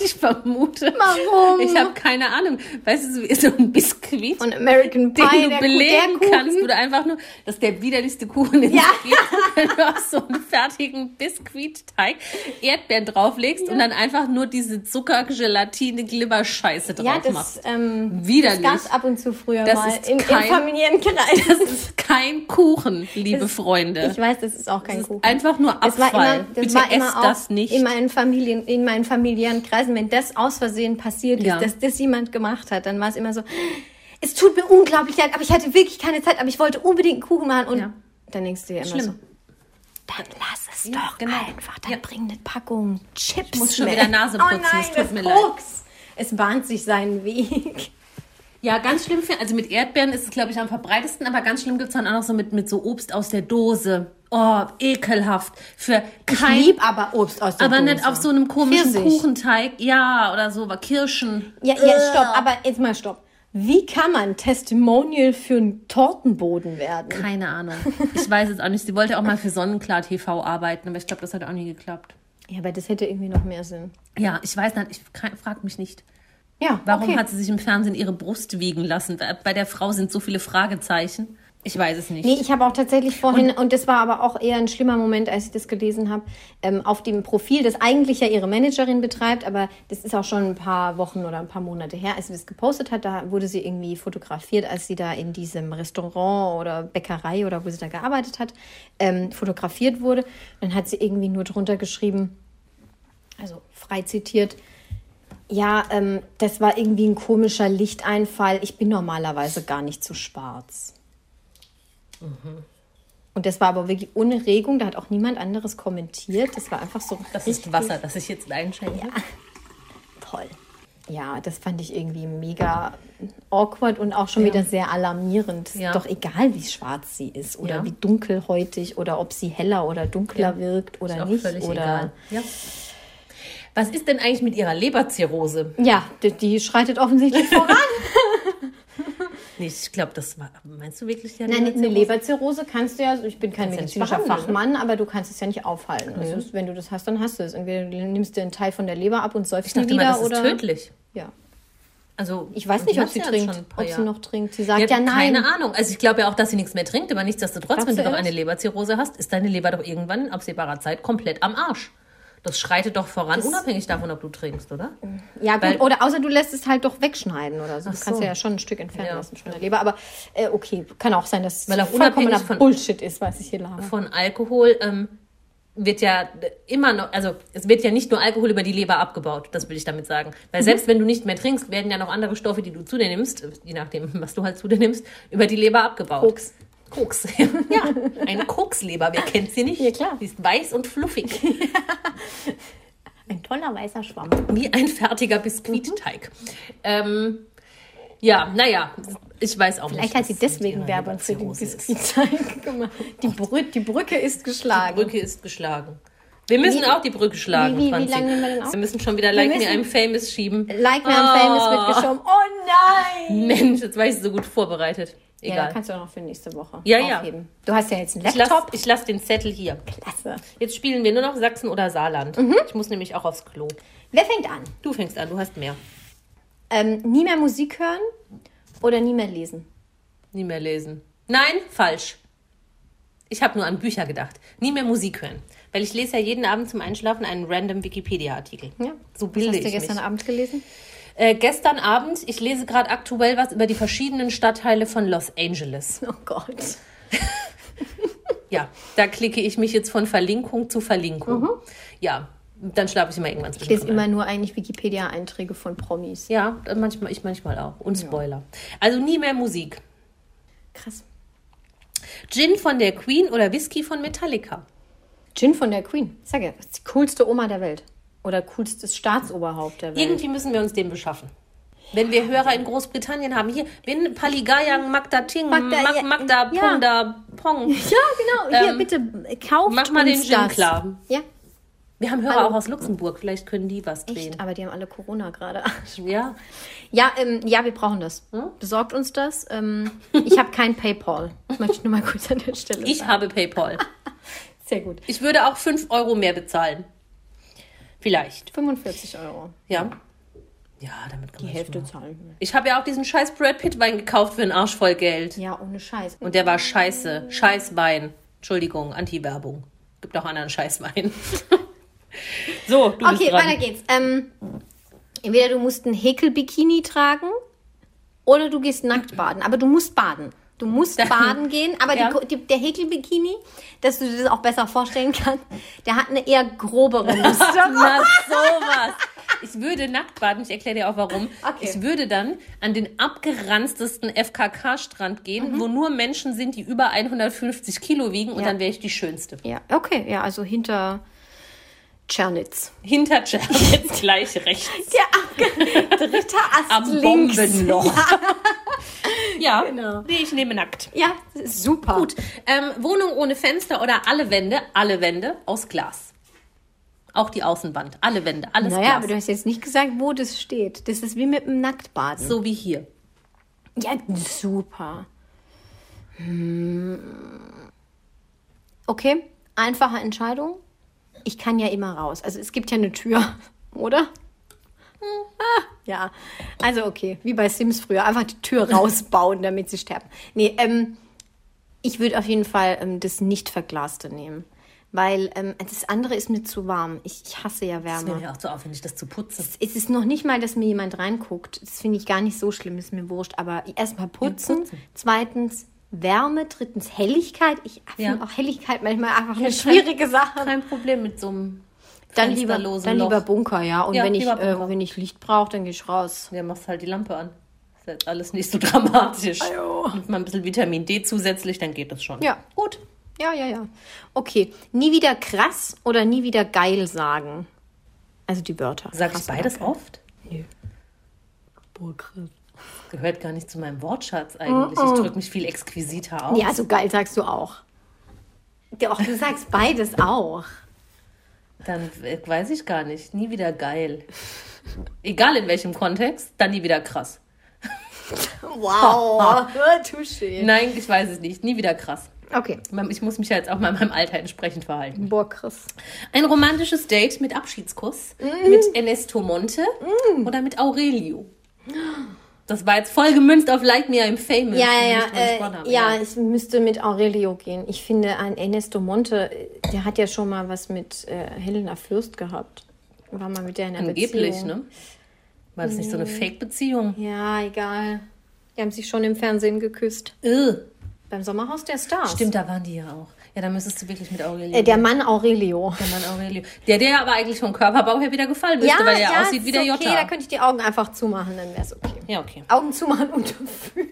[SPEAKER 3] ich vermute.
[SPEAKER 4] Warum?
[SPEAKER 3] Ich habe keine Ahnung. Weißt du, so wie so ein Biskuit,
[SPEAKER 4] Und American
[SPEAKER 3] den
[SPEAKER 4] Pie,
[SPEAKER 3] du
[SPEAKER 4] der Ku-
[SPEAKER 3] belegen
[SPEAKER 4] der Kuchen.
[SPEAKER 3] kannst, wo du einfach nur, das ist der widerlichste Kuchen, den
[SPEAKER 4] Ja.
[SPEAKER 3] es gibt, wenn du [LAUGHS] auf so einen fertigen Biskuitteig Erdbeeren drauflegst und dann einfach nur diese Zucker-Gelatine-Glimmer-Scheiße drauf
[SPEAKER 4] Ja, das,
[SPEAKER 3] machst.
[SPEAKER 4] ähm, das
[SPEAKER 3] Widerlich.
[SPEAKER 4] gab's ab und zu früher
[SPEAKER 3] Das
[SPEAKER 4] mal
[SPEAKER 3] ist
[SPEAKER 4] im, im
[SPEAKER 3] kein-
[SPEAKER 4] familiären Kreis.
[SPEAKER 3] [LAUGHS] Das ist kein Kuchen, liebe
[SPEAKER 4] ist-
[SPEAKER 3] Freunde.
[SPEAKER 4] ich weiß, das ist auch kein
[SPEAKER 3] das ist
[SPEAKER 4] Kuchen.
[SPEAKER 3] einfach nur
[SPEAKER 4] Das war
[SPEAKER 3] Abfall.
[SPEAKER 4] immer, das
[SPEAKER 3] Bitte
[SPEAKER 4] war immer
[SPEAKER 3] esst
[SPEAKER 4] auch
[SPEAKER 3] das nicht.
[SPEAKER 4] In meinen, Familien, in meinen familiären Kreisen, wenn das aus Versehen passiert ist,
[SPEAKER 3] Ja.
[SPEAKER 4] dass das jemand gemacht hat, dann war es immer so, es tut mir unglaublich leid, aber ich hatte wirklich keine Zeit, aber ich wollte unbedingt einen Kuchen machen. Und
[SPEAKER 3] Ja.
[SPEAKER 4] dann denkst du dir immer
[SPEAKER 3] Schlimm.
[SPEAKER 4] so, dann lass es doch
[SPEAKER 3] genau.
[SPEAKER 4] einfach, dann bring eine Packung Chips Ich
[SPEAKER 3] muss schon wieder Nase
[SPEAKER 4] Oh
[SPEAKER 3] putzen,
[SPEAKER 4] nein,
[SPEAKER 3] es tut
[SPEAKER 4] das
[SPEAKER 3] mir leid.
[SPEAKER 4] Koks. Es bahnt sich seinen Weg.
[SPEAKER 3] Ja, ganz schlimm finde also mit Erdbeeren ist es, glaube ich, am verbreitesten, aber ganz schlimm gibt es dann auch noch so mit, mit so Obst aus der Dose. Oh, ekelhaft. Für kein
[SPEAKER 4] ich lieb aber Obst aus der
[SPEAKER 3] Aber
[SPEAKER 4] Dose.
[SPEAKER 3] nicht auf so einem komischen
[SPEAKER 4] Pfirsich. Äh.
[SPEAKER 3] Kuchenteig. Ja, oder so, aber Kirschen.
[SPEAKER 4] Ja, ja, stopp, aber jetzt mal stopp. Wie kann man Testimonial für einen Tortenboden werden?
[SPEAKER 3] Keine Ahnung. Ich weiß jetzt auch nicht. Sie wollte auch mal für Sonnenklar TV arbeiten, aber ich glaube, das hat auch nie geklappt.
[SPEAKER 4] Ja, aber das hätte irgendwie noch mehr Sinn.
[SPEAKER 3] Ja, ich weiß nicht. Ich ke- frag mich nicht.
[SPEAKER 4] Ja,
[SPEAKER 3] Warum
[SPEAKER 4] okay.
[SPEAKER 3] hat sie sich im Fernsehen ihre Brust wiegen lassen? Bei- Bei der Frau sind so viele Fragezeichen. Ich weiß es nicht.
[SPEAKER 4] Nee, ich habe auch tatsächlich vorhin, und, das war aber auch eher ein schlimmer Moment, als ich das gelesen habe, ähm, auf dem Profil, das eigentlich ja ihre Managerin betreibt, aber das ist auch schon ein paar Wochen oder ein paar Monate her, als sie das gepostet hat, da wurde sie irgendwie fotografiert, als sie da in diesem Restaurant oder Bäckerei oder wo sie da gearbeitet hat, ähm, fotografiert wurde. Dann hat sie irgendwie nur drunter geschrieben, also frei zitiert, ja, ähm, das war irgendwie ein komischer Lichteinfall. Ich bin normalerweise gar nicht zu schwarz.
[SPEAKER 3] Mhm.
[SPEAKER 4] Und das war aber wirklich ohne Regung, da hat auch niemand anderes kommentiert. Das war einfach so
[SPEAKER 3] Das ist Wasser, das ich jetzt einschenke.
[SPEAKER 4] toll. Ja, das fand ich irgendwie mega awkward und auch schon wieder sehr alarmierend. Es
[SPEAKER 3] Ja.
[SPEAKER 4] Ist doch egal, wie schwarz sie ist oder
[SPEAKER 3] Ja.
[SPEAKER 4] wie dunkelhäutig oder ob sie heller oder dunkler wirkt oder
[SPEAKER 3] Ist auch
[SPEAKER 4] nicht.
[SPEAKER 3] völlig
[SPEAKER 4] oder
[SPEAKER 3] egal. Ja. Was ist denn eigentlich mit ihrer Leberzirrhose?
[SPEAKER 4] Ja, die, die
[SPEAKER 3] [LAUGHS]
[SPEAKER 4] schreitet offensichtlich voran.
[SPEAKER 3] Nee, ich glaube, das war. Meinst du wirklich die hat
[SPEAKER 4] Nein, eine
[SPEAKER 3] Leberzirrhose?
[SPEAKER 4] Leberzirrhose kannst du ja, also ich bin kein
[SPEAKER 3] Kannst ja nicht
[SPEAKER 4] medizinischer
[SPEAKER 3] behandeln, ne?
[SPEAKER 4] Fachmann, aber du kannst es ja nicht aufhalten. Also, es- wenn du das hast, dann hast du es. Entweder nimmst du einen Teil von der Leber ab und
[SPEAKER 3] Ich
[SPEAKER 4] säufst ihn
[SPEAKER 3] dachte mal,
[SPEAKER 4] wieder
[SPEAKER 3] das ist
[SPEAKER 4] oder.
[SPEAKER 3] tödlich.
[SPEAKER 4] Ja.
[SPEAKER 3] Also,
[SPEAKER 4] Ich weiß
[SPEAKER 3] und
[SPEAKER 4] nicht,
[SPEAKER 3] die
[SPEAKER 4] ob
[SPEAKER 3] macht's
[SPEAKER 4] sie
[SPEAKER 3] ja
[SPEAKER 4] trinkt,
[SPEAKER 3] schon ein paar
[SPEAKER 4] ob sie
[SPEAKER 3] Jahre.
[SPEAKER 4] noch trinkt. Sie
[SPEAKER 3] Ich
[SPEAKER 4] sagt ja,
[SPEAKER 3] hab
[SPEAKER 4] nein.
[SPEAKER 3] keine Ahnung. Also ich glaube ja auch, dass sie nichts mehr trinkt, aber nichtsdestotrotz, wenn
[SPEAKER 4] Glaubst
[SPEAKER 3] du
[SPEAKER 4] du
[SPEAKER 3] doch eine
[SPEAKER 4] echt?
[SPEAKER 3] Leberzirrhose hast, ist deine Leber doch irgendwann in absehbarer Zeit komplett am Arsch. Das schreitet doch voran, unabhängig davon, ob du trinkst, oder?
[SPEAKER 4] Ja, gut,
[SPEAKER 3] Weil-
[SPEAKER 4] oder außer du lässt es halt doch wegschneiden oder so. Das
[SPEAKER 3] Ach
[SPEAKER 4] kannst
[SPEAKER 3] so.
[SPEAKER 4] du ja schon ein Stück entfernen
[SPEAKER 3] Ja.
[SPEAKER 4] lassen von der Leber. Aber äh, okay, kann auch sein, dass
[SPEAKER 3] Weil
[SPEAKER 4] es
[SPEAKER 3] auch
[SPEAKER 4] vollkommener
[SPEAKER 3] unabhängig von-
[SPEAKER 4] Bullshit ist, was ich hier laber.
[SPEAKER 3] Von Alkohol ähm, wird ja immer noch, also es wird ja nicht nur Alkohol über die Leber abgebaut, das will ich damit sagen.
[SPEAKER 4] Mhm.
[SPEAKER 3] Weil selbst wenn du nicht mehr trinkst, werden ja noch andere Stoffe, die du zu dir nimmst, je nachdem, [LAUGHS] was du halt zu dir nimmst, über die Leber abgebaut.
[SPEAKER 4] Koks.
[SPEAKER 3] Koks, [LAUGHS] ja. Eine Koksleber, wer kennt sie nicht?
[SPEAKER 4] Ja, klar.
[SPEAKER 3] Die ist weiß und fluffig.
[SPEAKER 4] Ein toller weißer Schwamm.
[SPEAKER 3] [LAUGHS] Wie ein fertiger Biskuitteig.
[SPEAKER 4] Mhm.
[SPEAKER 3] Ähm, ja, naja, ich weiß auch
[SPEAKER 4] Vielleicht
[SPEAKER 3] nicht.
[SPEAKER 4] hat sie
[SPEAKER 3] was mit
[SPEAKER 4] deswegen
[SPEAKER 3] ihrer
[SPEAKER 4] Werbung für den
[SPEAKER 3] Leberzirrhose ist.
[SPEAKER 4] [LAUGHS] Biskuitteig gemacht. Die, Brü die Brücke ist geschlagen.
[SPEAKER 3] Brücke ist geschlagen. Wir müssen
[SPEAKER 4] Wie-
[SPEAKER 3] auch die Brücke schlagen,
[SPEAKER 4] wie- wie
[SPEAKER 3] Franzi.
[SPEAKER 4] lange nehmen wir denn auf?
[SPEAKER 3] wir müssen schon wieder Like Me
[SPEAKER 4] müssen-
[SPEAKER 3] I'm Famous schieben.
[SPEAKER 4] Like Me I'm Famous wird geschoben. Oh nein!
[SPEAKER 3] Mensch, jetzt war ich so gut vorbereitet.
[SPEAKER 4] Ja, dann
[SPEAKER 3] Egal.
[SPEAKER 4] kannst du auch noch für nächste Woche
[SPEAKER 3] Ja, ja.
[SPEAKER 4] aufheben. Du hast ja jetzt einen
[SPEAKER 3] ich lasse
[SPEAKER 4] Laptop.
[SPEAKER 3] lass den Zettel hier.
[SPEAKER 4] Klasse.
[SPEAKER 3] Jetzt spielen wir nur noch Sachsen oder Saarland.
[SPEAKER 4] Mhm.
[SPEAKER 3] Ich muss nämlich auch aufs Klo.
[SPEAKER 4] Wer fängt an?
[SPEAKER 3] Du fängst an, du hast mehr.
[SPEAKER 4] Ähm, nie mehr Musik hören oder nie mehr lesen?
[SPEAKER 3] Nie mehr lesen. Nein, falsch. Ich habe nur an Bücher gedacht. Nie mehr Musik hören. Weil ich lese ja jeden Abend zum Einschlafen einen random Wikipedia-Artikel. So bilde
[SPEAKER 4] Was hast du
[SPEAKER 3] ich
[SPEAKER 4] gestern
[SPEAKER 3] mich.
[SPEAKER 4] Abend gelesen?
[SPEAKER 3] Äh, gestern Abend, ich lese gerade aktuell was über die verschiedenen Stadtteile von Los Angeles.
[SPEAKER 4] Oh Gott.
[SPEAKER 3] Ja, da klicke ich mich jetzt von Verlinkung zu Verlinkung. Ja, dann schlafe ich immer irgendwann
[SPEAKER 4] Mhm. Ich lese
[SPEAKER 3] zwischendrin.
[SPEAKER 4] immer
[SPEAKER 3] ein.
[SPEAKER 4] nur eigentlich Wikipedia-Einträge von Promis.
[SPEAKER 3] Ja, manchmal, ich manchmal auch. Und Spoiler. Also nie mehr Musik.
[SPEAKER 4] Krass.
[SPEAKER 3] Gin von der Queen oder Whisky von Metallica.
[SPEAKER 4] Gin von der Queen. Ich sag ja, das ist die coolste Oma der Welt. Oder coolstes Staatsoberhaupt der Welt.
[SPEAKER 3] Irgendwie müssen wir uns den beschaffen. Wenn wir Hörer in Großbritannien haben, hier, wenn Paligayang, Magda Ting,
[SPEAKER 4] Magda-
[SPEAKER 3] Magda, Mag,
[SPEAKER 4] ja,
[SPEAKER 3] Magda
[SPEAKER 4] ja.
[SPEAKER 3] Ponda Pong.
[SPEAKER 4] ja, genau. Hier,
[SPEAKER 3] Ähm,
[SPEAKER 4] bitte kauft
[SPEAKER 3] mach mal
[SPEAKER 4] uns
[SPEAKER 3] den Gin
[SPEAKER 4] das.
[SPEAKER 3] klar.
[SPEAKER 4] Ja,
[SPEAKER 3] Wir haben Hörer
[SPEAKER 4] Hallo.
[SPEAKER 3] auch aus Luxemburg, vielleicht können die was drehen.
[SPEAKER 4] echt. Aber die haben alle Corona gerade. [LAUGHS]
[SPEAKER 3] Ja,
[SPEAKER 4] Ja, ähm, ja, wir brauchen das.
[SPEAKER 3] Hm?
[SPEAKER 4] Besorgt uns das. Ähm, ich habe kein Paypal. Möchte ich nur mal kurz an der
[SPEAKER 3] [LAUGHS]
[SPEAKER 4] Stelle
[SPEAKER 3] ich
[SPEAKER 4] sagen.
[SPEAKER 3] habe PayPal.
[SPEAKER 4] Sehr gut.
[SPEAKER 3] Ich würde auch 5 Euro mehr bezahlen. Vielleicht.
[SPEAKER 4] 45 Euro.
[SPEAKER 3] Ja. Ja, damit kann
[SPEAKER 4] Die
[SPEAKER 3] man
[SPEAKER 4] Hälfte
[SPEAKER 3] schon mal-
[SPEAKER 4] zahlen.
[SPEAKER 3] Ich habe ja auch diesen scheiß Brad Pitt Wein gekauft für einen Arsch voll Geld.
[SPEAKER 4] Ja, ohne Scheiß.
[SPEAKER 3] Und der war scheiße. Scheiß Wein. Entschuldigung, Anti-Werbung. Gibt auch anderen Scheißwein. [LAUGHS] so, du bist
[SPEAKER 4] okay,
[SPEAKER 3] dran. [LAUGHS]
[SPEAKER 4] weiter geht's. Ähm, entweder du musst ein Häkel-Bikini tragen oder du gehst nackt baden. Aber du musst baden. Du musst baden gehen. Aber
[SPEAKER 3] Ja.
[SPEAKER 4] die, Ko- die, der Häkel-Bikini, dass du dir das auch besser vorstellen kannst, der hat eine eher grobere Musterung.
[SPEAKER 3] Na, sowas. Ich würde nackt baden, ich erkläre dir auch warum.
[SPEAKER 4] Okay.
[SPEAKER 3] Ich würde dann an den abgeranztesten FKK-Strand gehen, wo nur Menschen sind, die über 150 Kilo wiegen und
[SPEAKER 4] Mhm. Ja.
[SPEAKER 3] dann wäre ich die Schönste.
[SPEAKER 4] ja, okay. Ja, also hinter Tschernitz.
[SPEAKER 3] Hinter Jeff
[SPEAKER 4] [LAUGHS]
[SPEAKER 3] jetzt gleich rechts.
[SPEAKER 4] Der abge- dritte Ast
[SPEAKER 3] Am
[SPEAKER 4] links.
[SPEAKER 3] Bombenloch.
[SPEAKER 4] Ja,
[SPEAKER 3] [LAUGHS] Ja, genau. nee, ich nehme nackt.
[SPEAKER 4] ja das ist super.
[SPEAKER 3] Gut, ähm, Wohnung ohne Fenster oder alle Wände, alle Wände aus Glas. Auch die Außenwand, alle Wände, alles
[SPEAKER 4] Naja, aber
[SPEAKER 3] Glas.
[SPEAKER 4] du hast jetzt nicht gesagt, wo das steht. Das ist wie mit dem Nacktbaden.
[SPEAKER 3] so wie hier.
[SPEAKER 4] Ja, super. Hm. Okay, einfache Entscheidung. Ich kann ja immer raus. Also es gibt ja eine Tür, [LAUGHS] oder? Hm, ah, Ja, also okay, wie bei Sims früher, einfach die [LAUGHS] Tür rausbauen, damit sie sterben. Nee, ähm, ich würde auf jeden Fall ähm, das nicht verglaste nehmen, weil ähm, das andere ist mir zu warm. Ich, ich hasse ja Wärme.
[SPEAKER 3] Das wäre mir auch zu aufwendig, das zu putzen.
[SPEAKER 4] Es ist noch nicht mal, dass mir jemand reinguckt. Das finde ich gar nicht so schlimm, ist mir wurscht. Aber erstmal putzen,
[SPEAKER 3] putzen.
[SPEAKER 4] zweitens Wärme, drittens Helligkeit. Ich finde
[SPEAKER 3] Ja.
[SPEAKER 4] auch Helligkeit manchmal einfach eine schwierige Sache.
[SPEAKER 3] Kein Problem mit so einem
[SPEAKER 4] Dann lieber,
[SPEAKER 3] fensterlosen
[SPEAKER 4] dann
[SPEAKER 3] Loch.
[SPEAKER 4] lieber Bunker, ja. Und
[SPEAKER 3] Ja,
[SPEAKER 4] wenn, ich,
[SPEAKER 3] lieber
[SPEAKER 4] äh,
[SPEAKER 3] Bunker.
[SPEAKER 4] wenn ich Licht brauche, dann gehe ich raus.
[SPEAKER 3] Ja, machst halt die Lampe an. Ist halt alles nicht so [LAUGHS] dramatisch. Und mal ein bisschen Vitamin D zusätzlich, dann geht das schon.
[SPEAKER 4] Ja.
[SPEAKER 3] Gut.
[SPEAKER 4] Ja, ja, ja. Okay, nie wieder krass oder nie wieder geil sagen. Also die Wörter.
[SPEAKER 3] Sag ich
[SPEAKER 4] Krass oder
[SPEAKER 3] beides
[SPEAKER 4] geil.
[SPEAKER 3] oft? Gehört gar nicht zu meinem Wortschatz eigentlich. Ich drücke mich viel exquisiter aus.
[SPEAKER 4] Ja, also geil sagst du auch. Doch, du sagst beides auch.
[SPEAKER 3] Dann äh, weiß ich gar nicht. Nie wieder geil. Egal in welchem Kontext, dann nie wieder krass.
[SPEAKER 4] [LAUGHS] Wow. Touché.
[SPEAKER 3] Nein, ich weiß es nicht. Nie wieder krass.
[SPEAKER 4] Okay.
[SPEAKER 3] Ich muss mich ja jetzt auch mal meinem Alter entsprechend verhalten.
[SPEAKER 4] Boah, Chris.
[SPEAKER 3] Ein romantisches Date mit Abschiedskuss,
[SPEAKER 4] Mm.
[SPEAKER 3] mit Ernesto Monte oder mit Aurelio. Das war jetzt voll gemünzt auf Like Me I'm Famous.
[SPEAKER 4] Ja, ja,
[SPEAKER 3] Nicht mein
[SPEAKER 4] ja.
[SPEAKER 3] Vorname,
[SPEAKER 4] Äh, ja, ich müsste mit Aurelio gehen. Ich finde, an Ernesto Monte, äh, der hat ja schon mal was mit äh, Helena Fürst gehabt. War mal mit der in einer
[SPEAKER 3] Angeblich,
[SPEAKER 4] Beziehung.
[SPEAKER 3] ne? War das nicht so eine
[SPEAKER 4] Mm.
[SPEAKER 3] Fake-Beziehung?
[SPEAKER 4] Ja, egal. Die haben sich schon im Fernsehen geküsst.
[SPEAKER 3] Äh,
[SPEAKER 4] Beim Sommerhaus der Stars.
[SPEAKER 3] Stimmt, da waren die ja auch. Ja, da müsstest du wirklich mit Aurelio.
[SPEAKER 4] Äh, der Mann Aurelio.
[SPEAKER 3] Der Mann Aurelio. Der dir aber eigentlich vom Körperbau her wieder gefallen müsste, weil der aussieht
[SPEAKER 4] ist
[SPEAKER 3] wie der
[SPEAKER 4] okay, da
[SPEAKER 3] Jota.
[SPEAKER 4] könnte ich die Augen einfach zumachen, dann wäre es okay.
[SPEAKER 3] Ja, okay.
[SPEAKER 4] Augen zumachen und [LAUGHS] fühlen.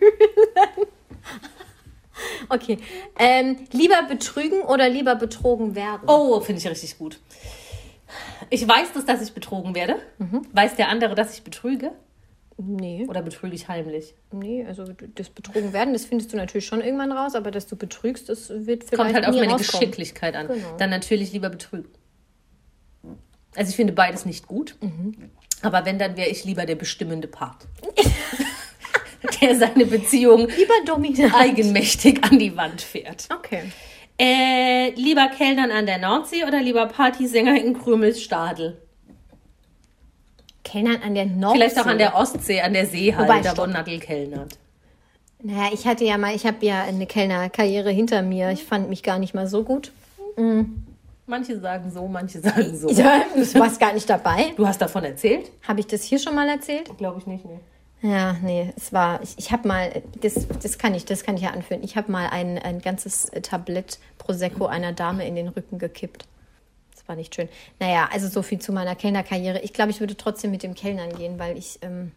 [SPEAKER 4] Okay. Ähm, lieber betrügen oder lieber betrogen werden?
[SPEAKER 3] Oh, finde ich richtig gut. Ich weiß das, dass ich betrogen werde.
[SPEAKER 4] Mhm.
[SPEAKER 3] Weiß der andere, dass ich betrüge?
[SPEAKER 4] Nee,
[SPEAKER 3] Oder betrüge ich heimlich?
[SPEAKER 4] nee, also das betrogen werden, das findest du natürlich schon irgendwann raus, aber dass du betrügst, das wird vielleicht
[SPEAKER 3] Kommt halt auf
[SPEAKER 4] nie
[SPEAKER 3] meine
[SPEAKER 4] rauskommen.
[SPEAKER 3] Geschicklichkeit an.
[SPEAKER 4] Genau.
[SPEAKER 3] Dann natürlich lieber betrügen. Also ich finde beides nicht gut. Mhm. Aber wenn, dann wäre ich lieber der bestimmende Part. [LAUGHS] der seine [LAUGHS] Beziehung
[SPEAKER 4] Lieber dominant.
[SPEAKER 3] eigenmächtig an die Wand fährt.
[SPEAKER 4] Okay.
[SPEAKER 3] Äh, lieber Kellnern an der Nordsee oder lieber Partysänger in Krümelstadel?
[SPEAKER 4] Kellnern an der Nordsee.
[SPEAKER 3] Vielleicht auch an der Ostsee, an der See halt,
[SPEAKER 4] Wobei,
[SPEAKER 3] da wo
[SPEAKER 4] stopp.
[SPEAKER 3] Nadel kellnert.
[SPEAKER 4] Naja, ich hatte ja mal, ich habe ja eine Kellnerkarriere hinter mir. Ich fand mich gar nicht mal so [LAUGHS] gut.
[SPEAKER 3] Manche sagen so, manche sagen so.
[SPEAKER 4] Ja, ich war gar nicht dabei.
[SPEAKER 3] Du hast davon erzählt?
[SPEAKER 4] Habe ich das hier schon mal erzählt?
[SPEAKER 3] Glaube ich nicht, ne.
[SPEAKER 4] Ja, nee, es war, ich, ich habe mal, das, das kann ich, das kann ich ja anführen. Ich habe mal ein, ein ganzes Tablett Prosecco einer Dame in den Rücken gekippt. Das war nicht schön. Naja, also so viel zu meiner Kellnerkarriere. Ich glaube, ich würde trotzdem mit dem Kellnern gehen, weil ich, ähm,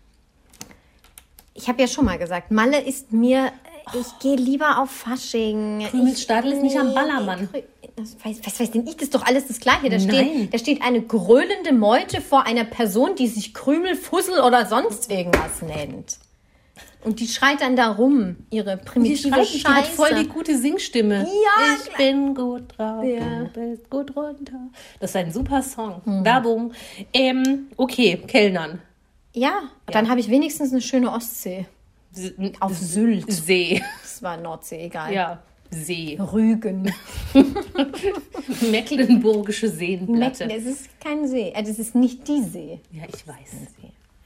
[SPEAKER 4] ich habe ja schon mal gesagt, Malle ist mir, ich gehe lieber auf Fasching.
[SPEAKER 3] Krümelstadel ist nicht am
[SPEAKER 4] Nee,
[SPEAKER 3] Ballermann.
[SPEAKER 4] Krü- das weiß, was weiß denn ich? Das ist doch alles das Gleiche. Da
[SPEAKER 3] Nein.
[SPEAKER 4] steht, da steht eine gröhlende Meute vor einer Person, die sich Krümel, Fussel oder sonst irgendwas nennt. Und die schreit dann da rum, ihre
[SPEAKER 3] Die,
[SPEAKER 4] primitive
[SPEAKER 3] schreit, die
[SPEAKER 4] Scheiße.
[SPEAKER 3] hat voll die gute Singstimme.
[SPEAKER 4] Ja,
[SPEAKER 3] ich bin gut drauf,
[SPEAKER 4] Ja. Hm.
[SPEAKER 3] du bist gut runter. Das ist ein super Song. Werbung. Ähm, okay, Kellnern.
[SPEAKER 4] ja, dann habe ich wenigstens eine schöne Ostsee.
[SPEAKER 3] S-
[SPEAKER 4] Auf Sylt.
[SPEAKER 3] See.
[SPEAKER 4] Das war Nordsee, egal.
[SPEAKER 3] Ja, See. [LAUGHS]
[SPEAKER 4] Rügen.
[SPEAKER 3] Mecklenburgische Seenplatte.
[SPEAKER 4] Mecken, es ist kein See. Äh, Das ist nicht die See.
[SPEAKER 3] Ja, ich weiß.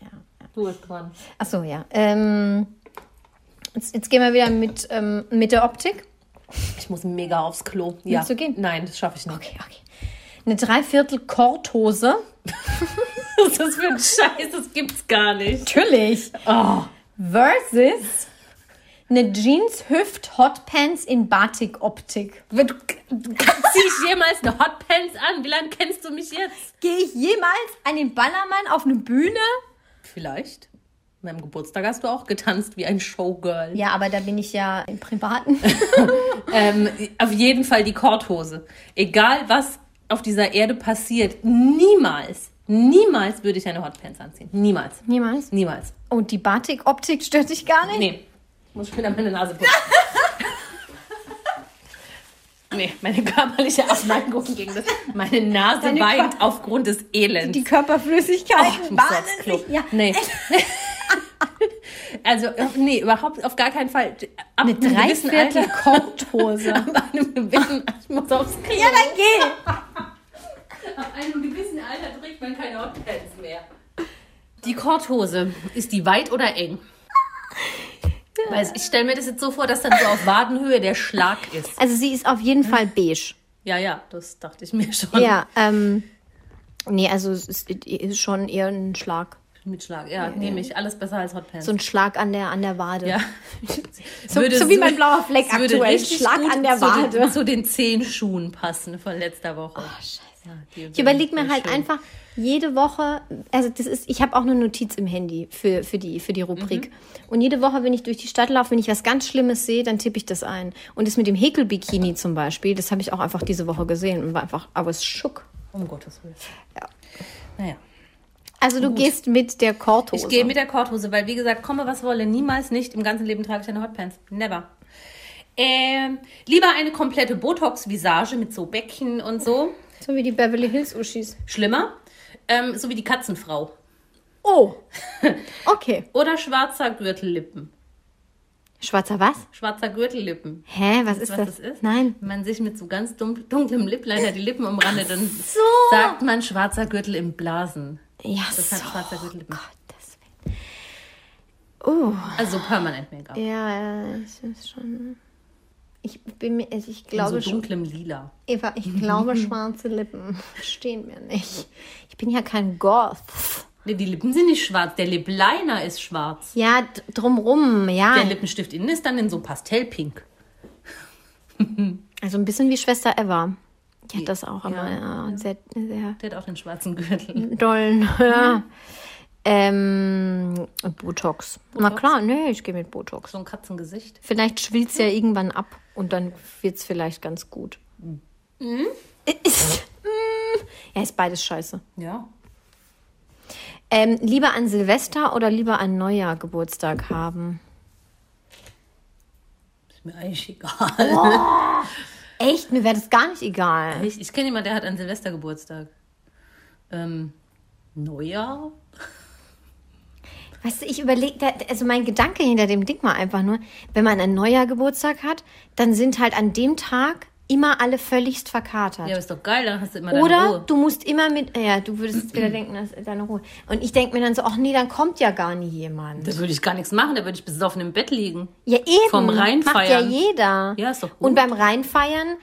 [SPEAKER 4] Ja.
[SPEAKER 3] Du bist dran.
[SPEAKER 4] Achso, ja. Ähm, jetzt, jetzt gehen wir wieder mit, ähm, mit der Optik.
[SPEAKER 3] Ich muss mega aufs Klo. Ja.
[SPEAKER 4] Willst du gehen?
[SPEAKER 3] Nein, das schaffe ich nicht.
[SPEAKER 4] Okay, okay. Eine Dreiviertel Korthose.
[SPEAKER 3] [LAUGHS] Was ist das für ein Scheiß? Das gibt's gar nicht. Oh.
[SPEAKER 4] Natürlich. Versus eine Jeans Hüft Hotpants in Batik Optik.
[SPEAKER 3] Wenn Du, zieh ich jemals eine Hotpants an? Wie lange kennst du mich jetzt?
[SPEAKER 4] Gehe ich jemals an den Ballermann auf eine Bühne?
[SPEAKER 3] Vielleicht. An meinem Geburtstag hast du auch getanzt wie ein Showgirl.
[SPEAKER 4] Ja, aber da bin ich ja im Privaten.
[SPEAKER 3] Ähm, auf jeden Fall die Korthose. Egal, was auf dieser Erde passiert, niemals, niemals würde ich eine Hotpants anziehen. Niemals.
[SPEAKER 4] [LAUGHS] Niemals.
[SPEAKER 3] Niemals.
[SPEAKER 4] Und die Batik Optik stört dich gar nicht?
[SPEAKER 3] Nee. Muss ich mir dann meine Nase putzen. nee, meine körperliche Abneigung gegen das. Meine Nase
[SPEAKER 4] Deine
[SPEAKER 3] weint
[SPEAKER 4] Qua-
[SPEAKER 3] aufgrund des Elends.
[SPEAKER 4] Die Körperflüssigkeiten
[SPEAKER 3] Ich muss
[SPEAKER 4] bahnen
[SPEAKER 3] aufs Klo.
[SPEAKER 4] sich. Ja.
[SPEAKER 3] Nee.
[SPEAKER 4] [LAUGHS]
[SPEAKER 3] also, nee, überhaupt auf gar keinen Fall. Ab
[SPEAKER 4] Eine
[SPEAKER 3] einem gewissen Alter,
[SPEAKER 4] Dreiviertel Korthose. ja,
[SPEAKER 3] ab [LAUGHS] einem gewissen, ich muss aufs Klo.
[SPEAKER 4] dann geh.
[SPEAKER 3] Ab einem gewissen Alter trägt man keine Hotpants mehr. Die Korthose, ist die weit oder eng? Weil ich stelle mir das jetzt so vor, dass dann so auf Wadenhöhe der Schlag ist.
[SPEAKER 4] Also sie ist auf jeden Fall beige.
[SPEAKER 3] Ja, ja, das dachte ich mir schon.
[SPEAKER 4] Ja, ähm, nee, also es ist, ist schon eher ein Schlag.
[SPEAKER 3] Mit Schlag, ja, nehme ich. Alles besser als Hotpants.
[SPEAKER 4] So ein Schlag an der, an der Wade.
[SPEAKER 3] ja.
[SPEAKER 4] So, so wie
[SPEAKER 3] [LAUGHS]
[SPEAKER 4] mein blauer Fleck
[SPEAKER 3] es würde
[SPEAKER 4] aktuell.
[SPEAKER 3] richtig
[SPEAKER 4] Schlag
[SPEAKER 3] gut
[SPEAKER 4] an der
[SPEAKER 3] Zu den,
[SPEAKER 4] Wade. Oh,
[SPEAKER 3] zu den Zehenschuhen passen von letzter Woche.
[SPEAKER 4] Ich überlege mir halt einfach jede Woche, also das ist, ich habe auch eine Notiz im Handy für, für, die, für die Rubrik. Und jede Woche, wenn ich durch die Stadt laufe, wenn ich was ganz Schlimmes sehe, dann tippe ich das ein. Und das mit dem Häkelbikini zum Beispiel, das habe ich auch einfach diese Woche gesehen und war einfach, aber es schock.
[SPEAKER 3] Um Gottes Willen. Ja. Naja.
[SPEAKER 4] Also du gehst mit der Korthose.
[SPEAKER 3] Ich gehe mit der Korthose, weil wie gesagt, komme was wolle, niemals nicht. Im ganzen Leben trage ich eine Hotpants. Never. Ähm, lieber eine komplette Botox-Visage mit so Bäckchen und so.
[SPEAKER 4] so wie die Beverly Hills Uschis.
[SPEAKER 3] Schlimmer. Ähm, so wie die Katzenfrau.
[SPEAKER 4] Oh. [LAUGHS] Okay.
[SPEAKER 3] Oder schwarzer Gürtellippen.
[SPEAKER 4] Schwarzer was?
[SPEAKER 3] Schwarzer Gürtellippen.
[SPEAKER 4] Hä, was ist
[SPEAKER 3] was
[SPEAKER 4] das?
[SPEAKER 3] das ist?
[SPEAKER 4] Nein.
[SPEAKER 3] Wenn man sich mit so ganz dun- dunklem Lippliner die Lippen umrandet, dann
[SPEAKER 4] so.
[SPEAKER 3] sagt man schwarzer Gürtel im Blasen.
[SPEAKER 4] Ja,
[SPEAKER 3] Das
[SPEAKER 4] so.
[SPEAKER 3] hat schwarzer Gürtellippen.
[SPEAKER 4] Gott, das Oh,
[SPEAKER 3] Also permanent Make-up.
[SPEAKER 4] ja, ja, das ist schon. Ich bin mir, also ich glaube
[SPEAKER 3] In so
[SPEAKER 4] schon,
[SPEAKER 3] dunklem Lila.
[SPEAKER 4] Eva, ich [LAUGHS] glaube, schwarze Lippen stehen mir nicht. Ich bin ja kein Goth.
[SPEAKER 3] Nee, die Lippen sind nicht schwarz. Der Lip Liner ist schwarz.
[SPEAKER 4] Ja, d- drumrum, ja.
[SPEAKER 3] Der Lippenstift innen ist dann in so Pastellpink.
[SPEAKER 4] Also ein bisschen wie Schwester Eva. Die hat das auch immer ja, sehr, sehr
[SPEAKER 3] Der hat auch den schwarzen Gürtel.
[SPEAKER 4] [LAUGHS] Mhm. dollen. Ja. Ähm, Botox. Na klar, nee, ich gehe mit Botox.
[SPEAKER 3] So ein Katzengesicht.
[SPEAKER 4] Vielleicht schwillt es ja Mhm. [LAUGHS] irgendwann ab und dann wird es vielleicht ganz gut. Ist-
[SPEAKER 2] Ja, ist beides scheiße.
[SPEAKER 3] Ja.
[SPEAKER 2] Ähm, lieber an Silvester oder lieber an Neujahr Geburtstag haben?
[SPEAKER 3] Ist mir [LAUGHS] eigentlich egal.
[SPEAKER 2] Echt? Mir wäre das gar nicht egal.
[SPEAKER 3] Ich, ich kenne jemanden, der hat an Silvester Geburtstag. Ähm, Neujahr?
[SPEAKER 2] Weißt du, ich überlege, also mein Gedanke hinter dem Ding war einfach nur, wenn man ein Neujahr Geburtstag hat, dann sind halt an dem Tag immer alle völligst verkatert.
[SPEAKER 3] Ja, aber ist doch geil, dann hast du immer deine
[SPEAKER 2] Oder
[SPEAKER 3] Ruhe.
[SPEAKER 2] du musst immer mit, ja, du würdest
[SPEAKER 3] [CLEARS THROAT]
[SPEAKER 2] jetzt wieder denken, das ist deine Ruhe. Und ich denke mir dann so, ach nee, dann kommt ja gar nie jemand.
[SPEAKER 3] Da würde ich gar nichts machen, da würde ich besoffen im Bett liegen.
[SPEAKER 2] Ja, eben.
[SPEAKER 3] Vom
[SPEAKER 2] Macht ja
[SPEAKER 3] Reinfeiern.
[SPEAKER 2] jeder.
[SPEAKER 3] Ja, ist doch gut.
[SPEAKER 2] Und beim Reinfeiern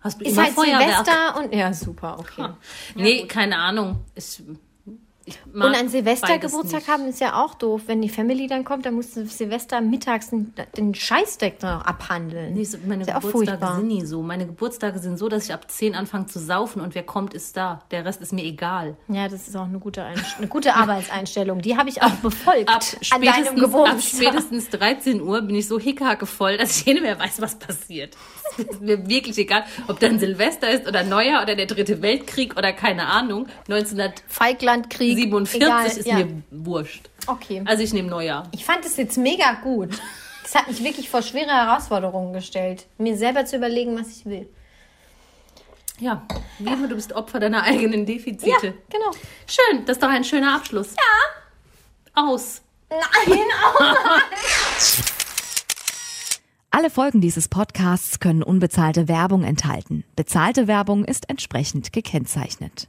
[SPEAKER 3] Hast du
[SPEAKER 2] ist
[SPEAKER 3] immer
[SPEAKER 2] halt
[SPEAKER 3] Feuerwerk.
[SPEAKER 2] Silvester und, ja, super, okay.
[SPEAKER 3] Nee, keine Ahnung. Ich, ich mag
[SPEAKER 2] Und an Silvester
[SPEAKER 3] beides
[SPEAKER 2] Geburtstag
[SPEAKER 3] nicht.
[SPEAKER 2] haben ist ja auch doof. Wenn die Family dann kommt, dann musst du Silvester mittags den, den Scheißdeck noch abhandeln.
[SPEAKER 3] Nee, so meine
[SPEAKER 2] ist ja auch
[SPEAKER 3] Geburtstage
[SPEAKER 2] furchtbar.
[SPEAKER 3] sind nie so. Meine Geburtstage sind so, dass ich ab 10 anfange zu saufen und wer kommt, ist da. Der Rest ist mir egal.
[SPEAKER 2] Ja, das ist auch eine gute, Einst eine gute Arbeitseinstellung. Die habe ich auch
[SPEAKER 4] [LAUGHS]
[SPEAKER 2] befolgt
[SPEAKER 3] Ab
[SPEAKER 2] an deinem
[SPEAKER 3] spätestens, ab
[SPEAKER 2] Geburtstag.
[SPEAKER 3] spätestens 13 Uhr bin ich so hickhack voll, dass ich [LAUGHS] nicht mehr weiß, was passiert. Es ist mir wirklich egal, ob dann Silvester ist oder Neujahr oder der Dritte Weltkrieg oder keine Ahnung. 1947
[SPEAKER 2] Feiglandkrieg. egal,
[SPEAKER 3] ist
[SPEAKER 2] ja.
[SPEAKER 3] mir wurscht.
[SPEAKER 2] Okay.
[SPEAKER 3] Also ich nehme Neujahr.
[SPEAKER 2] Ich fand es jetzt mega gut. Das hat mich wirklich vor schwere Herausforderungen gestellt, mir selber zu überlegen, was ich will.
[SPEAKER 3] Ja, wie immer, du bist Opfer deiner eigenen Defizite.
[SPEAKER 2] Ja, genau.
[SPEAKER 3] Schön, das ist doch ein schöner Abschluss. Ja. Aus.
[SPEAKER 2] Nein,
[SPEAKER 5] Alle Folgen dieses Podcasts können unbezahlte Werbung enthalten. Bezahlte Werbung ist entsprechend gekennzeichnet.